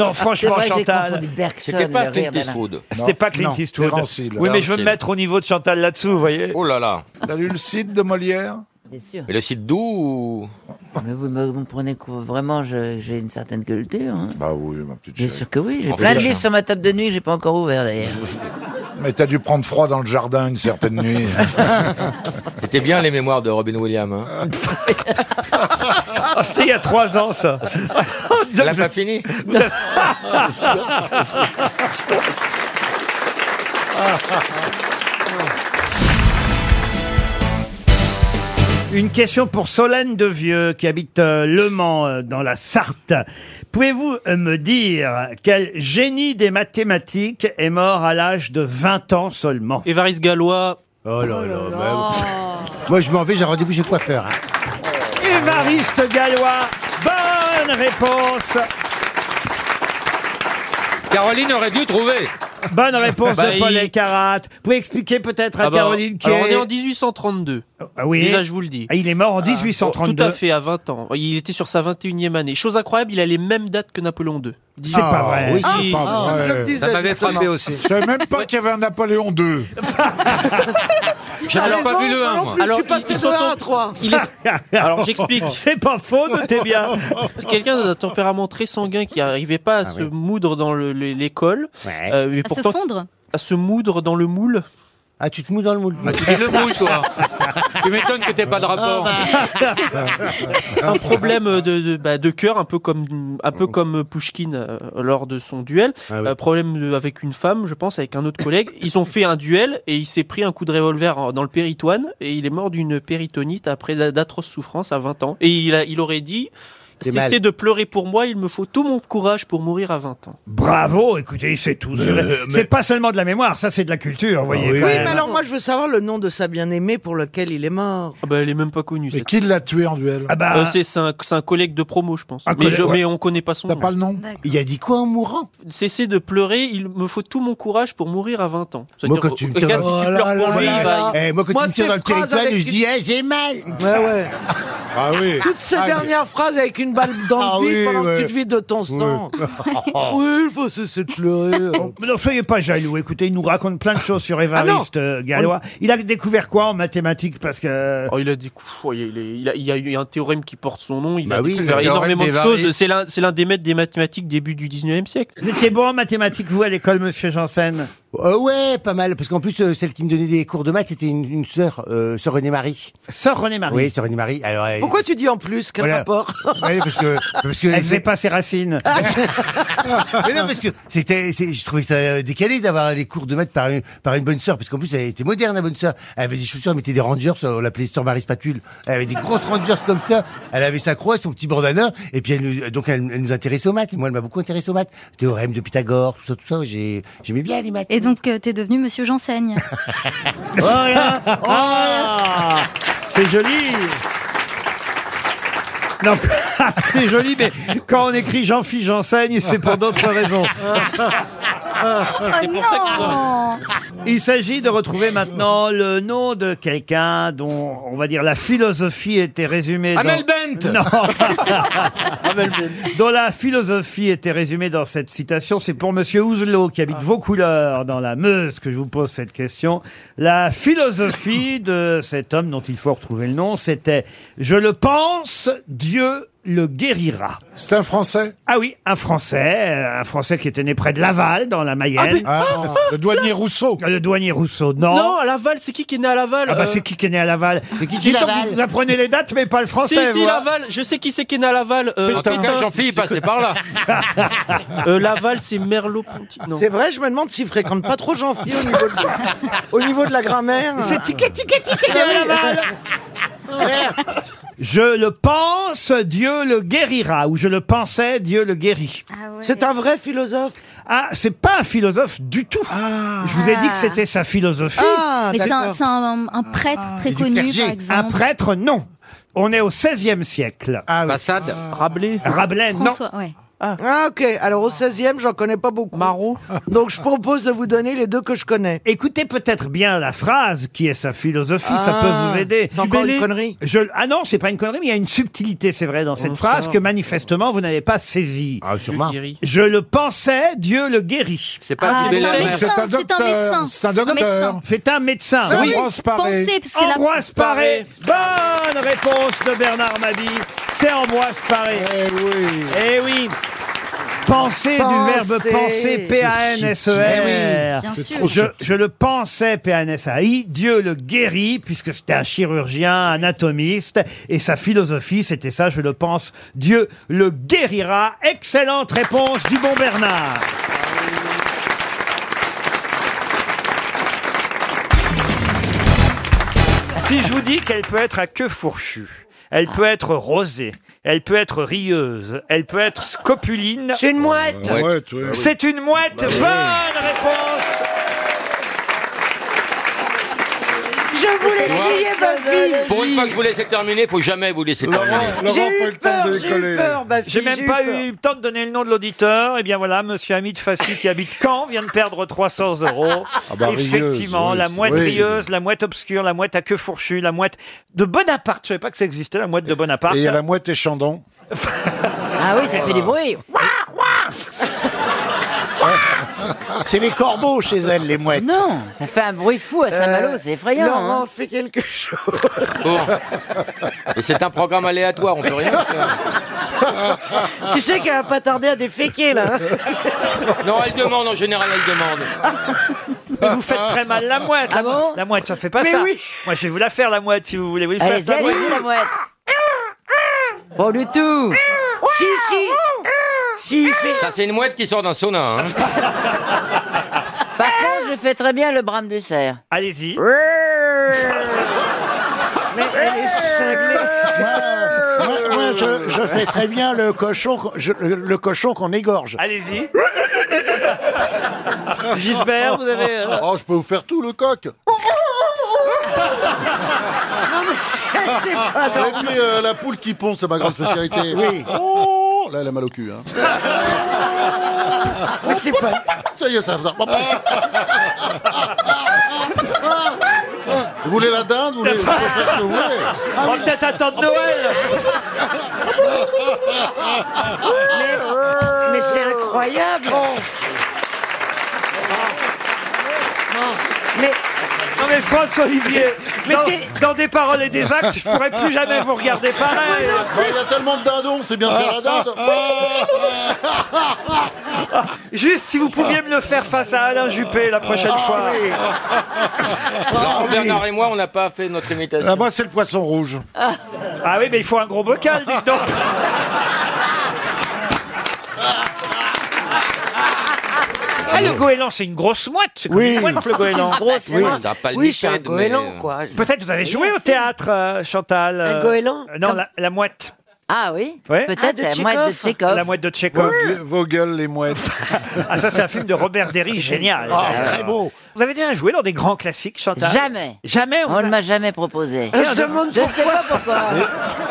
Speaker 1: non, franchement,
Speaker 14: C'est vrai que j'ai
Speaker 1: Chantal.
Speaker 14: confondu Bergson,
Speaker 12: C'était pas
Speaker 14: le
Speaker 12: Clint
Speaker 14: rire d'Alain.
Speaker 12: Eastwood.
Speaker 1: C'était pas Clint
Speaker 12: Non,
Speaker 1: Eastwood.
Speaker 12: Terence Hill.
Speaker 1: Oui, mais je veux
Speaker 12: Terence
Speaker 1: me
Speaker 12: Hill.
Speaker 1: mettre au niveau de Chantal là-dessous, vous voyez.
Speaker 12: Oh là là.
Speaker 14: T'as lu le site de Molière Bien sûr.
Speaker 12: Et le site d'où ou-
Speaker 14: Mais vous me comprenez que vraiment, je- j'ai une certaine culture. hein.
Speaker 11: Bah oui, ma petite
Speaker 14: Bien
Speaker 11: chérie.
Speaker 14: sûr que oui. J'ai
Speaker 11: En
Speaker 14: plein de
Speaker 11: fait,
Speaker 14: livres sur ma table de nuit que j'ai pas encore ouvert, d'ailleurs.
Speaker 11: Mais t'as dû prendre froid dans le jardin une certaine nuit.
Speaker 12: C'était bien les mémoires de Robin Williams. hein.
Speaker 1: Ah, C'était il y a trois ans, ça.
Speaker 12: Elle a pas fini.
Speaker 1: Une question pour Solène Devieux qui habite euh, Le Mans euh, dans la Sarthe. Pouvez-vous euh, me dire quel génie des mathématiques est mort à l'âge de 20 ans seulement
Speaker 2: Évariste Gallois.
Speaker 1: Oh là là,
Speaker 20: Moi, je m'en vais, j'ai un rendez-vous chez le coiffeur. hein.
Speaker 1: Évariste Gallois, bonne réponse
Speaker 12: Caroline aurait dû trouver.
Speaker 1: Bonne réponse
Speaker 2: Bah,
Speaker 1: de Paul
Speaker 2: il-
Speaker 1: Elkarat. Vous pouvez expliquer peut-être à
Speaker 2: Ah bah,
Speaker 1: Caroline qui
Speaker 2: alors, on est en 1832.
Speaker 1: Ah oui.
Speaker 2: Déjà, je vous le dis.
Speaker 1: Ah, il est mort en 1832.
Speaker 2: Tout à fait, à 20 ans. Il était sur sa 21e année. Chose incroyable, il a les mêmes dates que Napoléon II.
Speaker 1: C'est pas vrai.
Speaker 2: Oui,
Speaker 11: Ah,
Speaker 2: si.
Speaker 11: pas vrai.
Speaker 12: Ça m'avait frappé aussi.
Speaker 11: Je savais même pas qu'il y avait un Napoléon II.
Speaker 12: J'avais
Speaker 2: Alors,
Speaker 12: pas vu le 1, moi.
Speaker 2: Alors, ils sont en- il est- Alors, j'explique.
Speaker 1: C'est pas faux, notez bien.
Speaker 2: C'est quelqu'un d'un tempérament très sanguin qui n'arrivait pas
Speaker 1: Ah
Speaker 2: à se moudre dans le- le- l'école. euh, mais
Speaker 16: À se
Speaker 2: pourtant-
Speaker 16: fondre
Speaker 2: À se moudre dans le moule.
Speaker 20: Ah, tu te mous dans le moule.
Speaker 12: Ah, tu dis le mouille, toi. tu m'étonnes que t'aies pas de rapport.
Speaker 2: un problème de, de, bah, de cœur, un peu comme, un peu comme Pushkin euh, lors de son duel.
Speaker 20: Ah
Speaker 2: Euh, problème de- avec une femme, je pense, avec un autre collègue. Ils ont fait un duel et il s'est pris un coup de revolver en- dans le péritoine et il est mort d'une péritonite après d'a- d'atroces souffrances à 20 ans. Et il, a- il aurait dit
Speaker 20: T'es mal.
Speaker 2: Cessez de pleurer pour moi, il me faut tout mon courage pour mourir à 20 ans.
Speaker 1: Bravo, écoutez, c'est tout. C'est pas seulement de la mémoire, ça c'est de la culture, vous voyez.
Speaker 20: oui.
Speaker 1: quand
Speaker 20: Oui,
Speaker 1: même.
Speaker 20: mais
Speaker 13: Alors moi, je veux savoir le nom de sa bien-aimée pour lequel il est mort.
Speaker 2: Ah bah, elle est même pas connue.
Speaker 20: Mais
Speaker 2: cette-
Speaker 20: qui l'a tué en duel
Speaker 1: Ah bah,
Speaker 2: Euh, c'est c'est un, c'est un collègue de promo, je pense.
Speaker 20: Un
Speaker 2: Mais,
Speaker 20: collègue,
Speaker 2: je-
Speaker 20: ouais.
Speaker 2: mais on connaît pas son
Speaker 20: T'as
Speaker 2: nom.
Speaker 20: pas le nom Il a dit quoi en mourant
Speaker 2: Cessez de pleurer, il me faut tout mon courage pour mourir à 20 ans.
Speaker 20: Moi,
Speaker 2: C'est-à-dire,
Speaker 20: quand tu me
Speaker 2: euh,
Speaker 20: tires
Speaker 2: regarde, si
Speaker 20: dans-
Speaker 2: tu
Speaker 20: Oh
Speaker 2: pleures
Speaker 20: là
Speaker 2: pour
Speaker 20: là
Speaker 2: lui,
Speaker 20: là
Speaker 2: il
Speaker 20: là.
Speaker 2: va-
Speaker 20: Eh, moi, quand
Speaker 13: Moi,
Speaker 20: tu me tires
Speaker 13: ces
Speaker 20: dans le
Speaker 13: phrases
Speaker 20: téléphone,
Speaker 13: avec
Speaker 20: je dis, eh, j'ai mal.
Speaker 13: Ouais, ouais.
Speaker 20: Ah oui.
Speaker 13: Toutes ces dernières phrases avec une balle dans le
Speaker 20: Ah
Speaker 13: bide
Speaker 20: oui,
Speaker 13: pendant
Speaker 20: ouais.
Speaker 13: que tu te vides de ton sang. oui, il faut cesser de pleurer.
Speaker 1: Oh, Non, soyez pas jaloux. Écoutez, il nous raconte plein de choses sur Évariste euh, Gallois. Il a découvert quoi en mathématiques Parce que.
Speaker 2: Oh, il a dit, pff, il, est- il a, il y a eu un théorème qui porte son nom, il
Speaker 1: Bah
Speaker 2: a
Speaker 1: oui,
Speaker 2: découvert
Speaker 1: le
Speaker 2: énormément
Speaker 1: théorème
Speaker 2: de
Speaker 1: des
Speaker 2: choses.
Speaker 1: variés.
Speaker 2: C'est l'un c'est l'un des maîtres des mathématiques début du 19e siècle.
Speaker 1: Vous étiez bon en mathématiques, vous, à l'école, monsieur Janssen
Speaker 20: Euh, ouais, pas mal. Parce qu'en plus, euh, celle qui me donnait des cours de maths, c'était une, une sœur, euh, sœur Renée-Marie.
Speaker 1: Sœur Renée-Marie
Speaker 20: Oui, sœur Renée-Marie. Alors, elle-
Speaker 13: Pourquoi tu dis en plus Quel
Speaker 20: Voilà.
Speaker 13: rapport
Speaker 20: Ouais, parce que, parce que
Speaker 1: Elle faisait pas ses racines.
Speaker 20: Mais non, parce que c'était, c'est- je trouvais ça euh, décalé d'avoir les cours de maths par une, par une bonne sœur, parce qu'en plus elle était moderne, la bonne sœur. Elle avait des chaussures, elle mettait des rangers, euh, on l'appelait sœur Marie Spatule. Elle avait des grosses rangers comme ça. Elle avait sa croix, son petit bandana, et puis elle nous, donc elle, elle nous intéressait aux maths. Moi, elle m'a beaucoup intéressé aux maths. Théorème de Pythagore, tout ça, tout ça. J'ai, j'aimais bien les maths.
Speaker 16: Et donc, euh, t'es devenu Monsieur J'enseigne.
Speaker 20: Voilà.
Speaker 1: Ah, c'est joli. Non, c'est joli, mais quand on écrit Jean-Philippe
Speaker 20: Oh,
Speaker 1: Janssen, c'est pour d'autres raisons.
Speaker 16: oh non
Speaker 1: Il s'agit de retrouver maintenant le nom de quelqu'un dont, on va dire, la philosophie était résumée.
Speaker 3: Amel
Speaker 1: dans...
Speaker 3: Bent
Speaker 1: Non
Speaker 2: Ah,
Speaker 1: Dont la philosophie était résumée dans cette citation. C'est pour Monsieur Ouzelot, qui habite Vaucouleurs, dans la Meuse, que je vous pose cette question. La philosophie de cet homme dont il faut retrouver le nom, c'était « Je le pense, Dieu le guérira ». C'est un Français Ah oui, un Français. euh, Un Français qui était né près de Laval, dans la Mayenne.
Speaker 2: Ah, mais- Ah,
Speaker 1: le douanier Rousseau Le douanier Rousseau, non.
Speaker 2: Non, à Laval, c'est qui qui est né à Laval
Speaker 1: Ah bah
Speaker 2: euh,
Speaker 1: c'est qui qui est né à Laval C'est
Speaker 2: qui Laval
Speaker 1: Vous apprenez les dates mais pas le français.
Speaker 2: Si, si,
Speaker 1: vous, hein.
Speaker 2: Laval, je sais qui c'est qui est né à Laval. euh,
Speaker 1: En tout cas,
Speaker 2: Jean-Philippe passait par là.
Speaker 1: Euh,
Speaker 2: Laval, c'est Merleau-Ponty.
Speaker 10: C'est vrai, je me demande s'il fréquente pas trop Jean-Philippe au, niveau de- au niveau de la grammaire. Ah
Speaker 1: C'est ticket, ticket, ticket
Speaker 10: derrière la
Speaker 1: Je le pense, Dieu le guérira. Ou je le pensais, Dieu le guérit.
Speaker 16: Ah
Speaker 10: C'est un vrai philosophe.
Speaker 1: Ah, c'est pas un philosophe du tout. Je vous ai dit que
Speaker 16: Ah.
Speaker 1: c'était sa philosophie.
Speaker 10: Ah,
Speaker 16: Mais c'est un, c'est un- un
Speaker 1: Ah,
Speaker 16: prêtre très connu, par exemple.
Speaker 1: Un prêtre, non. On est au XVIe siècle.
Speaker 2: Passade. Rabelais.
Speaker 1: Rabelais, non.
Speaker 16: François, ouais.
Speaker 10: Ah. ok, alors au 16e, j'en connais pas beaucoup.
Speaker 2: Marot.
Speaker 10: Donc je propose de vous donner les deux que je connais.
Speaker 1: Écoutez peut-être bien la phrase qui est sa philosophie, ça
Speaker 10: Ah,
Speaker 1: peut vous aider.
Speaker 10: c'est encore Dubélé. une connerie
Speaker 1: Je, ah non, c'est pas une connerie, mais il y a une subtilité, c'est vrai, dans cette
Speaker 10: le
Speaker 1: phrase
Speaker 10: sort.
Speaker 1: que manifestement vous n'avez pas saisie. Je le pensais, Dieu le guérit.
Speaker 12: C'est
Speaker 16: pas Ah, Dubélé, c'est un mais- médecin, c'est un médecin. Un médecin.
Speaker 1: C'est un médecin.
Speaker 16: C'est
Speaker 1: oui.
Speaker 16: Ambroise Paré. Pensez, parce que c'est la-
Speaker 1: Ambroise Paré. Bonne réponse de Bernard Madi. C'est Ambroise Paré. Eh oui. Eh oui. Penser du
Speaker 3: Penser.
Speaker 1: verbe penser, P-A-N-S-E-R.
Speaker 3: Eh oui, bien sûr.
Speaker 1: je, E je le pensais, P-A-N-S-A-I. Dieu le guérit, puisque c'était un chirurgien, anatomiste, et sa philosophie, c'était ça, je le pense, Dieu le guérira. Excellente réponse du bon Bernard. Si je vous dis qu'elle peut être à queue fourchue, elle peut être rosée, elle peut être rieuse, elle peut être scopuline.
Speaker 10: C'est une mouette.
Speaker 3: Ouais, ouais, ouais.
Speaker 1: C'est une mouette.
Speaker 3: Bah oui.
Speaker 1: Bonne réponse.
Speaker 10: Je
Speaker 12: voulais
Speaker 10: griller ma
Speaker 12: fille Pour une fois que je vous laissez terminer, faut jamais vous laisser terminer.
Speaker 1: J'ai même pas eu le temps de donner le nom de l'auditeur. Et bien voilà, monsieur Hamid Fassi qui habite Caen vient de perdre 300 euros.
Speaker 3: Ah bah, rieuse,
Speaker 1: Effectivement,
Speaker 3: oui,
Speaker 1: la
Speaker 3: c'est-
Speaker 1: mouette
Speaker 3: oui.
Speaker 1: rieuse, la mouette obscure, la mouette à queue fourchue, la mouette de Bonaparte. Je savais pas que ça existait, la mouette de Bonaparte.
Speaker 9: Et il y a la mouette et Chandon.
Speaker 14: Ah oui, ça fait des bruits.
Speaker 34: C'est les corbeaux chez elles, les mouettes.
Speaker 14: Non, ça fait un bruit fou à Saint-Malo, c'est effrayant.
Speaker 10: Laurent
Speaker 14: hein.
Speaker 10: fait quelque chose.
Speaker 12: Bon. Et c'est un programme aléatoire, on peut rien faire.
Speaker 10: tu sais qu'elle va pas tarder à déféquer là.
Speaker 12: Non, elle demande, en général, elle demande.
Speaker 1: Mais vous faites très mal la mouette. la, mou- la mouette, ça fait pas
Speaker 12: Ah Mais
Speaker 1: ça.
Speaker 12: oui.
Speaker 1: Moi, je vais vous la faire, la mouette, si vous voulez. Oui,
Speaker 14: Allez,
Speaker 1: faites la
Speaker 14: allez-y, la
Speaker 1: mouette.
Speaker 14: mouette. Pas du tout.
Speaker 10: si, si. Si, il fait.
Speaker 12: Ça, c'est une mouette qui sort d'un sauna. Hein.
Speaker 14: Par contre, je fais très bien le brame du cerf.
Speaker 1: Allez-y.
Speaker 10: Mais elle est
Speaker 34: Moi, moi, je, je fais très bien le cochon, qu'on- je- le, le cochon qu'on égorge.
Speaker 1: Allez-y.
Speaker 34: Gisbert, vous avez, euh,
Speaker 9: Oh, je peux vous faire tout, le coq.
Speaker 10: C'est pas
Speaker 9: Et puis, euh, la poule qui pond, c'est ma grande spécialité.
Speaker 10: Oui.
Speaker 9: Oh, là, elle a mal au cul. Hein.
Speaker 10: Mais c'est pas.
Speaker 9: Ça y est, ça va. Vous voulez la dinde Vous voulez vous pouvez faire ce que vous voulez
Speaker 1: On va peut-être attendre Noël.
Speaker 10: Mais c'est incroyable.
Speaker 1: Oh.
Speaker 10: Mais
Speaker 1: Non, mais François Olivier, dans, dans des paroles et des actes, je pourrais plus jamais vous regarder pareil.
Speaker 9: Bon, il y a tellement de dindons, c'est bien de faire la dinde.
Speaker 1: Juste si vous pouviez me le faire face à Alain Juppé la
Speaker 12: Ah,
Speaker 1: prochaine fois.
Speaker 12: Non, Bernard et moi, on n'a pas fait notre imitation.
Speaker 9: Ah, moi, c'est le poisson rouge.
Speaker 1: Ah oui, mais il faut un gros bocal, dites donc. Ah, le goéland, c'est une grosse mouette. C'est comme
Speaker 34: Oui.
Speaker 1: une mouette, le goéland.
Speaker 10: Une grosse
Speaker 1: oui.
Speaker 10: mouette.
Speaker 12: T'as pas le
Speaker 10: Oui, je suis un
Speaker 12: bipède, mais,
Speaker 10: goéland,
Speaker 12: euh,
Speaker 10: quoi.
Speaker 1: Peut-être vous avez joué au théâtre, euh, Chantal. euh,
Speaker 10: goéland
Speaker 1: euh, Non, la, la mouette.
Speaker 14: Ah oui
Speaker 1: Ouais.
Speaker 14: Peut-être
Speaker 10: Ah, de
Speaker 14: la mouette de
Speaker 10: Tchekhov.
Speaker 14: Tchekhov.
Speaker 1: La mouette de Tchekhov.
Speaker 9: Vos, vos gueules, les mouettes.
Speaker 1: Ah, ça, c'est un film de Robert Derry, génial.
Speaker 9: Ah,
Speaker 1: Euh,
Speaker 9: très beau.
Speaker 1: Vous avez déjà joué dans des grands classiques, Chantal
Speaker 14: Jamais.
Speaker 1: Jamais
Speaker 14: On ne m'a jamais proposé.
Speaker 1: Je
Speaker 10: demande
Speaker 14: sais pas pourquoi.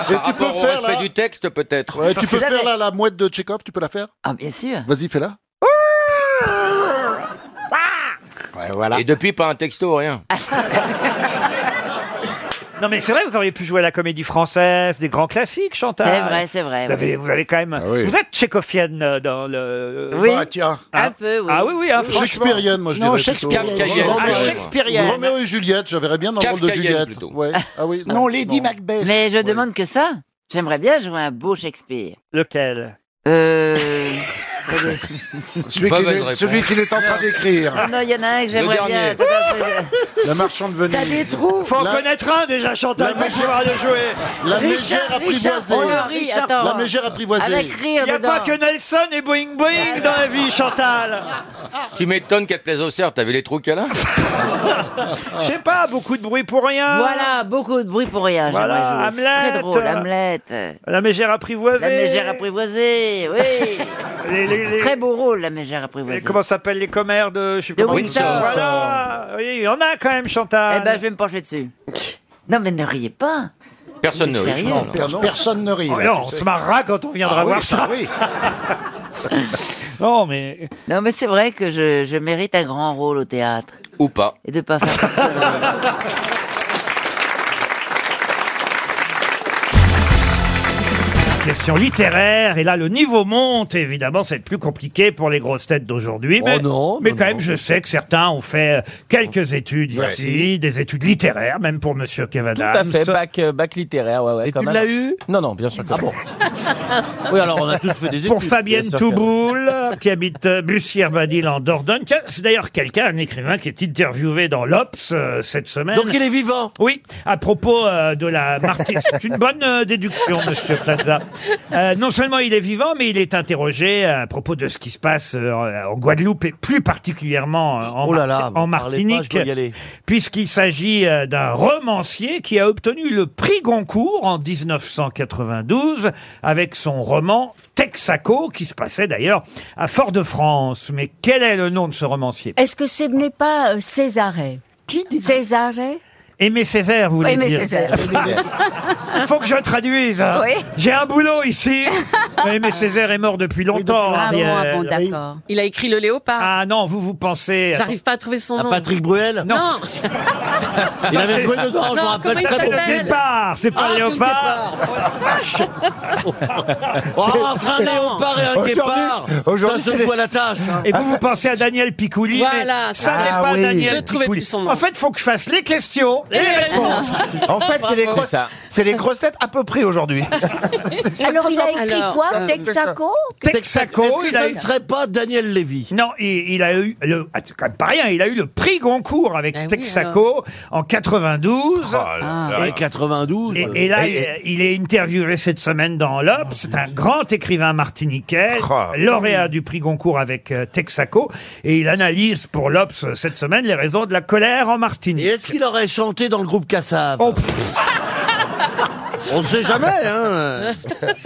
Speaker 9: Et
Speaker 12: Par
Speaker 9: tu peux
Speaker 12: rapport au
Speaker 9: faire
Speaker 12: respect
Speaker 9: là.
Speaker 12: du texte, peut-être.
Speaker 9: Ouais, Euh, tu
Speaker 14: Parce
Speaker 9: peux
Speaker 14: que
Speaker 9: faire
Speaker 14: j'avais-
Speaker 9: là, la mouette de Tchekhov, tu peux la faire
Speaker 14: Ah bien sûr.
Speaker 9: Vas-y, fais-la.
Speaker 12: Et depuis, pas un texto, rien.
Speaker 1: Non, mais c'est vrai, vous auriez pu jouer à la comédie française, des grands classiques, Chantal.
Speaker 14: C'est vrai, c'est vrai,
Speaker 1: Vous
Speaker 14: oui.
Speaker 1: avez, vous avez quand
Speaker 9: Ah
Speaker 1: même. Vous êtes tchécofienne euh, dans le.
Speaker 14: Oui.
Speaker 1: Ah,
Speaker 14: Bah, tiens. Un peu, oui.
Speaker 1: Ah oui, oui, hein, franchement.
Speaker 9: Shakespearienne, moi je
Speaker 1: Non,
Speaker 9: dirais.
Speaker 1: Shakespearienne.
Speaker 9: plutôt.
Speaker 1: Ah, Shakespearienne.
Speaker 9: Roméo et Juliette, je verrais bien dans le rôle de
Speaker 12: Kafkaïenne,
Speaker 9: Juliette.
Speaker 12: plutôt.
Speaker 9: Ouais. Ah oui.
Speaker 14: Non, Lady Macbeth. Mais je demande que ça. J'aimerais bien jouer un beau Shakespeare.
Speaker 1: Lequel
Speaker 14: Euh.
Speaker 9: Celui qu'il est- celui qu'il est en train d'écrire.
Speaker 14: Ah Non, il y en a un que j'aimerais
Speaker 9: Le
Speaker 14: bien.
Speaker 9: dernier. La marchande de Venise.
Speaker 14: T'as des trous
Speaker 1: Faut en connaître un déjà, Chantal, pour pouvoir le jouer.
Speaker 9: La mégère apprivoisée.
Speaker 14: Oh,
Speaker 9: La mégère apprivoisée.
Speaker 1: Il n'y a pas que Nelson et Boing Boing dans la vie, Chantal.
Speaker 12: Tu m'étonnes qu'elle plaise au cerf, t'as vu les trous qu'elle a
Speaker 9: Ah.
Speaker 1: Je sais pas, beaucoup de bruit pour rien.
Speaker 14: Voilà, beaucoup de bruit pour rien. j'aimerais
Speaker 1: Voilà,
Speaker 14: jouer. C'est
Speaker 1: Hamlet.
Speaker 14: Très drôle, Hamlet.
Speaker 1: La mégère apprivoisée.
Speaker 14: La mégère apprivoisée, oui.
Speaker 1: Les- les- les-
Speaker 14: Très beau rôle, la mégère apprivoisée.
Speaker 1: Et comment s'appellent les commères de, je sais
Speaker 14: De
Speaker 1: comment-
Speaker 14: Windsor.
Speaker 1: Voilà. Oui, il y en a quand même, Chantal.
Speaker 14: Eh ben, je vais me pencher dessus. Non, mais ne riez pas.
Speaker 12: Personne
Speaker 14: Mais
Speaker 12: ne rit.
Speaker 14: sérieux
Speaker 12: Non, non.
Speaker 9: Personne ne rit.
Speaker 1: Oh
Speaker 9: là,
Speaker 1: non,
Speaker 9: tu
Speaker 1: on
Speaker 9: sais.
Speaker 1: se marrera quand on viendra
Speaker 9: Ah oui,
Speaker 1: voir ça.
Speaker 9: oui.
Speaker 1: non, mais.
Speaker 14: Non, mais c'est vrai que je, je mérite un grand rôle au théâtre.
Speaker 12: Ou pas.
Speaker 14: Et de pas faire.
Speaker 1: Question littéraire, et là le niveau monte, évidemment c'est plus compliqué pour les grosses têtes d'aujourd'hui,
Speaker 18: Oh
Speaker 1: mais,
Speaker 18: non,
Speaker 1: mais
Speaker 18: non,
Speaker 1: quand
Speaker 18: non.
Speaker 1: même je sais que certains ont fait euh,
Speaker 4: Oh.
Speaker 1: quelques études
Speaker 18: Ouais.
Speaker 1: ici, des études littéraires, même pour Monsieur
Speaker 4: Tout
Speaker 1: Cavada.
Speaker 4: à fait, bac, euh, bac littéraire, ouais, ouais. Et quand
Speaker 1: tu
Speaker 4: même.
Speaker 1: l'as eu
Speaker 4: Non, non, bien sûr
Speaker 1: Ah
Speaker 4: que non.
Speaker 1: Oui,
Speaker 4: alors, on a tous fait des études,
Speaker 1: Pour
Speaker 4: bien
Speaker 1: Fabienne
Speaker 4: sûr que-
Speaker 1: Touboul, qui habite euh, Bussière-Badil en Dordogne. Tiens, C'est d'ailleurs quelqu'un, un écrivain, qui est interviewé dans l'Obs euh, cette semaine.
Speaker 4: Donc, il
Speaker 1: est vivant Oui, à propos euh, de la Martine. C'est une bonne euh, déduction, monsieur Plaza. Euh, non seulement il est vivant, mais il est interrogé à propos de ce qui se passe euh, en Guadeloupe, et plus particulièrement euh, en,
Speaker 18: Oh là là,
Speaker 1: Mar-
Speaker 18: me parlez
Speaker 1: en
Speaker 18: pas,
Speaker 1: Martinique,
Speaker 18: je dois y aller.
Speaker 1: puisqu'il s'agit euh, d'un romancier qui a obtenu le prix Goncourt en 1992 avec son roman Texaco, qui se passait d'ailleurs à Fort-de-France. Mais quel est le nom de ce romancier
Speaker 19: Est-ce que ce n'est pas euh, Césaré Qui dit Césaré
Speaker 1: Aimé Césaire, vous voulez
Speaker 19: Aimé
Speaker 1: dire
Speaker 19: Césaire.
Speaker 1: Faut que je traduise. hein.
Speaker 19: Oui.
Speaker 1: J'ai un boulot ici. Aimé Césaire est mort depuis longtemps.
Speaker 35: Ah bon, ah
Speaker 1: Ariel.
Speaker 35: bon, d'accord. Il a écrit Le Léopard.
Speaker 1: Ah non, vous vous pensez.
Speaker 35: J'arrive pas à trouver son nom.
Speaker 1: Bruel
Speaker 35: Non.
Speaker 1: Il avait joué dedans,
Speaker 35: je Non, me rappelle comment il très bien. s'appelle
Speaker 1: C'est le départ, c'est pas
Speaker 35: Ah,
Speaker 1: Léopard.
Speaker 19: Oh, entre un léopard et un
Speaker 1: Aujourd'hui-
Speaker 19: guépard,
Speaker 1: Aujourd'hui,
Speaker 19: ça se
Speaker 1: c'est-
Speaker 19: voit la tâche, hein.
Speaker 1: Et vous, vous pensez à Daniel Picouli.
Speaker 19: Voilà,
Speaker 1: mais ça
Speaker 19: c'est
Speaker 1: n'est
Speaker 19: ça.
Speaker 1: pas
Speaker 19: Ah oui.
Speaker 1: Daniel
Speaker 19: Je trouvais
Speaker 1: Picouli.
Speaker 19: plus son nom.
Speaker 1: En fait, faut que je fasse les questions et,
Speaker 19: Et
Speaker 1: les
Speaker 19: les
Speaker 10: Eh
Speaker 1: réponses.
Speaker 19: réponses.
Speaker 10: En fait, c'est les, grosses- c'est les grosses têtes à peu près aujourd'hui.
Speaker 19: Alors, il a écrit
Speaker 10: Alors,
Speaker 19: quoi
Speaker 10: euh,
Speaker 19: Texaco
Speaker 1: Texaco,
Speaker 19: Est-ce que ça ne
Speaker 1: serait pas Daniel Lévy. Non, il, il a eu le, ah, c'est quand même pas rien, il a eu le prix Goncourt avec Texaco en 92.
Speaker 18: Oh là. Et
Speaker 1: 92. Et, et là,
Speaker 18: Et- et-
Speaker 1: il est interviewé cette semaine dans l'Obs. C'est un grand écrivain martiniquais,
Speaker 18: Oh,
Speaker 1: lauréat du prix Goncourt avec euh, Texaco, et il analyse pour l'Obs cette semaine les raisons de la colère en Martinique. Oh,
Speaker 19: est-ce qu'il aurait chanté dans le groupe Cassave
Speaker 18: On sait jamais, hein.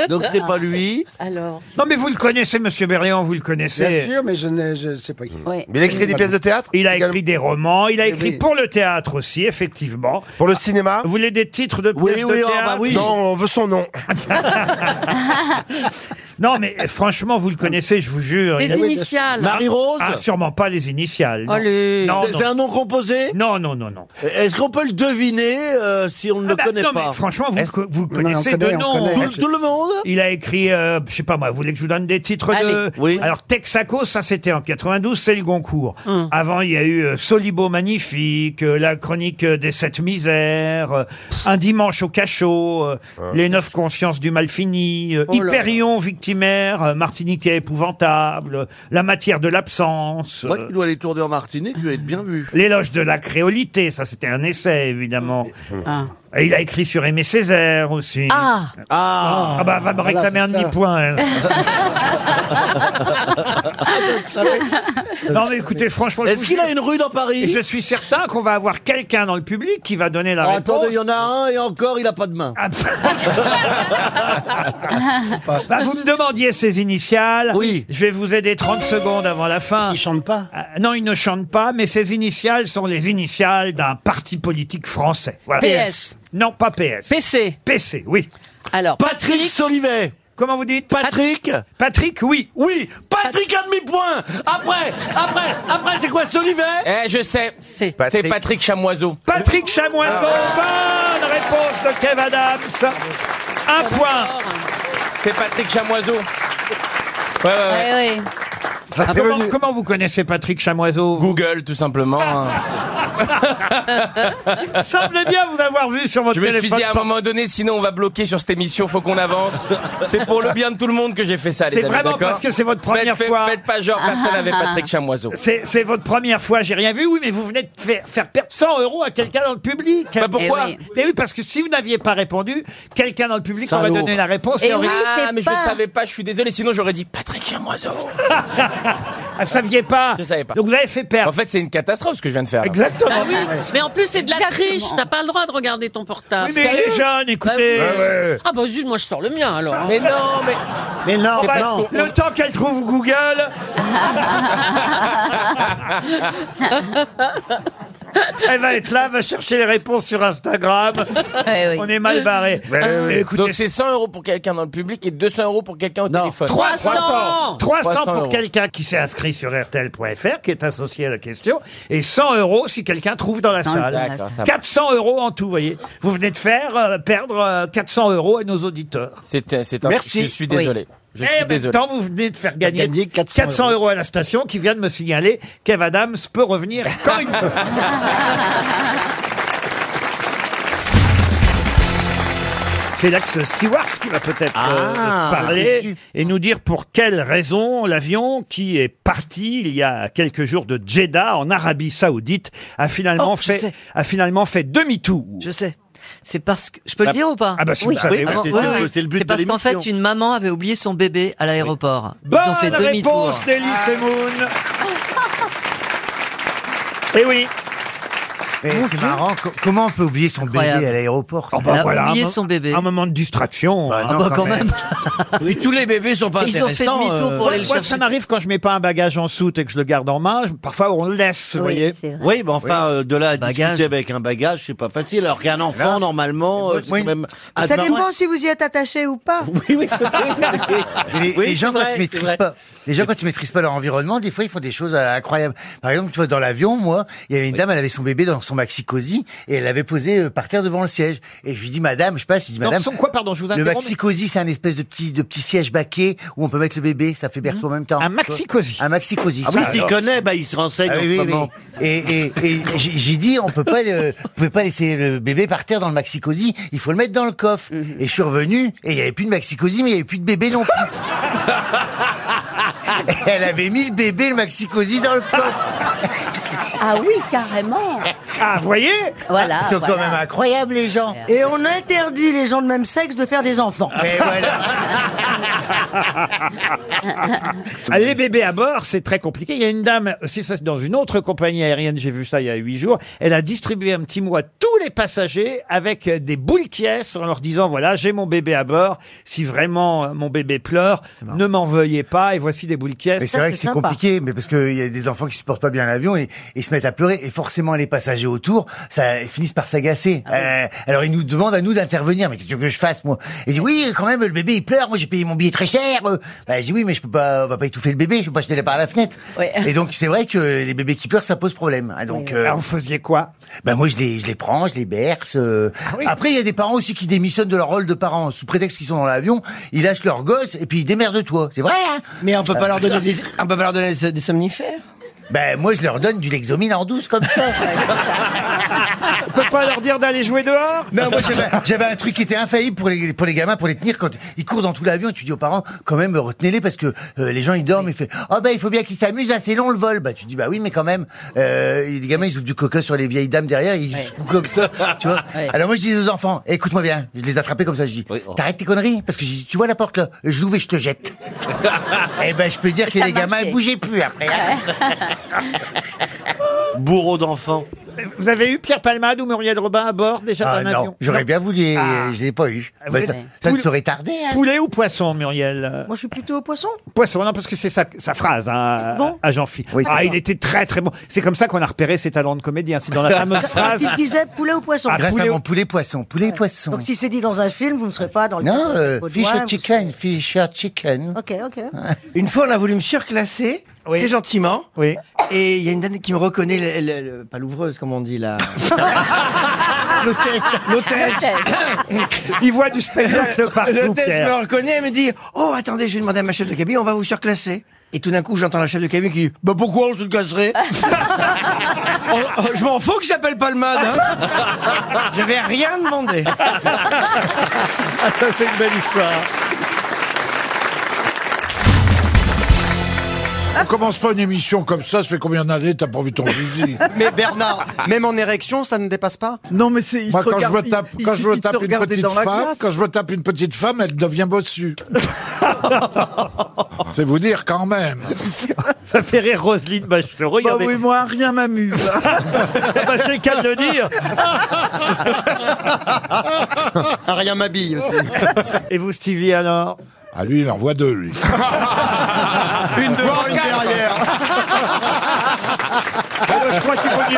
Speaker 18: Donc c'est pas lui.
Speaker 35: Alors.
Speaker 1: Non, mais vous le connaissez, Monsieur Berriand, vous le connaissez.
Speaker 19: Bien sûr, mais je ne je sais pas qui.
Speaker 1: Mais il a écrit des pièces de théâtre Il a écrit des romans, il a écrit
Speaker 19: oui.
Speaker 1: pour le théâtre aussi, effectivement. Pour le cinéma ah, Vous voulez des titres de
Speaker 19: Oui,
Speaker 1: pièces
Speaker 19: oui,
Speaker 1: de
Speaker 19: oh, bah
Speaker 1: théâtre
Speaker 19: oui. Non,
Speaker 1: on veut son nom. non, mais franchement, vous le connaissez, je vous jure.
Speaker 35: Les
Speaker 1: Il a-
Speaker 35: initiales. Marie-Rose
Speaker 1: Ah, sûrement pas les
Speaker 19: Oh,
Speaker 1: initiales. non.
Speaker 35: Allez.
Speaker 1: Non,
Speaker 19: C'est-
Speaker 1: non.
Speaker 19: c'est un nom composé
Speaker 1: Non, non, non, non.
Speaker 19: Est-ce qu'on peut le deviner euh, si on ne le
Speaker 1: bah,
Speaker 19: connaît
Speaker 1: non,
Speaker 19: pas
Speaker 1: mais franchement, vous co- vous
Speaker 19: Non, mais on
Speaker 1: connaissez
Speaker 19: connaît,
Speaker 1: de
Speaker 19: on
Speaker 1: nom.
Speaker 19: connaît. Tout- tout
Speaker 1: le monde Il a écrit, euh, je sais pas moi, vous voulez que je vous donne des titres de...
Speaker 19: Allez. Oui.
Speaker 1: Alors, Texaco, ça c'était en 92, c'est le Goncourt.
Speaker 19: Hum.
Speaker 1: Avant, il y a eu euh, Solibo Magnifique, euh, La Chronique euh, des Sept Misères, euh, Un Dimanche au Cachot, euh, Les Neuf Consciences du Malfini, euh,
Speaker 19: Oh là là.
Speaker 1: Hyperion Victimaire, euh, Martiniquais épouvantable, euh, La Matière de
Speaker 8: Oh.
Speaker 1: l'Absence...
Speaker 18: Moi
Speaker 1: euh,
Speaker 18: qui dois aller tourner en Martinique, tu vas être bien vu.
Speaker 1: L'éloge de la créolité, ça c'était un essai évidemment. Et il a écrit sur Aimé Césaire aussi.
Speaker 19: Ah.
Speaker 1: Ah, bah va me
Speaker 19: Voilà,
Speaker 1: réclamer un hein.
Speaker 19: c'est ça.
Speaker 1: demi-point. elle. non mais écoutez, franchement,
Speaker 19: Est-ce qu'il a une
Speaker 1: rue dans Paris Je suis certain qu'on va avoir quelqu'un dans le public qui va donner la
Speaker 19: Ah,
Speaker 1: réponse. Ah,
Speaker 19: Attendez, il y en a un et encore, il a pas de main.
Speaker 1: Bah, vous me demandiez ses initiales. Oui. Je vais vous aider 30 secondes avant la fin. Il chante pas Non, il ne chante pas, mais ses initiales sont les initiales d'un parti politique français. Voilà.
Speaker 35: PS.
Speaker 1: Non, pas PS.
Speaker 35: PC.
Speaker 1: PC, oui.
Speaker 35: Alors.
Speaker 1: Patrick Solivet. Comment vous dites
Speaker 3: Patrick
Speaker 1: Patrick, oui.
Speaker 3: Oui, Patrick à demi-point Après, après, après, c'est quoi, Solivet
Speaker 12: Eh, je sais. C'est Patrick. Chamoiseau.
Speaker 1: Patrick Chamoiseau, bonne réponse de Kev Adams. Un point.
Speaker 12: C'est Patrick Chamoiseau. Ouais, ouais, ouais.
Speaker 16: Ouais, ouais.
Speaker 1: Ah, comment, comment vous connaissez Patrick Chamoiseau
Speaker 12: Google, tout simplement. hein.
Speaker 1: Il me semblait bien vous avoir vu sur votre
Speaker 12: Je me suis
Speaker 1: téléphone.
Speaker 12: dit à un moment donné, sinon on va bloquer sur cette émission, faut qu'on avance. C'est pour le bien de tout le monde que j'ai fait ça, Ah, les
Speaker 1: C'est
Speaker 12: amis,
Speaker 1: vraiment
Speaker 12: d'accord
Speaker 1: parce que c'est votre première
Speaker 12: Faites-
Speaker 1: fois. Ah.
Speaker 12: Faites, faites pas genre, personne n'avait Patrick Chamoiseau.
Speaker 1: C'est c'est votre première fois, j'ai rien vu, oui, mais vous venez de faire, faire perdre 100 euros à quelqu'un dans le public.
Speaker 12: Bah, pourquoi Eh oui.
Speaker 1: Mais oui, parce que si vous n'aviez pas répondu, quelqu'un dans le public
Speaker 12: Ça
Speaker 1: aurait
Speaker 12: lourd.
Speaker 1: donné la réponse. et aurait-
Speaker 12: ah, mais je savais pas, je suis désolé, sinon j'aurais dit Patrick Chamoiseau.
Speaker 1: Ah, Vous saviez pas
Speaker 12: Je savais pas.
Speaker 1: Donc vous avez fait perdre.
Speaker 12: En fait, c'est une catastrophe ce que je viens de faire. là.
Speaker 1: Exactement. Ah
Speaker 35: Bah oui,
Speaker 1: Ouais.
Speaker 35: mais en plus c'est de la
Speaker 16: Exactement.
Speaker 35: triche, t'as pas le droit de regarder ton portable.
Speaker 1: Oui, mais il est jeune, écoutez.
Speaker 35: Bah oui.
Speaker 1: Ouais, ouais.
Speaker 35: Ah bah zut, moi je sors le mien alors. hein.
Speaker 12: Mais non, mais.
Speaker 34: Mais non,
Speaker 1: Oh, bah,
Speaker 34: non.
Speaker 1: le temps qu'elle trouve Google,
Speaker 12: Ah.
Speaker 1: elle va être là, va chercher les réponses sur Instagram.
Speaker 3: Eh
Speaker 1: On est mal barré. Mais
Speaker 12: Donc
Speaker 1: Écoutez,
Speaker 12: c'est 100 euros pour quelqu'un dans le public et 200 euros pour quelqu'un au téléphone.
Speaker 1: 300 300,
Speaker 12: 300
Speaker 1: pour
Speaker 12: euros.
Speaker 1: quelqu'un qui s'est inscrit sur RTL.fr, qui est associé à la question, et 100 euros si quelqu'un trouve dans la
Speaker 12: Dans le-
Speaker 1: salle.
Speaker 12: D'accord, ça va.
Speaker 1: 400 euros en tout, voyez. Vous venez de faire euh, perdre euh, 400 euros à nos auditeurs.
Speaker 12: C'est un- c'est un-
Speaker 1: Merci.
Speaker 12: Je suis désolé. Je
Speaker 1: et en
Speaker 12: suis
Speaker 1: même
Speaker 12: désolé.
Speaker 1: temps, vous venez de faire gagner,
Speaker 34: gagné
Speaker 1: 400,
Speaker 34: 400
Speaker 1: euros. à la station qui vient de me signaler qu'Ev Adams peut revenir quand il veut. Félix Stewart qui va peut-être euh,
Speaker 18: Ah,
Speaker 1: parler et nous dire pour quelles raisons l'avion qui est parti il y a quelques jours de Jeddah en Arabie Saoudite a finalement
Speaker 6: Oh, je
Speaker 1: fait
Speaker 6: sais.
Speaker 1: a finalement fait demi-tour.
Speaker 6: Je sais. C'est parce que. Je peux
Speaker 1: Ah,
Speaker 6: le dire ou pas
Speaker 1: ah bah si Oui. vous savez, oui.
Speaker 6: bon,
Speaker 1: C'est-
Speaker 6: ouais,
Speaker 1: c'est-
Speaker 6: ouais.
Speaker 1: c'est le but
Speaker 6: C'est
Speaker 1: de
Speaker 6: parce qu'en
Speaker 1: l'émission.
Speaker 6: fait, une maman avait oublié son bébé à l'aéroport. Ils
Speaker 1: Bonne
Speaker 6: ont fait demi-tour. Ah.
Speaker 1: réponse d'Elie Semoun. Eh oui.
Speaker 20: Eh, c'est marrant, co- comment on peut oublier son
Speaker 6: Incroyable.
Speaker 20: bébé à l'aéroport
Speaker 1: Oh, bah,
Speaker 6: Elle a
Speaker 1: voilà,
Speaker 6: oublié
Speaker 1: un mo-
Speaker 6: son bébé. Ah,
Speaker 1: Un moment de distraction.
Speaker 3: Ah
Speaker 20: Bah, non, quand même.
Speaker 3: Oui, tous les bébés sont pas
Speaker 6: Ils ont fait
Speaker 3: intéressants.
Speaker 6: demi-tour
Speaker 3: euh.
Speaker 6: pour aller le
Speaker 1: Moi,
Speaker 6: chercher.
Speaker 1: ça m'arrive quand je mets pas un bagage en soute et que je le garde en main. je- Parfois, on le laisse, vous voyez.
Speaker 4: Oui, mais enfin, euh, de là à discuter avec un bagage, c'est pas facile. Alors qu'un enfant, normalement, euh, c'est quand même...
Speaker 8: Ça
Speaker 4: admirable.
Speaker 8: dépend si vous y êtes attaché ou pas.
Speaker 20: Mais les,
Speaker 4: Oui,
Speaker 20: les gens
Speaker 4: c'est vrai,
Speaker 20: quand ils
Speaker 4: c'est vrai.
Speaker 20: maîtrisent pas, les gens quand ils maîtrisent pas leur environnement, des fois ils font des choses euh, incroyables. Par exemple, tu vois dans l'avion, moi, il y avait une dame, elle avait son bébé dans son maxi cosy et elle l'avait posé euh, par terre devant le siège. Et je lui dis Madame, je passe, je dis
Speaker 1: Dans
Speaker 20: Madame.
Speaker 1: son quoi, pardon, je vous
Speaker 20: le
Speaker 1: interromps.
Speaker 20: maxi cosy, c'est un espèce de petit de petit siège baquet où on peut mettre le bébé, ça fait berceau en même temps.
Speaker 1: Mhm. Un maxi cosy.
Speaker 20: Un maxi cosy.
Speaker 4: Ah oui, s'il connaît, bah, il se renseigne
Speaker 20: Ah
Speaker 4: en
Speaker 20: oui,
Speaker 4: ce
Speaker 20: oui,
Speaker 4: moment.
Speaker 20: oui. Et, et, et j'ai j'ai dit, on peut pas, le, vous pouvez pas laisser le bébé par terre dans le maxi cosy. Il faut le mettre dans le coffre.
Speaker 4: Mhm.
Speaker 20: Et je suis revenu et il y avait plus de maxi cosy, mais il y avait plus de bébé non plus. Elle avait mis le bébé, le maxi cosy dans le coffre.
Speaker 16: Ah oui, carrément.
Speaker 1: Ah, vous voyez
Speaker 16: Voilà.
Speaker 20: Ils sont quand
Speaker 16: voilà.
Speaker 20: même incroyables les gens.
Speaker 8: Et on interdit les gens de même sexe de faire des enfants.
Speaker 20: Mais voilà.
Speaker 1: Ah, Les bébés à bord, c'est très compliqué. Il y a une dame, si ça c'est dans une autre compagnie aérienne, j'ai vu ça il y a huit jours, elle a distribué un petit mot à tous les passagers avec euh, des boules qui est en leur disant voilà, j'ai mon bébé à bord, si vraiment euh, mon bébé pleure, ne m'en veuillez pas et voici des boules qui est.
Speaker 20: Mais c'est vrai que c'est compliqué, mais parce qu'il y a des enfants qui supportent pas bien l'avion et ils se mettent à pleurer. Et forcément, les passagers autour, ça ils finissent par s'agacer. Euh, alors ils nous demandent à nous d'intervenir. Mais qu'est-ce que tu veux que je fasse moi Ils disent oui, quand même, le bébé il pleure. Moi j'ai payé mon billet très cher. Euh, Bah, je dis oui, mais je peux pas, on va pas étouffer le bébé. Je peux pas jeter la par la fenêtre.
Speaker 6: Ouais.
Speaker 20: Et donc c'est vrai que les bébés qui pleurent, ça pose problème. Ah, Donc euh,
Speaker 1: Alors, vous faisiez quoi
Speaker 20: bah moi je les je les prends, je les berce. euh. Après il y a des parents aussi qui démissionnent de leur rôle de parents sous prétexte qu'ils sont dans l'avion, ils lâchent leur gosse et puis ils démerdent toi. C'est vrai hein
Speaker 8: Mais on peut
Speaker 20: pas leur donner
Speaker 8: des, on peut pas leur donner des, somnifères.
Speaker 20: Ben moi je leur donne du Lexomil en douce comme ça.
Speaker 1: On peut pas leur dire d'aller jouer dehors
Speaker 20: non moi j'avais- j'avais un truc qui était infaillible pour les pour les gamins pour les tenir quand ils courent dans tout l'avion et tu dis aux parents quand même retenez-les parce que euh, les gens ils dorment et fait oh ben il faut bien qu'ils s'amusent ah, c'est long le vol bah tu dis bah oui mais quand même euh, et les gamins ils ouvrent du coca sur les vieilles dames derrière ils se couent comme ça tu vois
Speaker 6: Ouais.
Speaker 20: alors moi je disais aux enfants écoute-moi bien je les attrapais comme ça je dis t'arrêtes tes conneries parce que j'ai dit, tu vois la porte là je l'ouvre et je te jette et ben je peux dire que
Speaker 6: Ça
Speaker 20: les gamins
Speaker 8: Ah
Speaker 6: marchait.
Speaker 20: ils bougeaient plus après hein.
Speaker 4: Bourreau d'enfants.
Speaker 1: Vous avez eu Pierre Palmade ou Muriel Robin à bord déjà
Speaker 20: Ah
Speaker 1: d'un
Speaker 20: non,
Speaker 1: avion
Speaker 20: j'aurais bien voulu,
Speaker 1: Ah.
Speaker 20: je l'ai pas eu.
Speaker 1: Ah,
Speaker 20: Bah,
Speaker 1: vous
Speaker 20: ça
Speaker 1: êtes-
Speaker 20: ça ne
Speaker 1: Poulet-
Speaker 20: saurait tarder. hein.
Speaker 1: Poulet ou poisson, Muriel Euh,
Speaker 8: Moi, je suis plutôt au poisson.
Speaker 1: Poisson, non, parce que c'est sa, sa phrase hein,
Speaker 8: Bon.
Speaker 1: à Jean-Philippe.
Speaker 8: Oui.
Speaker 1: ah, il était très très bon. C'est comme ça qu'on a repéré ses talents de comédien. C'est dans la
Speaker 8: Ah,
Speaker 1: fameuse phrase.
Speaker 8: Il disait poulet ou poisson.
Speaker 1: Ah, grâce à mon
Speaker 20: poulet poisson, poulet poisson.
Speaker 8: Donc si c'est dit dans un film, vous ne serez pas dans le
Speaker 20: Non,
Speaker 8: cadre
Speaker 20: euh,
Speaker 8: de
Speaker 20: fish
Speaker 8: Baudouin,
Speaker 20: or
Speaker 8: vous
Speaker 20: chicken, fish or chicken.
Speaker 8: serez- Ok, ok.
Speaker 7: Une fois, on a voulu me surclasser, très gentiment.
Speaker 1: Oui.
Speaker 7: Et il y a une dame qui me reconnaît, le- le- le- pas l'ouvreuse, comme on dit là.
Speaker 20: L'hôtesse.
Speaker 7: L'hôtesse.
Speaker 1: Il voit du spellos partout,
Speaker 7: L'hôtesse
Speaker 1: Pierre.
Speaker 7: me reconnaît, elle me dit Oh, attendez, je vais demander à ma chef de cabine, on va vous surclasser. Et tout d'un coup, j'entends la chef de cabine qui dit Bah pourquoi on se le casserait On- on- Je m'en fous que j'appelle Palmade. Hein. J'avais rien demandé.
Speaker 1: Ah, ça, c'est une belle histoire.
Speaker 9: On commence pas une émission comme ça, ça fait combien d'années t'as pas vu ton fusil
Speaker 15: Mais Bernard, Ah. même en érection, ça ne dépasse pas
Speaker 9: Non mais c'est
Speaker 15: il
Speaker 9: Moi,
Speaker 15: se
Speaker 9: quand
Speaker 15: regarde-
Speaker 9: je me tape,
Speaker 15: il- il
Speaker 9: quand je me
Speaker 15: suffit de se
Speaker 9: tape une
Speaker 15: regarder
Speaker 9: petite
Speaker 15: dans la
Speaker 9: femme,
Speaker 15: glace.
Speaker 9: quand je me tape une petite femme, elle devient bossue. C'est vous dire quand même.
Speaker 1: Ça fait rire Roselyne Bachelot.
Speaker 15: Bah oui, moi, rien m'amuse.
Speaker 1: bah, c'est le cas de le dire.
Speaker 15: rien m'habille aussi.
Speaker 1: Et vous, Stevie, alors
Speaker 9: Ah lui, il envoie deux, lui.
Speaker 15: Une devant, une derrière.
Speaker 1: je crois qu'il vaut mieux.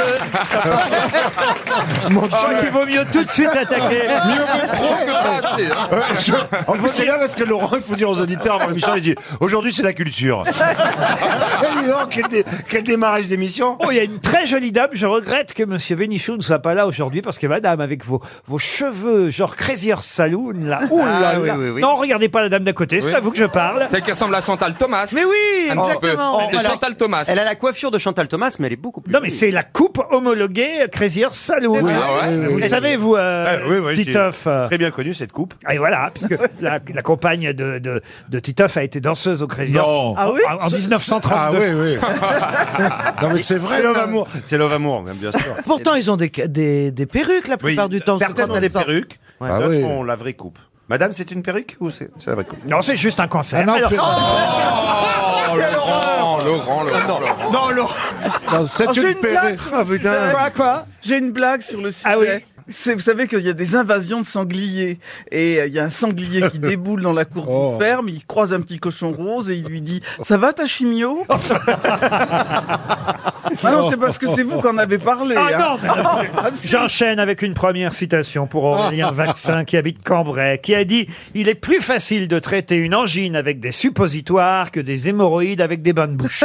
Speaker 1: je crois qu'il vaut mieux tout de suite attaquer.
Speaker 9: Mieux vaut trop que pas assez, hein.
Speaker 26: Ouais, je- En plus, c'est là parce que Laurent, il faut dire aux auditeurs avant l'émission, il dit aujourd'hui c'est la culture.
Speaker 1: Dis donc, quel, démarrage d'émission Oh, il y a une très jolie dame. Je regrette que Monsieur Bénichou ne soit pas là aujourd'hui parce que Madame, avec vos, vos cheveux genre Crazy Horse Saloon, là, oh là
Speaker 27: Ah, oui,
Speaker 1: là.
Speaker 27: oui, oui.
Speaker 1: Non, regardez pas la dame d'à côté. C'est
Speaker 27: Oui.
Speaker 1: à vous que je parle.
Speaker 27: Celle qui ressemble à Chantal Thomas.
Speaker 15: Mais oui,
Speaker 27: Un petit
Speaker 15: exactement.
Speaker 27: peu.
Speaker 15: Oh,
Speaker 27: C'est
Speaker 15: voilà.
Speaker 27: Chantal Thomas.
Speaker 15: Elle a la coiffure de Chantal Thomas, mais elle est beaucoup plus.
Speaker 1: Non, mais c'est la coupe homologuée Crazy Horse Saloon.
Speaker 27: Oui, Ah ouais. oui, oui,
Speaker 1: Vous le
Speaker 27: oui.
Speaker 1: savez, vous, euh,
Speaker 27: Ah, oui, oui,
Speaker 1: Titoff.
Speaker 27: j'ai
Speaker 1: euh,
Speaker 27: Très bien connue cette coupe.
Speaker 1: Et voilà, puisque la, la compagne de, de, de Titoff a été danseuse au Crazy
Speaker 18: Oh.
Speaker 1: Horse.
Speaker 27: Ah oui
Speaker 1: En, en 1932.
Speaker 9: Ah oui, oui. non mais c'est vrai.
Speaker 27: C'est Love
Speaker 9: hein.
Speaker 27: Amour. C'est Love Amour, même bien sûr.
Speaker 10: Pourtant, ils ont des, des, des perruques la plupart du temps.
Speaker 27: Certaines
Speaker 10: quand
Speaker 27: ont des
Speaker 10: elles sortent.
Speaker 27: perruques,
Speaker 10: Ouais.
Speaker 18: Ah
Speaker 27: d'autres
Speaker 9: Ah oui.
Speaker 27: ont la vraie coupe. Madame, c'est une perruque ou c'est c'est la vraie coupe
Speaker 1: Non, c'est juste un
Speaker 27: Ah
Speaker 1: cancer. Alors-
Speaker 27: Oh,
Speaker 9: Ah,
Speaker 27: Laurent, Laurent, Laurent, Laurent.
Speaker 15: Non, non.
Speaker 9: Non, c'est
Speaker 15: Oh,
Speaker 9: une
Speaker 15: j'ai blague
Speaker 9: perruque.
Speaker 15: sur
Speaker 9: Ah,
Speaker 15: le
Speaker 9: putain.
Speaker 15: sujet.
Speaker 9: Quoi,
Speaker 15: J'ai une blague sur le
Speaker 1: Ah
Speaker 15: sujet. C'est- vous savez qu'il y a des invasions de sangliers et euh, il y a un sanglier qui déboule dans la cour d'une
Speaker 9: Oh.
Speaker 15: ferme, il croise un petit cochon rose et il lui dit "Ça va ta chimio Ah non, c'est parce que c'est vous qui en avez parlé.
Speaker 1: Ah
Speaker 15: hein.
Speaker 1: non, mais non, c'est- J'enchaîne avec une première citation pour Aurélien Vaccin qui habite Cambrai, qui a dit Il est plus facile de traiter une angine avec des suppositoires que des hémorroïdes avec des bains de bouche.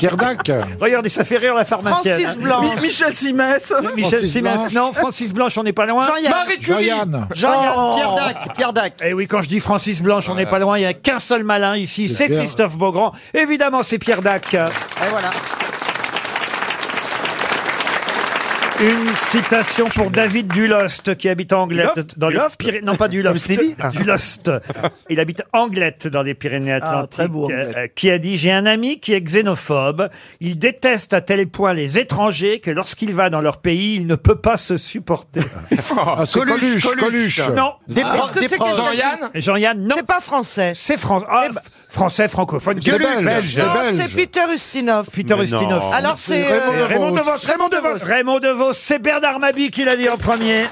Speaker 9: Pierre Dac.
Speaker 1: Regardez, ça fait rire la pharmacienne.
Speaker 15: Francis Blanc. Mi- Michel Simès.
Speaker 1: Michel Simès, non, Francis Blanche, on n'est pas loin.
Speaker 15: Jean-Yann. Marie Curie.
Speaker 9: Jean-Yann.
Speaker 15: Jean-Yann. Pierre
Speaker 1: Dac, Pierre Dac. Et Eh oui, quand je dis Francis Blanche, on n'est pas loin, il n'y a qu'un seul malin ici, c'est
Speaker 9: Pierre.
Speaker 1: Christophe Beaugrand. Évidemment, c'est Pierre Dac.
Speaker 15: Et voilà.
Speaker 1: Une citation pour David Dulost qui habite Anglette
Speaker 27: Duloft
Speaker 1: dans les
Speaker 27: Duloft
Speaker 1: Pyrénées. Non, pas Duloft.
Speaker 27: Comme Stevie
Speaker 1: Dulost. Il habite Anglette dans les
Speaker 15: Ah, très
Speaker 1: Pyrénées-Atlantiques.
Speaker 15: beau, Anglette.
Speaker 1: euh, qui a dit J'ai un ami qui est xénophobe. Il déteste à tel point les étrangers que lorsqu'il va dans leur pays, il ne peut pas se supporter.
Speaker 9: Ah, c'est Coluche, Coluche.
Speaker 1: Non.
Speaker 9: Des Ah, profs, est-ce que des c'est profs. quelqu'un-
Speaker 1: Jean-Yann Jean-Yann, non. C'est pas français. C'est français. Ah, français, francophone.
Speaker 9: Eh ben- C'est
Speaker 1: Coluche.
Speaker 9: belge, c'est
Speaker 10: Non, c'est Peter Ustinov.
Speaker 1: Peter Ustinov.
Speaker 10: Alors c'est euh,
Speaker 1: Raymond DeVos. Raymond DeVos, c'est Bernard Mabi qui l'a dit en premier.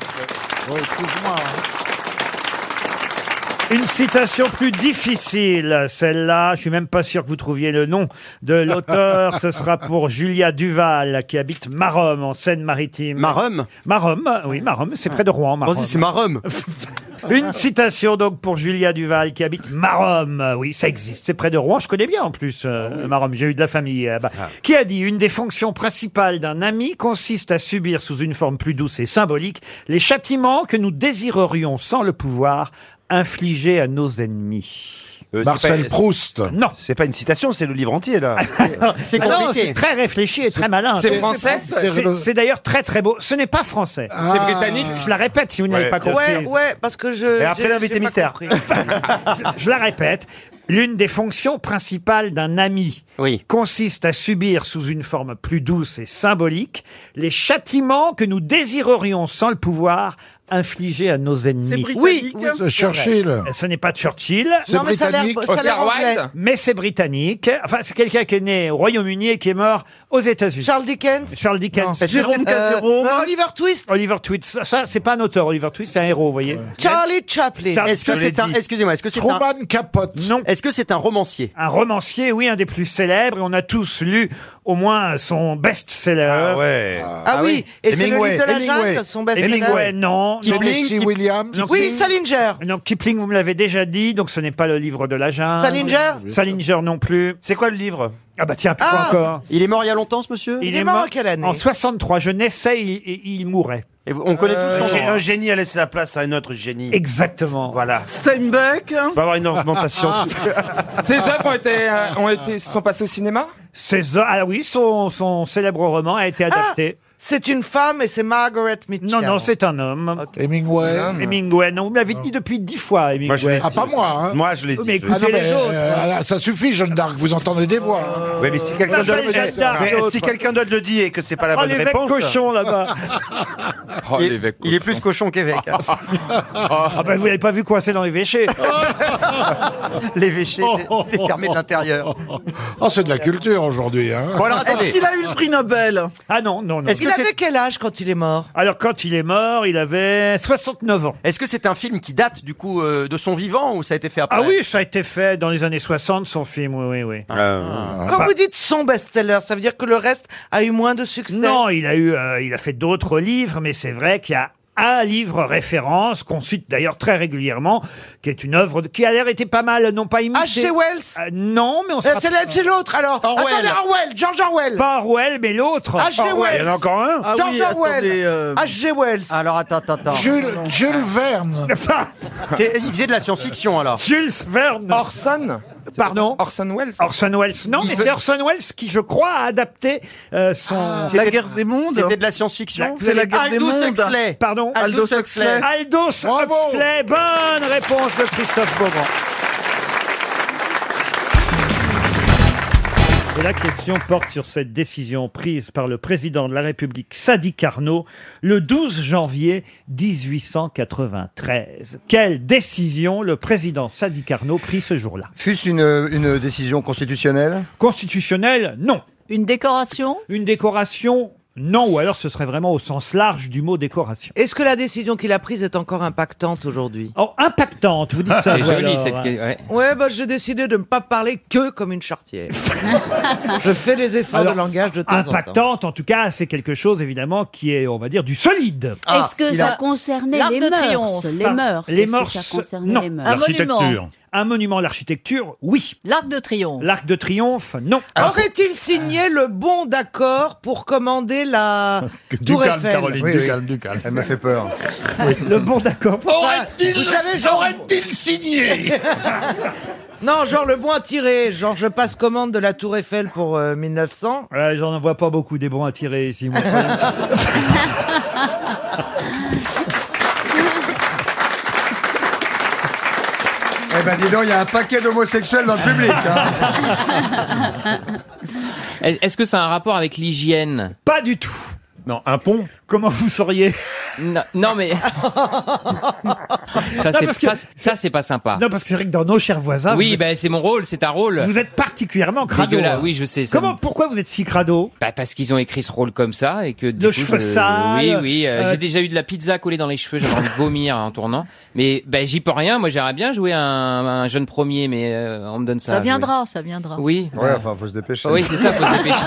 Speaker 1: Une citation plus difficile, celle-là. Je suis même pas sûr que vous trouviez le nom de l'auteur. Ce sera pour Julia Duval, qui habite Marom, en Seine-Maritime. Marom Marom, oui, Marom. C'est près de Rouen, Marom.
Speaker 15: Vas-y, c'est Marom.
Speaker 1: Une citation, donc, pour Julia Duval, qui habite Marom. Oui, ça existe. C'est près de Rouen. Je connais bien, en plus, euh,
Speaker 27: Ah
Speaker 1: Marom. J'ai eu de la famille. euh, bah. Qui a dit Une des fonctions principales d'un ami consiste à subir sous une forme plus douce et symbolique les châtiments que nous désirerions sans le pouvoir infliger à nos ennemis.
Speaker 27: Euh,
Speaker 9: Marcel
Speaker 27: c'est pas-
Speaker 9: Proust.
Speaker 1: Non.
Speaker 27: C'est pas une citation, c'est le livre entier là.
Speaker 1: C'est
Speaker 27: compliqué.
Speaker 1: c'est très réfléchi et très malin.
Speaker 27: c'est français
Speaker 1: C'est- C'est c'est d'ailleurs très très beau. Ce n'est pas français.
Speaker 9: Ah.
Speaker 27: C'est britannique
Speaker 1: Je la répète si vous n'avez
Speaker 27: Ouais.
Speaker 1: pas compris.
Speaker 10: Ouais, ouais, parce que je.
Speaker 27: Et après
Speaker 10: Euh, j'ai-
Speaker 27: l'invité
Speaker 10: j'ai pas
Speaker 27: mystère.
Speaker 10: compris.
Speaker 1: Je la répète. L'une des fonctions principales d'un ami consiste à subir sous une forme plus douce et symbolique les châtiments que nous désirerions sans le pouvoir infliger à nos ennemis.
Speaker 34: britannique. Oui, oui, c'est Churchill. vrai.
Speaker 1: Ce n'est pas Churchill.
Speaker 34: C'est Non, mais ça a l'air- britannique. ça a l'air Oscar anglais. Wilde.
Speaker 1: Mais c'est britannique. Enfin, c'est quelqu'un qui est né au Royaume-Uni et qui est mort aux États-Unis. Charles Dickens. Charles Dickens. Euh,
Speaker 10: Non. Jérôme
Speaker 34: euh,
Speaker 10: Cazero.
Speaker 1: Oliver Twist. Oliver Twist. Ça, Ça, c'est pas un auteur. Oliver Twist, c'est un héros, vous voyez.
Speaker 10: Charlie Chaplin.
Speaker 1: Est-ce que c'est un-
Speaker 18: Excusez-moi, est-ce que c'est un...
Speaker 1: Truman
Speaker 18: Capote.
Speaker 1: Non.
Speaker 18: Est-ce que c'est un romancier
Speaker 1: Un romancier, oui, un des plus célèbres. Et on a tous lu au moins son best-seller. Ah ouais.
Speaker 10: Ah oui, et c'est le livre de la jungle, son best-seller.
Speaker 1: Hemingway, non.
Speaker 10: Kipling,
Speaker 1: non.
Speaker 10: Kip- Williams.
Speaker 1: Non,
Speaker 10: Oui,
Speaker 1: Kipling.
Speaker 10: Salinger.
Speaker 1: Non, Kipling, vous me l'avez déjà dit, donc ce n'est pas le livre de la jungle.
Speaker 10: Salinger
Speaker 1: Salinger non plus.
Speaker 18: C'est quoi le livre
Speaker 1: Ah bah tiens, pourquoi
Speaker 18: Ah
Speaker 1: encore
Speaker 18: Il est mort il y a longtemps, ce monsieur
Speaker 1: Il est mort en quelle année En 63. Je naissais, il, il- il mourait. Euh,
Speaker 18: Et on connaît tous son nom.
Speaker 1: nom.
Speaker 18: Euh, Un génie a laissé la place à un autre génie.
Speaker 1: Exactement.
Speaker 18: Voilà.
Speaker 15: Steinbeck.
Speaker 18: On va avoir une augmentation.
Speaker 1: Ah.
Speaker 5: Ces œuvres ont été, euh, ont été, se sont passées au cinéma
Speaker 1: Ses- ah oui, son, son célèbre roman a été adapté.
Speaker 10: C'est une femme et c'est Margaret Mitchell.
Speaker 1: non, non, c'est un homme.
Speaker 34: Hemingway.
Speaker 1: Hemingway, non, vous m'avez dit depuis dix fois, Hemingway.
Speaker 34: je l'ai Ah, dit pas aussi. moi, hein.
Speaker 1: Moi, je l'ai Mais
Speaker 34: Ah non,
Speaker 1: écoutez
Speaker 34: mais,
Speaker 1: les autres.
Speaker 34: euh, ah, ça suffit, Jeanne d'Arc, vous entendez des voix.
Speaker 9: hein.
Speaker 18: Oui, mais si quelqu'un d'autre
Speaker 34: Jeanne d'Arc,
Speaker 18: Mais euh,
Speaker 34: l'autre.
Speaker 18: si quelqu'un d'autre le dit et que c'est pas la
Speaker 15: Ah,
Speaker 34: Oh,
Speaker 18: bonne
Speaker 34: l'évêque
Speaker 18: réponse.
Speaker 34: cochon,
Speaker 1: là-bas.
Speaker 18: Oh,
Speaker 34: Il-
Speaker 18: l'évêque cochon. Il est plus cochon qu'évêque.
Speaker 1: Ah ben, vous n'avez pas vu quoi c'est dans l'évêché.
Speaker 18: L'évêché
Speaker 34: était fermé de l'intérieur. Oh, c'est de la culture aujourd'hui. Hein.
Speaker 15: Est-ce qu'il a eu le prix Nobel
Speaker 1: Ah non, non, non.
Speaker 10: Il avait quel âge quand il est mort
Speaker 1: Alors quand il est mort, il avait 69 ans.
Speaker 18: Est-ce que c'est un film qui date du coup euh, de son vivant ou ça a été fait après
Speaker 1: Ah oui, ça a été fait dans les années 60, son film, oui, oui, oui.
Speaker 3: Ah.
Speaker 10: Quand vous dites son best-seller, ça veut dire que le reste a eu moins de succès
Speaker 1: Non, il a eu, euh, il a fait d'autres livres, mais c'est vrai qu'il y a un livre référence qu'on cite d'ailleurs très régulièrement, qui est une œuvre de- qui a l'air été pas mal, non pas imitée.
Speaker 10: H.G. Ah, Wells
Speaker 1: Euh, Non, mais on se
Speaker 10: Euh, c'est la- c'est l'autre, alors.
Speaker 1: Orwell.
Speaker 10: Attendez, Orwell, George Orwell.
Speaker 1: Pas Orwell, Ah mais l'autre.
Speaker 10: H.G. Wells.
Speaker 18: Ah
Speaker 10: George Orwell.
Speaker 1: euh,
Speaker 10: H.G. Wells.
Speaker 18: Alors attends, attends, attends.
Speaker 10: Ah.
Speaker 34: Jules Verne.
Speaker 18: C'est- Il faisait de la science-fiction alors.
Speaker 1: Jules Verne.
Speaker 5: Orson
Speaker 1: Pardon
Speaker 5: Orson Welles
Speaker 1: Orson Welles. Non, mais c'est Orson Welles qui, je crois, a adapté euh, son.
Speaker 18: C'était- C'était de la
Speaker 1: La-
Speaker 18: science-fiction.
Speaker 1: vous avez-
Speaker 18: Aldous Huxley.
Speaker 1: Pardon.
Speaker 18: Aldous Huxley.
Speaker 1: Aldous Huxley. Bonne réponse de Christophe Beaugrand. Et la question porte sur cette décision prise par le président de la République, Sadi Carnot, le 12 janvier 1893. Quelle décision le président Sadi Carnot prit ce jour-là
Speaker 11: Fût-ce une, une décision constitutionnelle
Speaker 1: Constitutionnelle, non.
Speaker 19: Une décoration
Speaker 1: Une décoration, non. Ou alors ce serait vraiment au sens large du mot décoration.
Speaker 10: Est-ce que la décision qu'il a prise est encore impactante aujourd'hui
Speaker 1: Oh, impactante, vous dites ça.
Speaker 10: Ah, C'est
Speaker 1: vous,
Speaker 10: joli,
Speaker 1: alors,
Speaker 10: cette
Speaker 1: hein.
Speaker 10: question, Ouais, bah, j'ai décidé de ne pas parler que comme une charretière. Je fais des efforts
Speaker 1: Alors,
Speaker 10: de langage de temps en temps.
Speaker 1: Impactante, en tout cas, c'est quelque chose évidemment qui est, on va dire, du solide.
Speaker 10: Ah,
Speaker 19: Est-ce que ça concernait
Speaker 13: L'Arc
Speaker 19: les
Speaker 13: de
Speaker 19: mœurs,
Speaker 13: Triomphe. Ah,
Speaker 19: les mœurs
Speaker 1: Ah, Les
Speaker 19: est-ce que
Speaker 1: mœurs,
Speaker 19: ça concernait
Speaker 1: non.
Speaker 19: les mœurs Un monument.
Speaker 1: Un monument, l'architecture, oui.
Speaker 19: L'Arc de Triomphe.
Speaker 1: L'arc de triomphe, non.
Speaker 10: Aurait-il signé le bon d'accord pour commander la Tour Eiffel
Speaker 11: du calme. Elle m'a fait peur.
Speaker 1: Le bon d'accord.
Speaker 10: Aurait-il- Vous savez, genre- aurait-il
Speaker 11: signé
Speaker 10: Non, genre le bon à tirer, genre je passe commande de la Tour Eiffel pour euh, 1900.
Speaker 1: Ouais, J'en vois pas beaucoup des bons à tirer ici. moi.
Speaker 11: Eh ben dis donc, il y a un paquet d'homosexuels dans le public. hein.
Speaker 1: Ah,
Speaker 17: Est-ce que ça a un rapport avec l'hygiène
Speaker 1: Pas du tout.
Speaker 17: Non, un pont.
Speaker 1: Comment vous sauriez
Speaker 17: non, non, mais ça
Speaker 1: Non,
Speaker 17: c'est
Speaker 1: parce que-
Speaker 17: ça, c'est- ça, c'est pas sympa.
Speaker 1: non, parce que c'est vrai que dans nos chers voisins,
Speaker 17: oui,
Speaker 1: vous,
Speaker 17: ben c'est mon rôle, c'est un rôle.
Speaker 1: êtes, vous êtes particulièrement crado.
Speaker 17: Dégueulasse,
Speaker 1: hein.
Speaker 17: oui, je sais. ça
Speaker 1: Comment,
Speaker 17: me-
Speaker 1: pourquoi vous êtes si crado
Speaker 17: bah, parce qu'ils ont écrit ce rôle comme ça et que du
Speaker 1: Le
Speaker 17: coup,
Speaker 1: cheveu
Speaker 17: je-
Speaker 1: sale,
Speaker 17: Oui, oui. euh,
Speaker 1: euh,
Speaker 17: J'ai déjà eu de la pizza collée dans les cheveux. J'avais envie de vomir en tournant. Mais ben j'y peux rien. Moi, j'aimerais bien jouer un, un jeune premier, mais euh, on me donne ça. à
Speaker 13: Ça
Speaker 17: jouer.
Speaker 13: viendra, ça viendra.
Speaker 17: Oui.
Speaker 11: Ouais, enfin, faut se dépêcher.
Speaker 17: Oui, c'est ça, faut se dépêcher.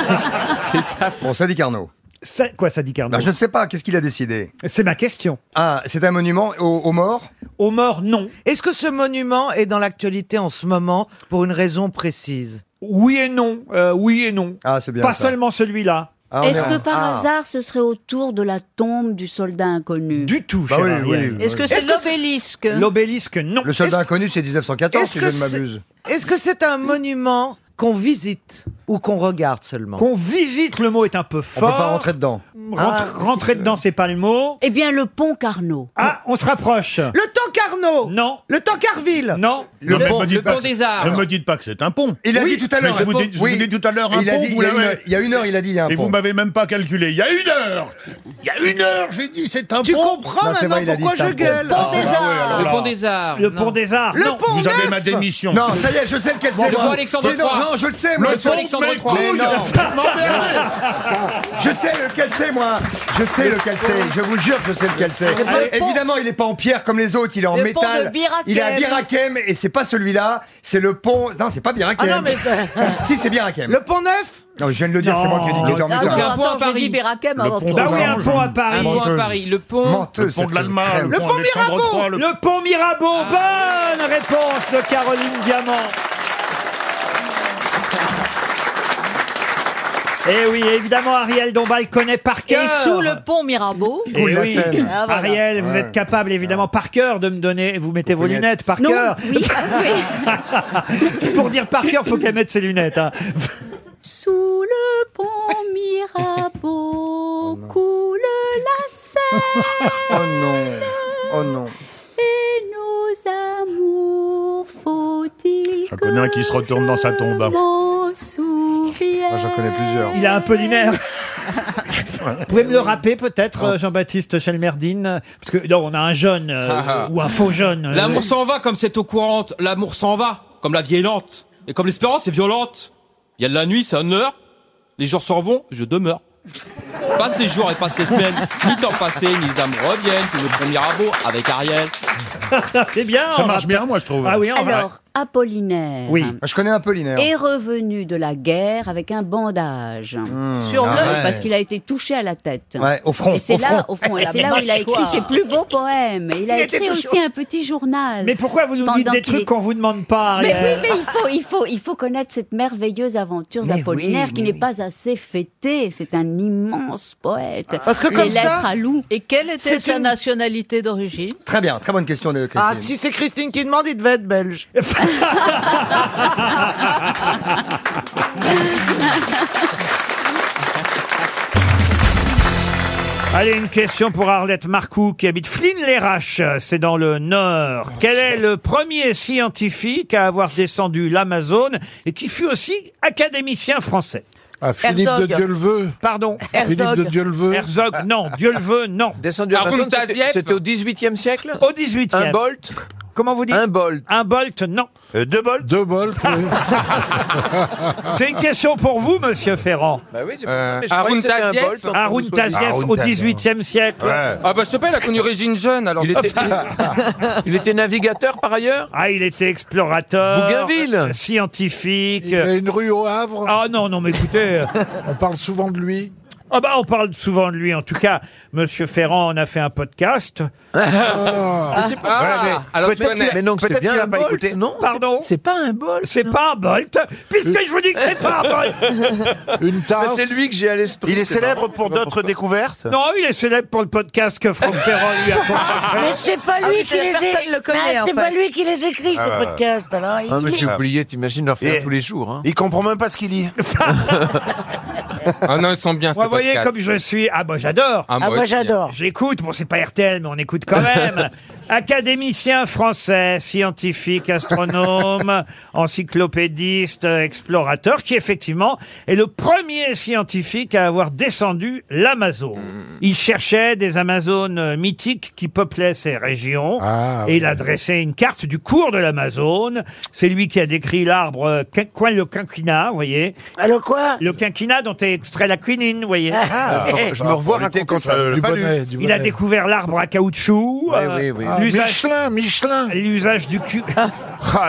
Speaker 11: c'est ça. Bon, ça dit Carnot.
Speaker 1: Ça- quoi, ça dit Carnot
Speaker 11: Je ne sais pas, qu'est-ce qu'il a décidé
Speaker 1: C'est ma question.
Speaker 11: Ah, c'est un monument aux, aux morts
Speaker 1: Aux morts, non.
Speaker 10: Est-ce que ce monument est dans l'actualité en ce moment pour une raison précise
Speaker 1: Oui et non, euh, oui et non.
Speaker 11: Ah, c'est bien
Speaker 1: Pas
Speaker 11: ça.
Speaker 1: seulement celui-là.
Speaker 4: Ah,
Speaker 13: Est-ce que par
Speaker 1: Ah.
Speaker 13: hasard, ce serait autour de la tombe du soldat inconnu
Speaker 1: Du tout,
Speaker 11: Bah oui, Gérard oui, Yann. oui.
Speaker 13: Est-ce que c'est l'obélisque
Speaker 1: L'obélisque, non.
Speaker 11: Le soldat inconnu, c'est 1914, si
Speaker 10: Est-ce
Speaker 11: je
Speaker 10: que
Speaker 11: ne
Speaker 10: c'est
Speaker 11: m'abuse.
Speaker 10: est-ce que c'est un monument qu'on visite
Speaker 8: Ou qu'on regarde seulement.
Speaker 1: Qu'on visite, le mot est un peu fort.
Speaker 8: pas rentrer dedans.
Speaker 1: Rentre- rentrer dedans, c'est pas le mot.
Speaker 4: Eh bien, le pont Carnot.
Speaker 1: Ah, on se rapproche.
Speaker 8: Le temps Carnot
Speaker 1: Non.
Speaker 8: Le temps Carville
Speaker 1: Non.
Speaker 20: Non, mais me dites pas que- Ne me dites pas que c'est un pont.
Speaker 10: Il a dit tout à l'heure.
Speaker 20: Mais Je vous
Speaker 10: un
Speaker 20: dis-
Speaker 10: pont.
Speaker 20: je vous
Speaker 10: Oui.
Speaker 20: dis tout à l'heure un
Speaker 10: Il a
Speaker 20: pont.
Speaker 10: dit-
Speaker 20: vous
Speaker 10: il y a
Speaker 20: l'avez-
Speaker 10: une- il y a une heure, il a dit il y a un
Speaker 20: Et
Speaker 10: pont.
Speaker 20: vous m'avez même pas calculé. Il y a une heure Il y a une heure, j'ai dit c'est un
Speaker 8: Tu
Speaker 20: pont.
Speaker 8: comprends
Speaker 10: Non, c'est
Speaker 8: maintenant
Speaker 10: vrai, il a dit
Speaker 8: pourquoi
Speaker 10: c'est un
Speaker 8: je
Speaker 10: pont.
Speaker 8: gueule
Speaker 20: Ah, bah oui, alors là.
Speaker 5: arts.
Speaker 1: Le pont des arts.
Speaker 8: Le
Speaker 1: non.
Speaker 8: pont
Speaker 20: Vous avez
Speaker 8: neuf.
Speaker 20: ma démission.
Speaker 10: Non, ça y est, je sais lequel
Speaker 5: Le
Speaker 10: c'est.
Speaker 5: pont
Speaker 10: moi.
Speaker 5: Alexandre
Speaker 10: C'est- non,
Speaker 5: III.
Speaker 10: non, je le sais, moi.
Speaker 20: Le
Speaker 10: c'est-
Speaker 20: pont Alexandre
Speaker 10: Mais
Speaker 20: III.
Speaker 10: couille.
Speaker 20: Mais non.
Speaker 10: Je m'emmerde. Je sais lequel c'est, moi. Je sais lequel c'est. Je vous le jure, que je sais lequel c'est.
Speaker 4: pont-
Speaker 10: Allez, Évidemment, il est pas en pierre comme les autres. Il est en
Speaker 4: Le pont
Speaker 10: métal.
Speaker 4: de Birakem.
Speaker 10: Il est à Birakem et c'est pas celui-là. C'est le pont. Non, c'est pas Birakem.
Speaker 8: Ah non, mais-
Speaker 10: Si, c'est Birakem.
Speaker 8: Le pont neuf
Speaker 10: Non, je viens de le dire, c'est moi qui ai dit qu'il était en
Speaker 4: Ah,
Speaker 10: métal.
Speaker 4: non,
Speaker 5: un pont à
Speaker 4: attends, j'ai
Speaker 5: Paris.
Speaker 4: dit Birakem
Speaker 8: hein.
Speaker 4: avant
Speaker 10: pont
Speaker 4: toi.
Speaker 1: Bah oui, un pont à
Speaker 5: Un
Speaker 1: Paris.
Speaker 5: pont à
Speaker 10: Menteuse.
Speaker 5: Paris. Le pont.
Speaker 20: Le
Speaker 10: Menteuse,
Speaker 20: pont
Speaker 10: cette
Speaker 20: de l'Allemagne,
Speaker 10: crème.
Speaker 20: le pont Alexandre III, le
Speaker 1: Le pont Mirabeau. Bonne réponse de Caroline Diamant. Et Eh oui, évidemment, Ariel Dombal connaît par cœur.
Speaker 4: Et sous le pont Mirabeau.
Speaker 1: Eh
Speaker 10: Coule la
Speaker 1: oui.
Speaker 10: Seine.
Speaker 4: Ah, voilà.
Speaker 1: Ariel, vous
Speaker 10: Ouais.
Speaker 1: êtes capable évidemment par cœur de me donner, vous mettez vos
Speaker 10: Lunettes.
Speaker 1: lunettes par
Speaker 4: Non,
Speaker 1: cœur.
Speaker 4: oui, oui.
Speaker 1: Pour dire par cœur, faut qu'elle mette ses lunettes. hein.
Speaker 4: Sous le pont Mirabeau coule la Seine
Speaker 36: Oh non. Oh non.
Speaker 4: et nos amours faut-il
Speaker 20: J'en connais un qui se retourne dans sa tombe.
Speaker 10: Ah, J'en connais plusieurs.
Speaker 1: Il a un peu lunaire. Vous pouvez me le rappeler peut-être, euh, Jean-Baptiste Chelmerdine Parce que non, on a un jeune euh,
Speaker 5: Ah, ah.
Speaker 1: ou un faux jeune. euh,
Speaker 5: L'amour s'en va comme cette eau courante. L'amour s'en va comme la vieille lente. Et comme l'espérance est violente. Il y a de la nuit, c'est un heure. Les jours s'en vont, je demeure. Passe les jours et passe les semaines. Ni temps passé, ni les âmes reviennent. Tout le premier rabot avec Ariel.
Speaker 1: c'est bien.
Speaker 20: Ça
Speaker 1: on
Speaker 20: marche bien, moi, je trouve.
Speaker 1: va- Ah oui, on
Speaker 11: bah
Speaker 1: va-
Speaker 4: Alors, Apollinaire
Speaker 1: Oui.
Speaker 10: Je connais un peu Linaire.
Speaker 4: est revenu de la guerre avec un bandage sur
Speaker 10: ah
Speaker 4: l'œil
Speaker 10: ouais.
Speaker 4: parce qu'il a été touché à la tête.
Speaker 10: Ouais, au front,
Speaker 4: Et c'est
Speaker 10: au
Speaker 4: là,
Speaker 10: front.
Speaker 4: au fond, et c'est là où il a écrit ses plus beaux poèmes. Et il a
Speaker 10: Il était
Speaker 4: écrit
Speaker 10: touché
Speaker 4: aussi un petit journal.
Speaker 1: Mais pourquoi vous nous dites
Speaker 4: Pendant
Speaker 1: des
Speaker 4: qu'il est-
Speaker 1: trucs qu'on vous demande pas,
Speaker 4: Mais
Speaker 1: Ariel
Speaker 4: oui, mais il faut, il faut, il faut connaître cette merveilleuse aventure d'Apollinaire qui n'est pas assez fêtée. C'est un immense poète.
Speaker 8: Parce que
Speaker 4: Les
Speaker 8: comme ça-
Speaker 4: lettres à loup.
Speaker 37: Et quelle était
Speaker 8: C'est
Speaker 37: sa
Speaker 8: une-
Speaker 37: nationalité d'origine
Speaker 10: Très bien, très bonne question de
Speaker 8: Ah,
Speaker 10: Christine.
Speaker 8: si c'est Christine qui demande, il devait être belge.
Speaker 1: Allez, une question pour Arlette Marcoux qui habite Flins-les-Raches, c'est dans le Nord.
Speaker 5: Ah,
Speaker 1: Quel est le premier scientifique à avoir descendu l'Amazone et qui fut aussi académicien français
Speaker 9: Ah, Philippe
Speaker 8: Herzog.
Speaker 9: de Dieuleveux.
Speaker 1: Pardon
Speaker 9: Philippe de Dieuleveux.
Speaker 1: Herzog, non. Dieu le veut, non.
Speaker 8: Descendu
Speaker 1: Par
Speaker 8: Amazon,
Speaker 1: contre, à
Speaker 8: c'était-
Speaker 1: Dieppe-
Speaker 8: C'était au 18e siècle
Speaker 1: Au 18e.
Speaker 8: Un bolt
Speaker 1: Comment vous dites
Speaker 8: Un bolt.
Speaker 1: Un Bolt, non.
Speaker 38: deux bols
Speaker 9: De Bolf. oui.
Speaker 1: C'est une question pour vous, monsieur Ferrand.
Speaker 8: Bah oui, c'est
Speaker 39: Euh, Arun Taziev.
Speaker 1: Arun Taziev
Speaker 40: Arun
Speaker 1: au
Speaker 40: Taziev.
Speaker 1: 18e siècle.
Speaker 40: Ouais.
Speaker 39: Ah bah je te paie, elle a connu Régine Jeune, alors...
Speaker 8: Il était, il était navigateur par ailleurs
Speaker 1: Ah, il était explorateur.
Speaker 8: Bougainville.
Speaker 1: Scientifique.
Speaker 9: Il a une rue au Havre.
Speaker 1: Ah non, non, mais écoutez. euh,
Speaker 9: On parle souvent de lui.
Speaker 1: Ah bah on parle souvent de lui. En tout cas, Monsieur Ferrand en a fait un podcast.
Speaker 8: Ah. Je sais pas.
Speaker 39: Alors tu
Speaker 8: Peut-être
Speaker 39: connais.
Speaker 8: qu'il- mais non, c'est
Speaker 40: peut-être qu'il
Speaker 8: bien
Speaker 40: a
Speaker 8: un
Speaker 40: pas
Speaker 8: bolt,
Speaker 40: écouté.
Speaker 8: non
Speaker 1: Pardon
Speaker 8: C'est pas un bol.
Speaker 1: C'est pas un Bolt, puisque je vous dis que c'est pas un Bolt.
Speaker 9: Une tasse.
Speaker 8: C'est lui que j'ai à l'esprit.
Speaker 38: Il est
Speaker 8: c'est
Speaker 38: célèbre
Speaker 8: marrant.
Speaker 38: pour d'autres découvertes
Speaker 1: Non, il est célèbre pour le podcast que Franck Ferrand lui a consacré.
Speaker 3: Mais c'est pas
Speaker 8: Ah
Speaker 3: lui qui les
Speaker 8: personne le
Speaker 3: écrit. Ah,
Speaker 8: connaît, en
Speaker 3: c'est pas
Speaker 8: fait.
Speaker 3: lui qui les écrit
Speaker 38: Ah.
Speaker 3: ces podcasts. Alors, il-
Speaker 8: Ah, mais j'ai oublié, t'imagines leur faire
Speaker 40: Et-
Speaker 8: tous les jours. Hein.
Speaker 40: Il comprend même pas ce qu'il lit.
Speaker 39: Ah non, ils sont bien, ces
Speaker 1: Vous voyez
Speaker 39: podcasts.
Speaker 1: comme je suis. Ah bah j'adore.
Speaker 3: Ah, moi
Speaker 39: aussi, hein.
Speaker 3: j'adore.
Speaker 1: J'écoute, bon c'est pas RTL mais on écoute quand même. Académicien français, scientifique, astronome, encyclopédiste, euh, explorateur, qui effectivement est le premier scientifique à avoir descendu l'Amazone. Il cherchait des Amazones euh, mythiques qui peuplaient ces régions
Speaker 9: Ah,
Speaker 1: et
Speaker 9: oui.
Speaker 1: il a dressé une carte du cours de l'Amazone. C'est lui qui a décrit l'arbre euh, quin- quoi le quinquina, vous voyez,
Speaker 3: Alors quoi Ah,
Speaker 1: le quinquina dont est extrait la quinine, vous voyez.
Speaker 9: je me revois
Speaker 20: raconter ça.
Speaker 9: Du
Speaker 20: J'ai pas lu.
Speaker 9: bonnet, du
Speaker 1: Ah, Il a
Speaker 9: bonnet.
Speaker 1: découvert l'arbre à caoutchouc, euh,
Speaker 8: oui, oui.
Speaker 9: Ah,
Speaker 1: l'usage-
Speaker 9: Michelin, Michelin.
Speaker 1: l'usage du cul.
Speaker 38: Ah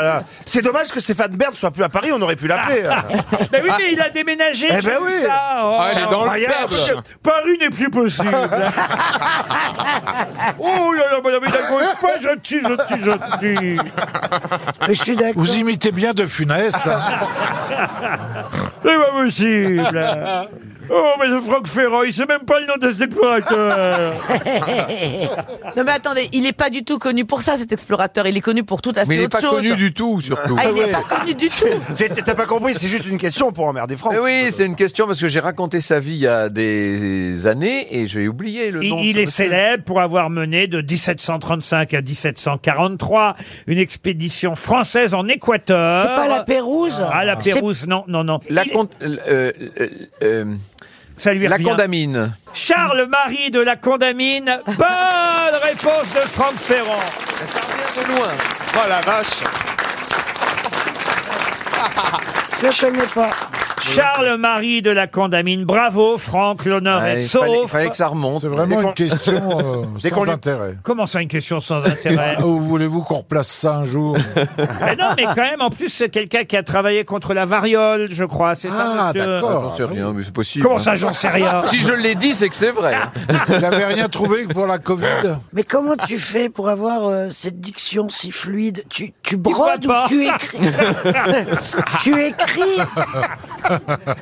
Speaker 38: là, C'est dommage que Stéphane Bern soit plus à Paris, on aurait pu l'appeler.
Speaker 10: Ah.
Speaker 1: mais Ah. Ben oui, mais il a déménagé.
Speaker 38: Eh
Speaker 1: j'ai
Speaker 38: ben
Speaker 1: vu
Speaker 38: oui.
Speaker 1: ça. Oh,
Speaker 39: Ah, il est dans le
Speaker 1: incroyable.
Speaker 39: Perche.
Speaker 1: Paris n'est plus possible.
Speaker 10: Ah,
Speaker 1: oh là là, madame Hidalgo, est pas gentil, gentil, gentil.
Speaker 3: Mais je suis d'accord.
Speaker 9: Vous imitez bien de Funès. hein.
Speaker 1: C'est pas possible. Oh, mais le Franck Ferrand, il sait même pas le nom de cet explorateur.
Speaker 2: non mais attendez, il n'est pas du tout connu pour ça cet explorateur, il est connu pour tout à fait
Speaker 27: Mais il est
Speaker 2: autre
Speaker 27: pas
Speaker 2: chose.
Speaker 27: connu du tout, surtout.
Speaker 2: Ah, il
Speaker 27: Ah ouais.
Speaker 2: n'est pas connu du tout.
Speaker 27: C'est- T'as pas compris, c'est juste une question pour emmerder Franck.
Speaker 14: Mais oui, c'est une question parce que j'ai raconté sa vie il y a des années et j'ai oublié le
Speaker 1: Il,
Speaker 14: nom. de
Speaker 1: il
Speaker 14: ce
Speaker 1: est
Speaker 14: monsieur.
Speaker 1: célèbre pour avoir mené de 1735 à 1743 une expédition française en Équateur.
Speaker 8: C'est pas la Pérouse
Speaker 1: Ah, la
Speaker 14: C'est-
Speaker 1: Pérouse, non, non, non.
Speaker 14: La
Speaker 1: Il-
Speaker 14: con- euh, euh, euh,
Speaker 1: Ça lui
Speaker 14: La
Speaker 1: revient.
Speaker 14: condamine.
Speaker 1: Charles-Marie de la Condamine. Bonne réponse de Franck Ferrand.
Speaker 14: De loin. Oh la vache.
Speaker 8: Je connais pas.
Speaker 1: Charles-Marie de la Condamine. Bravo, Franck, l'honneur
Speaker 14: Ouais,
Speaker 1: est
Speaker 14: il
Speaker 1: sauf.
Speaker 14: fallait- il fallait que ça remonte. C'est
Speaker 9: vraiment une question, euh, sans intérêt.
Speaker 1: Comment ça, une question sans intérêt
Speaker 9: Où voulez-vous qu'on replace ça un jour
Speaker 1: Mais non, mais quand même, en plus, c'est quelqu'un qui a travaillé contre la variole, je crois, c'est ça,
Speaker 9: Ah,
Speaker 1: monsieur
Speaker 9: d'accord.
Speaker 14: J'en sais rien, mais c'est possible. hein. Ah,
Speaker 1: Comment ça, j'en sais rien
Speaker 14: Si je l'ai dit, c'est que c'est vrai.
Speaker 9: Vous n'avez rien trouvé que pour la Covid
Speaker 8: Mais comment tu fais pour avoir euh, cette diction si fluide Tu, tu
Speaker 1: voit
Speaker 8: brodes ou
Speaker 1: pas.
Speaker 8: tu écris Tu écris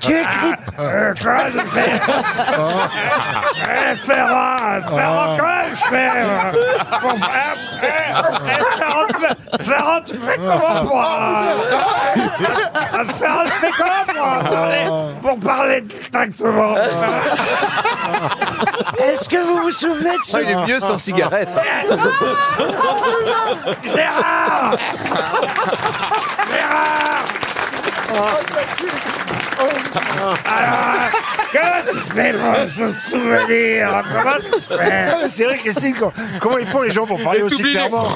Speaker 8: Tu écris
Speaker 1: Euh, quoi, je fais Eh, Ferrand, Ferrand, quand
Speaker 4: Ah.
Speaker 1: même, je fais euh, bon, eh, eh, eh, Ferrand, tu fais- Ferrand, tu fais comment, moi Ah, Ferrand, tu fais comment, moi pour parler- Pour parler exactement
Speaker 8: Euh. Est-ce que vous vous souvenez de ce
Speaker 14: Ah, il est mieux sans cigarette.
Speaker 1: Gérard Alors, comment tu fais pour se souvenir Comment tu fais
Speaker 27: Ah, mais C'est vrai, Christine, com- comment ils font les gens pour parler aussi clairement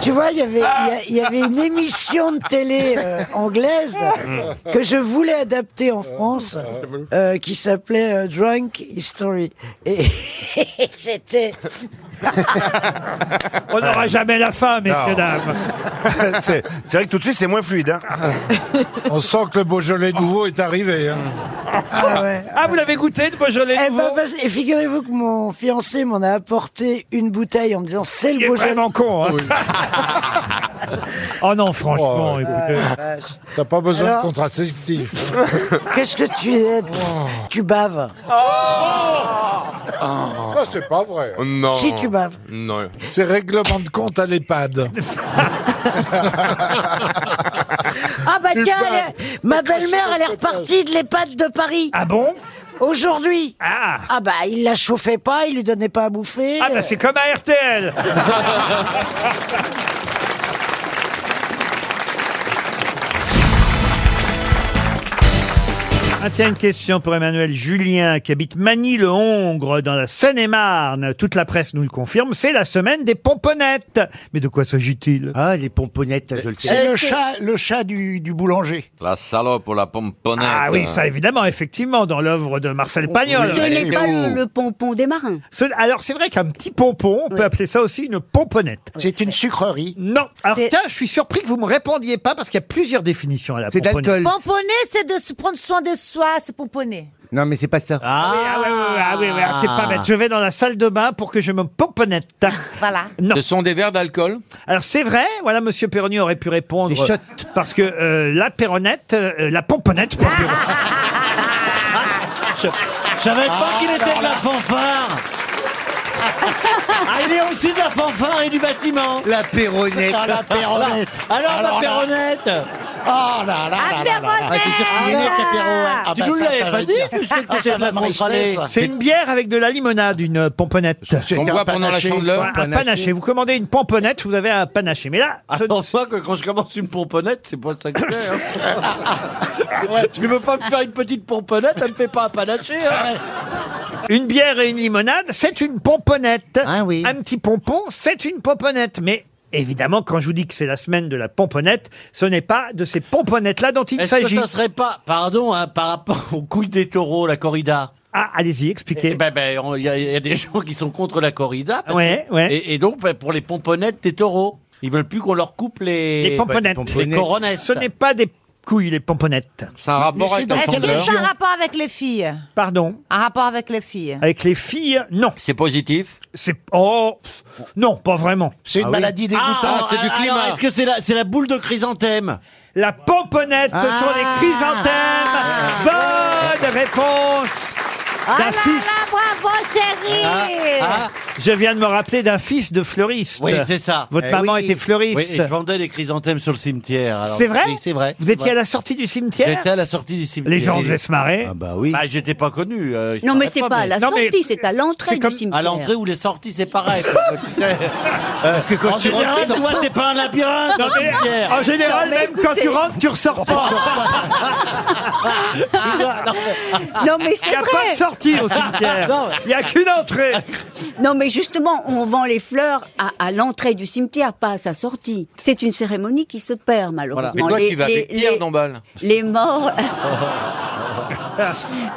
Speaker 8: Tu vois, il y avait- il y a- il y avait une émission de télé euh, anglaise que je voulais adapter en France,
Speaker 27: Ah,
Speaker 8: euh, qui s'appelait euh, Drunk History. Et c'était...
Speaker 1: On n'aura jamais la fin, Ah, messieurs,
Speaker 27: Non.
Speaker 1: dames.
Speaker 27: C'est c'est vrai que tout de suite, c'est moins fluide. hein.
Speaker 9: On sent que le Beaujolais nouveau est arrivé. hein.
Speaker 8: Ah ouais.
Speaker 1: Ah, vous l'avez goûté de Beaujolais
Speaker 8: Eh ben,
Speaker 1: nouveau
Speaker 8: parce- et figurez-vous que mon fiancé m'en a apporté une bouteille en me disant c'est
Speaker 1: Il
Speaker 8: le
Speaker 1: est
Speaker 8: Beaujolais.
Speaker 1: vraiment con. hein. oh non, franchement, écoutez.
Speaker 8: Ah, vache.
Speaker 9: T'as pas besoin
Speaker 8: Alors
Speaker 9: de contraceptif. Oh.
Speaker 8: Qu'est-ce que tu es Tu baves.
Speaker 5: Oh.
Speaker 9: Ça, c'est pas vrai.
Speaker 27: Non.
Speaker 8: Si tu baves.
Speaker 27: Non.
Speaker 9: C'est règlement de compte à l'EHPAD.
Speaker 3: Oh.
Speaker 8: Ah bah
Speaker 9: Tu
Speaker 8: tiens,
Speaker 9: baves.
Speaker 8: elle est- ma belle-mère elle est repartie de l'EHPAD de Paris.
Speaker 1: Ah bon
Speaker 8: Aujourd'hui.
Speaker 1: Ah.
Speaker 8: Ah bah il la chauffait pas, il lui donnait pas à bouffer.
Speaker 1: Ah bah c'est comme à RTL Ah, tiens, une question pour Emmanuel Julien qui habite Manille-le-Hongre dans la Seine-et-Marne. Toute la presse nous le confirme, c'est la semaine des pomponnettes. Mais de quoi s'agit-il
Speaker 20: Ah, les pomponnettes, je le sais.
Speaker 12: Euh,
Speaker 4: Eh,
Speaker 9: C'est le chat, le chat du, du boulanger.
Speaker 12: La salope ou la pomponnette.
Speaker 1: Ah oui, ça évidemment, effectivement, dans l'œuvre de Marcel
Speaker 20: Oh,
Speaker 1: Pagnol.
Speaker 12: Ce n'est
Speaker 1: Oui.
Speaker 12: pas le-
Speaker 13: Le pompon des marins.
Speaker 1: Ce- alors c'est vrai qu'un petit pompon, on peut appeler ça aussi une pomponnette.
Speaker 9: C'est une sucrerie.
Speaker 1: Non. Alors
Speaker 35: C'est-
Speaker 1: tiens, je suis surpris que vous me répondiez pas parce qu'il y a plusieurs définitions à la
Speaker 20: C'est
Speaker 1: pomponnette.
Speaker 20: d'alcool.
Speaker 35: Pomponner, c'est de se prendre soin de soi, c'est pomponner.
Speaker 20: Non, mais c'est pas ça.
Speaker 1: Ah, oui, ah oui, oui, oui, ah oui, oui, ah, c'est pas bête. Je vais dans la salle de bain pour que je me pomponnette.
Speaker 35: Voilà.
Speaker 1: Non.
Speaker 17: Ce sont des verres d'alcool.
Speaker 1: Alors c'est vrai, voilà, Monsieur Perroni aurait pu répondre.
Speaker 20: Des shots.
Speaker 1: Parce que euh, la perronnette, euh, la pomponnette. pardon.
Speaker 4: Ah, Je savais pas qu'il était de la fanfare. Ah, il est aussi de la fanfare et du bâtiment.
Speaker 20: La péronnette.
Speaker 4: Ah, la perronnette. Alors, la perronnette.
Speaker 9: Oh là là
Speaker 4: Ah,
Speaker 9: là là
Speaker 8: Ah,
Speaker 9: là
Speaker 20: Ah,
Speaker 9: là.
Speaker 4: Tu
Speaker 9: bah,
Speaker 20: bah,
Speaker 4: nous l'avais pas dit, tu sais que
Speaker 9: Ah,
Speaker 4: t'étais
Speaker 9: ça
Speaker 4: de
Speaker 9: va
Speaker 4: la
Speaker 9: me rester,
Speaker 4: contre-allée.
Speaker 9: ça.
Speaker 1: c'est une bière avec de la limonade, une pomponnette.
Speaker 9: C'est
Speaker 17: On
Speaker 9: un
Speaker 17: boit pendant la
Speaker 9: panaché.
Speaker 17: chandeleur.
Speaker 1: Un panaché. Vous commandez une pomponnette, vous avez un panaché. Mais là, ce-
Speaker 4: Attention que quand je commence une pomponnette, c'est pas ça que c'est. hein. Ouais, tu veux pas me faire une petite pomponnette, ça me fait pas un panaché. hein.
Speaker 1: Une bière et une limonade, c'est une pomponnette.
Speaker 4: Ah
Speaker 1: Un petit pompon, c'est une pomponnette. Mais évidemment, quand je vous dis que c'est la semaine de la pomponnette, ce n'est pas de ces pomponnettes-là dont il
Speaker 4: Est-ce que
Speaker 1: s'agit.
Speaker 4: ça serait pas, pardon, hein, par rapport aux couilles des taureaux, la corrida
Speaker 1: Ah, allez-y,
Speaker 4: Eh
Speaker 1: expliquez.
Speaker 4: ben, ben, on- il y, a- il y a des gens qui sont contre la corrida. parce
Speaker 1: Ouais,
Speaker 4: que-
Speaker 1: ouais.
Speaker 4: Et, et donc, ben, pour les pomponnettes des taureaux, ils veulent plus qu'on leur coupe les...
Speaker 1: Les pomponettes.
Speaker 4: Les coronettes.
Speaker 1: Ce n'est pas des couilles les pomponnettes. C'est un rapport
Speaker 3: Est-ce que ça a un rapport avec les filles
Speaker 1: Pardon
Speaker 3: Un rapport avec les filles
Speaker 1: Avec les filles, non. C'est positif C'est. Oh pff, Non, pas vraiment. Ah
Speaker 9: C'est une maladie dégoûtante.
Speaker 10: Ah, Est-ce que c'est la, c'est la boule de chrysanthème
Speaker 1: La pomponnette, ce sont
Speaker 9: Ah.
Speaker 1: les chrysanthèmes. Bonne réponse
Speaker 3: Ah
Speaker 1: d'un
Speaker 3: là
Speaker 1: fils.
Speaker 3: là, bravo chérie
Speaker 1: Ah, Je viens de me rappeler d'un fils de fleuriste.
Speaker 10: Oui, c'est ça.
Speaker 1: Votre
Speaker 10: Eh
Speaker 1: maman
Speaker 10: oui.
Speaker 1: était fleuriste.
Speaker 10: Oui, et je vendais les chrysanthèmes sur le cimetière. alors.
Speaker 1: C'est vrai
Speaker 10: Oui, C'est vrai.
Speaker 1: Vous étiez
Speaker 10: Ouais.
Speaker 1: à la sortie du cimetière
Speaker 10: J'étais à la sortie du cimetière.
Speaker 1: Les gens devaient se marrer.
Speaker 10: Ah bah oui. Bah, j'étais pas connu. euh, ils
Speaker 4: Non,
Speaker 10: se
Speaker 4: mais
Speaker 10: marraient
Speaker 4: c'est pas à la
Speaker 10: mais-
Speaker 4: sortie, c'est à l'entrée
Speaker 10: C'est
Speaker 4: du
Speaker 10: comme
Speaker 4: cimetière.
Speaker 10: à l'entrée ou les sorties, c'est pareil. Parce que
Speaker 1: quand
Speaker 10: en
Speaker 1: tu
Speaker 10: général,
Speaker 1: rentres-
Speaker 10: toi, t'es pas un labyrinthe.
Speaker 1: Non, mais,
Speaker 10: Pierre.
Speaker 1: en général, même quand tu rentres, tu ressors pas.
Speaker 4: Non, mais c'est
Speaker 1: Ah. Il n'y a
Speaker 4: vrai.
Speaker 1: pas de sortie au cimetière.
Speaker 4: Non.
Speaker 1: Il n'y a qu'une entrée.
Speaker 4: Non, mais justement, on vend les fleurs à, à l'entrée du cimetière, pas à sa sortie. C'est une cérémonie qui se perd, malheureusement.
Speaker 12: Mais toi,
Speaker 4: Les-
Speaker 12: tu vas
Speaker 4: les-
Speaker 12: avec Pierre d'emballe.
Speaker 4: Les morts.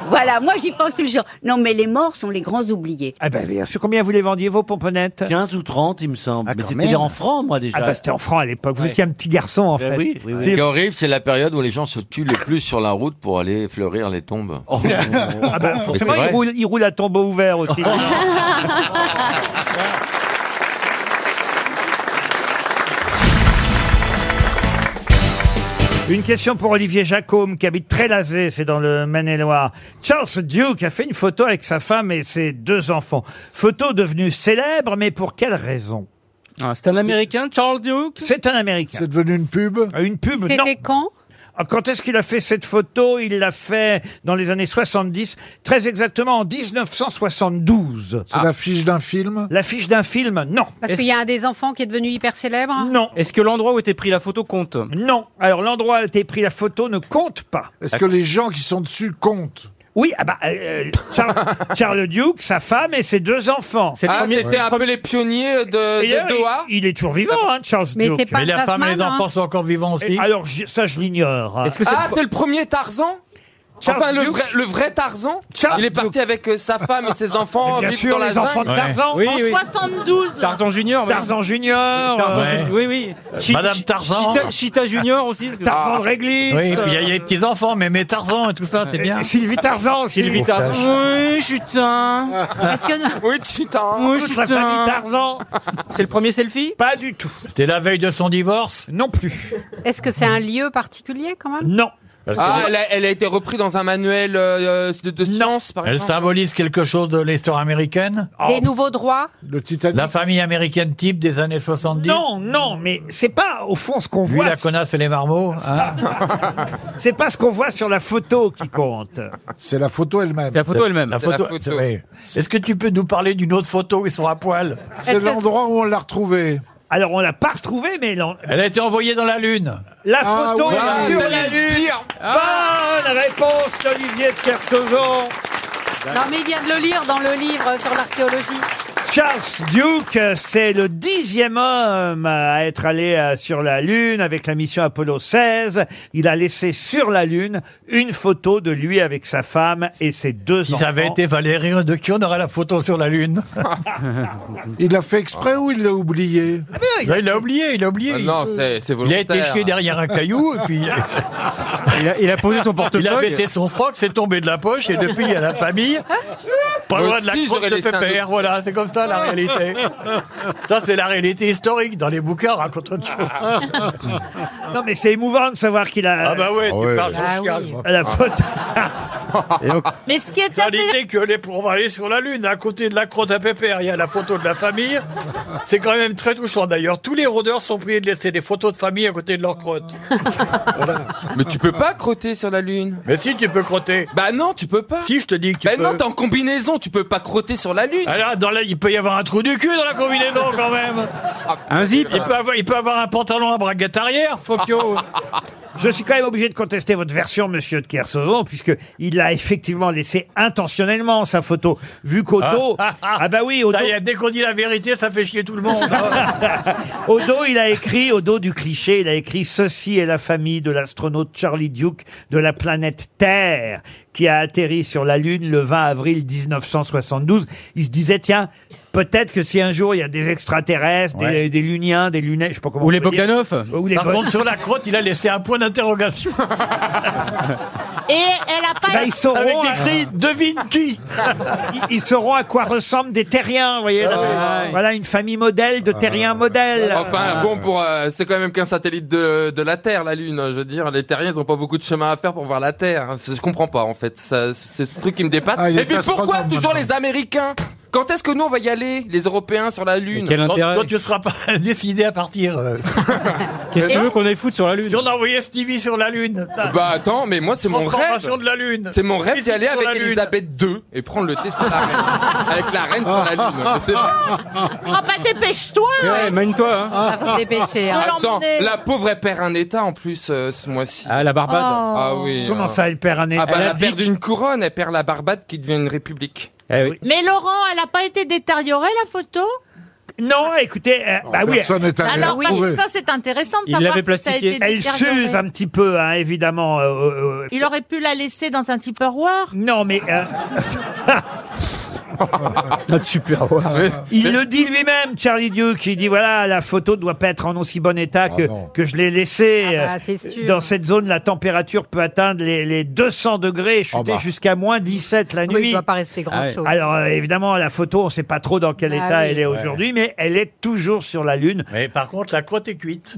Speaker 4: voilà, moi j'y pense toujours. Non, mais les morts sont les grands oubliés.
Speaker 1: Ah ben bien sûr, combien vous les vendiez vos pomponnettes Ah,
Speaker 10: 15 ou 30, il me semble. mais c'était
Speaker 1: même.
Speaker 10: en francs, moi, déjà.
Speaker 1: Ah bah c'était en francs à l'époque. Vous
Speaker 10: Ouais.
Speaker 1: étiez un petit garçon en
Speaker 10: Ben
Speaker 1: fait.
Speaker 10: oui, oui,
Speaker 12: Ce qui
Speaker 1: C'est-
Speaker 12: est horrible, c'est la période où les gens se tuent le plus sur la route pour aller fleurir les tombes.
Speaker 1: Ah bah,
Speaker 12: Mais
Speaker 1: forcément,
Speaker 12: c'est vrai.
Speaker 1: il roule, il roule à tombeau ouvert aussi.
Speaker 4: Ah,
Speaker 1: Une question pour Olivier Jacôme, qui habite Trélazé, c'est dans le Maine-et-Loire. Charles Duke a fait une photo avec sa femme et ses deux enfants. Photo devenue célèbre, mais pour quelle raison Ah, C'est un Américain, Charles Duke C'est un Américain. C'est devenu une pub Une pub, non.
Speaker 8: C'était quand
Speaker 1: Ah, Quand est-ce qu'il a fait cette photo Il l'a fait dans les années 70, très exactement en 1972. C'est l'affiche d'un film L'affiche d'un film, non.
Speaker 8: Parce qu'il y a un des enfants qui est devenu hyper célèbre
Speaker 1: Non. Est-ce que l'endroit où était pris la photo compte Non. Alors l'endroit où était pris la photo ne compte pas.
Speaker 9: Est-ce que les gens qui sont dessus comptent
Speaker 1: Oui, ah bah, euh, Charles, Charles Duke, sa femme et ses deux enfants.
Speaker 5: C'est le Ah, premier- c'était c'est le un peu les pionniers de- de
Speaker 1: Et d'ailleurs,
Speaker 5: Doha.
Speaker 1: Il, il est toujours vivant, hein, Charles
Speaker 5: Mais
Speaker 1: Duke.
Speaker 5: c'est pas Mais la femme et les Tasman, enfants hein.
Speaker 1: sont encore vivants aussi. alors je- ça, je l'ignore. hein.
Speaker 5: Ah, c'est le premier Tarzan
Speaker 1: Charles
Speaker 5: Enfin, le
Speaker 1: Duke.
Speaker 5: vrai, le vrai Tarzan
Speaker 1: Charles
Speaker 5: Il est parti avec euh, sa femme et ses enfants
Speaker 1: Mais bien
Speaker 5: vivre
Speaker 1: sûr,
Speaker 5: dans la
Speaker 1: les enfants de
Speaker 5: jungle.
Speaker 1: Tarzan.
Speaker 5: Oui,
Speaker 1: En
Speaker 5: oui.
Speaker 41: 72
Speaker 5: Tarzan Junior.
Speaker 1: Tarzan Junior.
Speaker 5: Tarzan
Speaker 1: euh,
Speaker 5: Junior, Oui, oui.
Speaker 1: Chi- Chi- Chita-
Speaker 5: Chita Junior aussi.
Speaker 1: Tarzan de Réglisse.
Speaker 16: Oui, il y, a- il y a les petits enfants, mais, mais Tarzan et tout ça, c'est bien.
Speaker 1: Sylvie Tarzan aussi.
Speaker 16: Sylvie Tarzan.
Speaker 5: Oui, chutin. Oui, chutin.
Speaker 16: Toute la famille
Speaker 1: Tarzan.
Speaker 5: C'est le premier selfie
Speaker 1: Pas du tout.
Speaker 16: C'était la veille de son divorce
Speaker 1: Non plus.
Speaker 8: Est-ce que c'est un lieu particulier quand même
Speaker 1: Non.
Speaker 5: Ah, elle a, elle a été reprise dans un manuel euh, de, de science, par
Speaker 16: Elle
Speaker 5: exemple.
Speaker 16: symbolise quelque chose de l'histoire américaine
Speaker 8: Des nouveaux droits
Speaker 16: La famille américaine type des années 70
Speaker 1: Non, non, mais c'est pas au fond ce qu'on
Speaker 16: Vu
Speaker 1: voit.
Speaker 16: la connasse et les marmots. hein.
Speaker 1: C'est pas ce qu'on voit sur la photo qui compte.
Speaker 9: C'est la photo elle-même.
Speaker 16: La photo elle-même. La photo, c'est vrai. Est-ce que tu peux nous parler d'une autre photo où ils sont à poil
Speaker 9: C'est l'endroit où on l'a retrouvée.
Speaker 1: Alors on l'a pas retrouvée, mais l'en-
Speaker 16: Elle a été envoyée dans la Lune.
Speaker 1: la
Speaker 16: Ah
Speaker 1: photo
Speaker 16: oui,
Speaker 1: est sur la
Speaker 16: oui.
Speaker 1: lune. Bonne réponse d'Olivier de Kersauzon.
Speaker 8: Non, mais il vient de le lire dans le livre euh, sur l'archéologie.
Speaker 1: Charles Duke, euh, c'est le dixième homme à être allé euh, sur la Lune avec la mission Apollo 16. Il a laissé sur la Lune une photo de lui avec sa femme et ses deux
Speaker 16: Si
Speaker 1: enfants.
Speaker 16: ça avait été Valérien de qui on aurait la photo sur la Lune
Speaker 9: Il l'a fait exprès ou il l'a oublié
Speaker 16: Non, Il l'a oublié, il l'a oublié.
Speaker 5: Ah non, c'est- c'est
Speaker 16: Il a été
Speaker 5: volontaire.
Speaker 16: chié derrière un caillou et puis. il, a, posé son portefeuille. Il a baissé son froc, c'est tombé de la poche et depuis il y a la famille.
Speaker 4: ah.
Speaker 16: Pas
Speaker 5: Moi
Speaker 16: loin de la
Speaker 5: aussi,
Speaker 16: crotte
Speaker 5: j'aurais
Speaker 16: de
Speaker 5: laissé un
Speaker 16: pépère,
Speaker 5: autre.
Speaker 16: voilà, c'est comme ça la réalité. Ça, c'est la réalité historique. Dans les bouquins, on raconte autre chose.
Speaker 1: Non mais c'est émouvant de savoir qu'il a.
Speaker 16: Ah bah ouais, tu parles de
Speaker 1: Ah
Speaker 16: chial,
Speaker 1: oui.
Speaker 16: moi.
Speaker 1: La photo.
Speaker 3: Mais ce qui est
Speaker 16: Ça, l'idée que les pour aller sur la Lune, à côté de la crotte à pépère, il y a la photo de la famille. C'est quand même très touchant d'ailleurs. Tous les rôdeurs sont priés de laisser des photos de famille à côté de leur crotte.
Speaker 5: Mais tu peux pas crotter sur la lune.
Speaker 16: Mais si, tu peux crotter.
Speaker 5: Bah non, tu peux pas.
Speaker 16: Si, je te dis que tu
Speaker 5: bah
Speaker 16: peux.
Speaker 5: non, t'es en combinaison, tu peux pas crotter sur la lune.
Speaker 16: Alors, dans la- il peut y avoir un trou du cul dans la combinaison quand même. Un zip. Ah, Il peut avoir, il peut avoir un pantalon à braguette arrière, Fokio. Ah,
Speaker 1: Je suis quand même obligé de contester votre version, monsieur de Kersauzon, puisque il a effectivement laissé intentionnellement sa photo, vu qu'au dos, ah, bah oui, au dos,
Speaker 16: Ça y est, dès qu'on dit la vérité, ça fait chier tout le monde.
Speaker 1: au dos, il a écrit, au dos du cliché, il a écrit ceci est la famille de l'astronaute Charlie Duke de la planète Terre, qui a atterri sur la Lune le 20 avril 1972. Il se disait, tiens, Peut-être que si un jour il y a des extraterrestres, des- des, Luniens, des Lunettes, je sais pas comment.
Speaker 16: Ou
Speaker 1: on
Speaker 16: les
Speaker 1: peut dire.
Speaker 16: Bogdanov.
Speaker 1: Ou les
Speaker 16: Par
Speaker 1: Bo-
Speaker 16: contre, sur la crotte, il a laissé un point d'interrogation.
Speaker 6: Et elle a pas.
Speaker 1: Bah, ils sauront
Speaker 16: Avec
Speaker 1: à-
Speaker 16: écrit devine qui.
Speaker 1: ils, ils sauront à quoi ressemblent des terriens, vous voyez. là.
Speaker 16: Ah,
Speaker 1: voilà une famille modèle de terriens modèles.
Speaker 5: Enfin, bon, pour, euh, c'est quand même qu'un satellite de, de la Terre, la Lune. Je veux dire, les Terriens, ils ont pas beaucoup de chemin à faire pour voir la Terre. hein. C'est- Je comprends pas, en fait. Ça, C'est ce truc qui me dépasse.
Speaker 42: Ah, il est
Speaker 5: Et puis pourquoi
Speaker 42: astronome,
Speaker 5: toujours
Speaker 42: maintenant.
Speaker 5: les Américains Quand est-ce que nous, on va y aller, les Européens, sur la Lune
Speaker 16: Quand- Quand tu seras pas décidé à partir. euh.
Speaker 5: Qu'est-ce que tu veux qu'on
Speaker 16: aille foutre sur la Lune Si on envoyait Stevie sur la Lune. putain.
Speaker 5: Bah attends, mais moi, c'est mon rêve.
Speaker 16: Transformation de la Lune.
Speaker 5: C'est mon rêve d'y
Speaker 16: Physique
Speaker 5: aller
Speaker 16: sur
Speaker 5: avec
Speaker 16: la Lune.
Speaker 5: Elisabeth II et prendre le thé sur la reine. Avec la reine sur la Lune. Mais c'est-
Speaker 6: Ah bah dépêche-toi
Speaker 5: mène-toi. hein.
Speaker 6: Ah, faut se dépêcher, hein. On va
Speaker 5: Attends,
Speaker 6: l'emmener.
Speaker 5: la pauvre, elle perd un état en plus euh, ce mois-ci. Ah,
Speaker 1: la Barbade.
Speaker 6: Oh.
Speaker 5: Ah oui.
Speaker 1: Comment ça, elle perd un état
Speaker 5: Ah bah,
Speaker 1: Elle
Speaker 5: elle,
Speaker 1: abdique.
Speaker 5: perd une couronne, elle perd la Barbade qui devient une république.
Speaker 1: Eh
Speaker 6: Mais Laurent, elle a pas été détériorée la photo
Speaker 1: Non, écoutez, euh, bah oui.
Speaker 6: Alors parce que ça c'est intéressant de savoir si ça a été
Speaker 1: Elle
Speaker 6: détérioré.
Speaker 1: s'use un petit peu, hein, évidemment. euh, euh, euh,
Speaker 6: Il aurait pu la laisser dans un Tupperware
Speaker 1: Non, mais... euh, Notre super Il le dit lui-même, Charlie Duke. Il dit voilà, la photo ne doit pas être en aussi bon état que, que je l'ai laissée.
Speaker 10: Ah bah,
Speaker 1: Euh,
Speaker 10: c'est sûr.
Speaker 1: Dans cette zone, la température peut atteindre les, les 200 degrés et chuter
Speaker 10: bah.
Speaker 1: jusqu'à moins 17 la nuit.
Speaker 10: il doit pas rester grand-chose.
Speaker 1: Alors euh, évidemment, la photo, on ne sait pas trop dans quel
Speaker 16: Ah
Speaker 1: état
Speaker 16: oui.
Speaker 1: elle est
Speaker 16: Ouais.
Speaker 1: aujourd'hui, mais elle est toujours sur la Lune.
Speaker 16: Mais par contre, la crotte est cuite.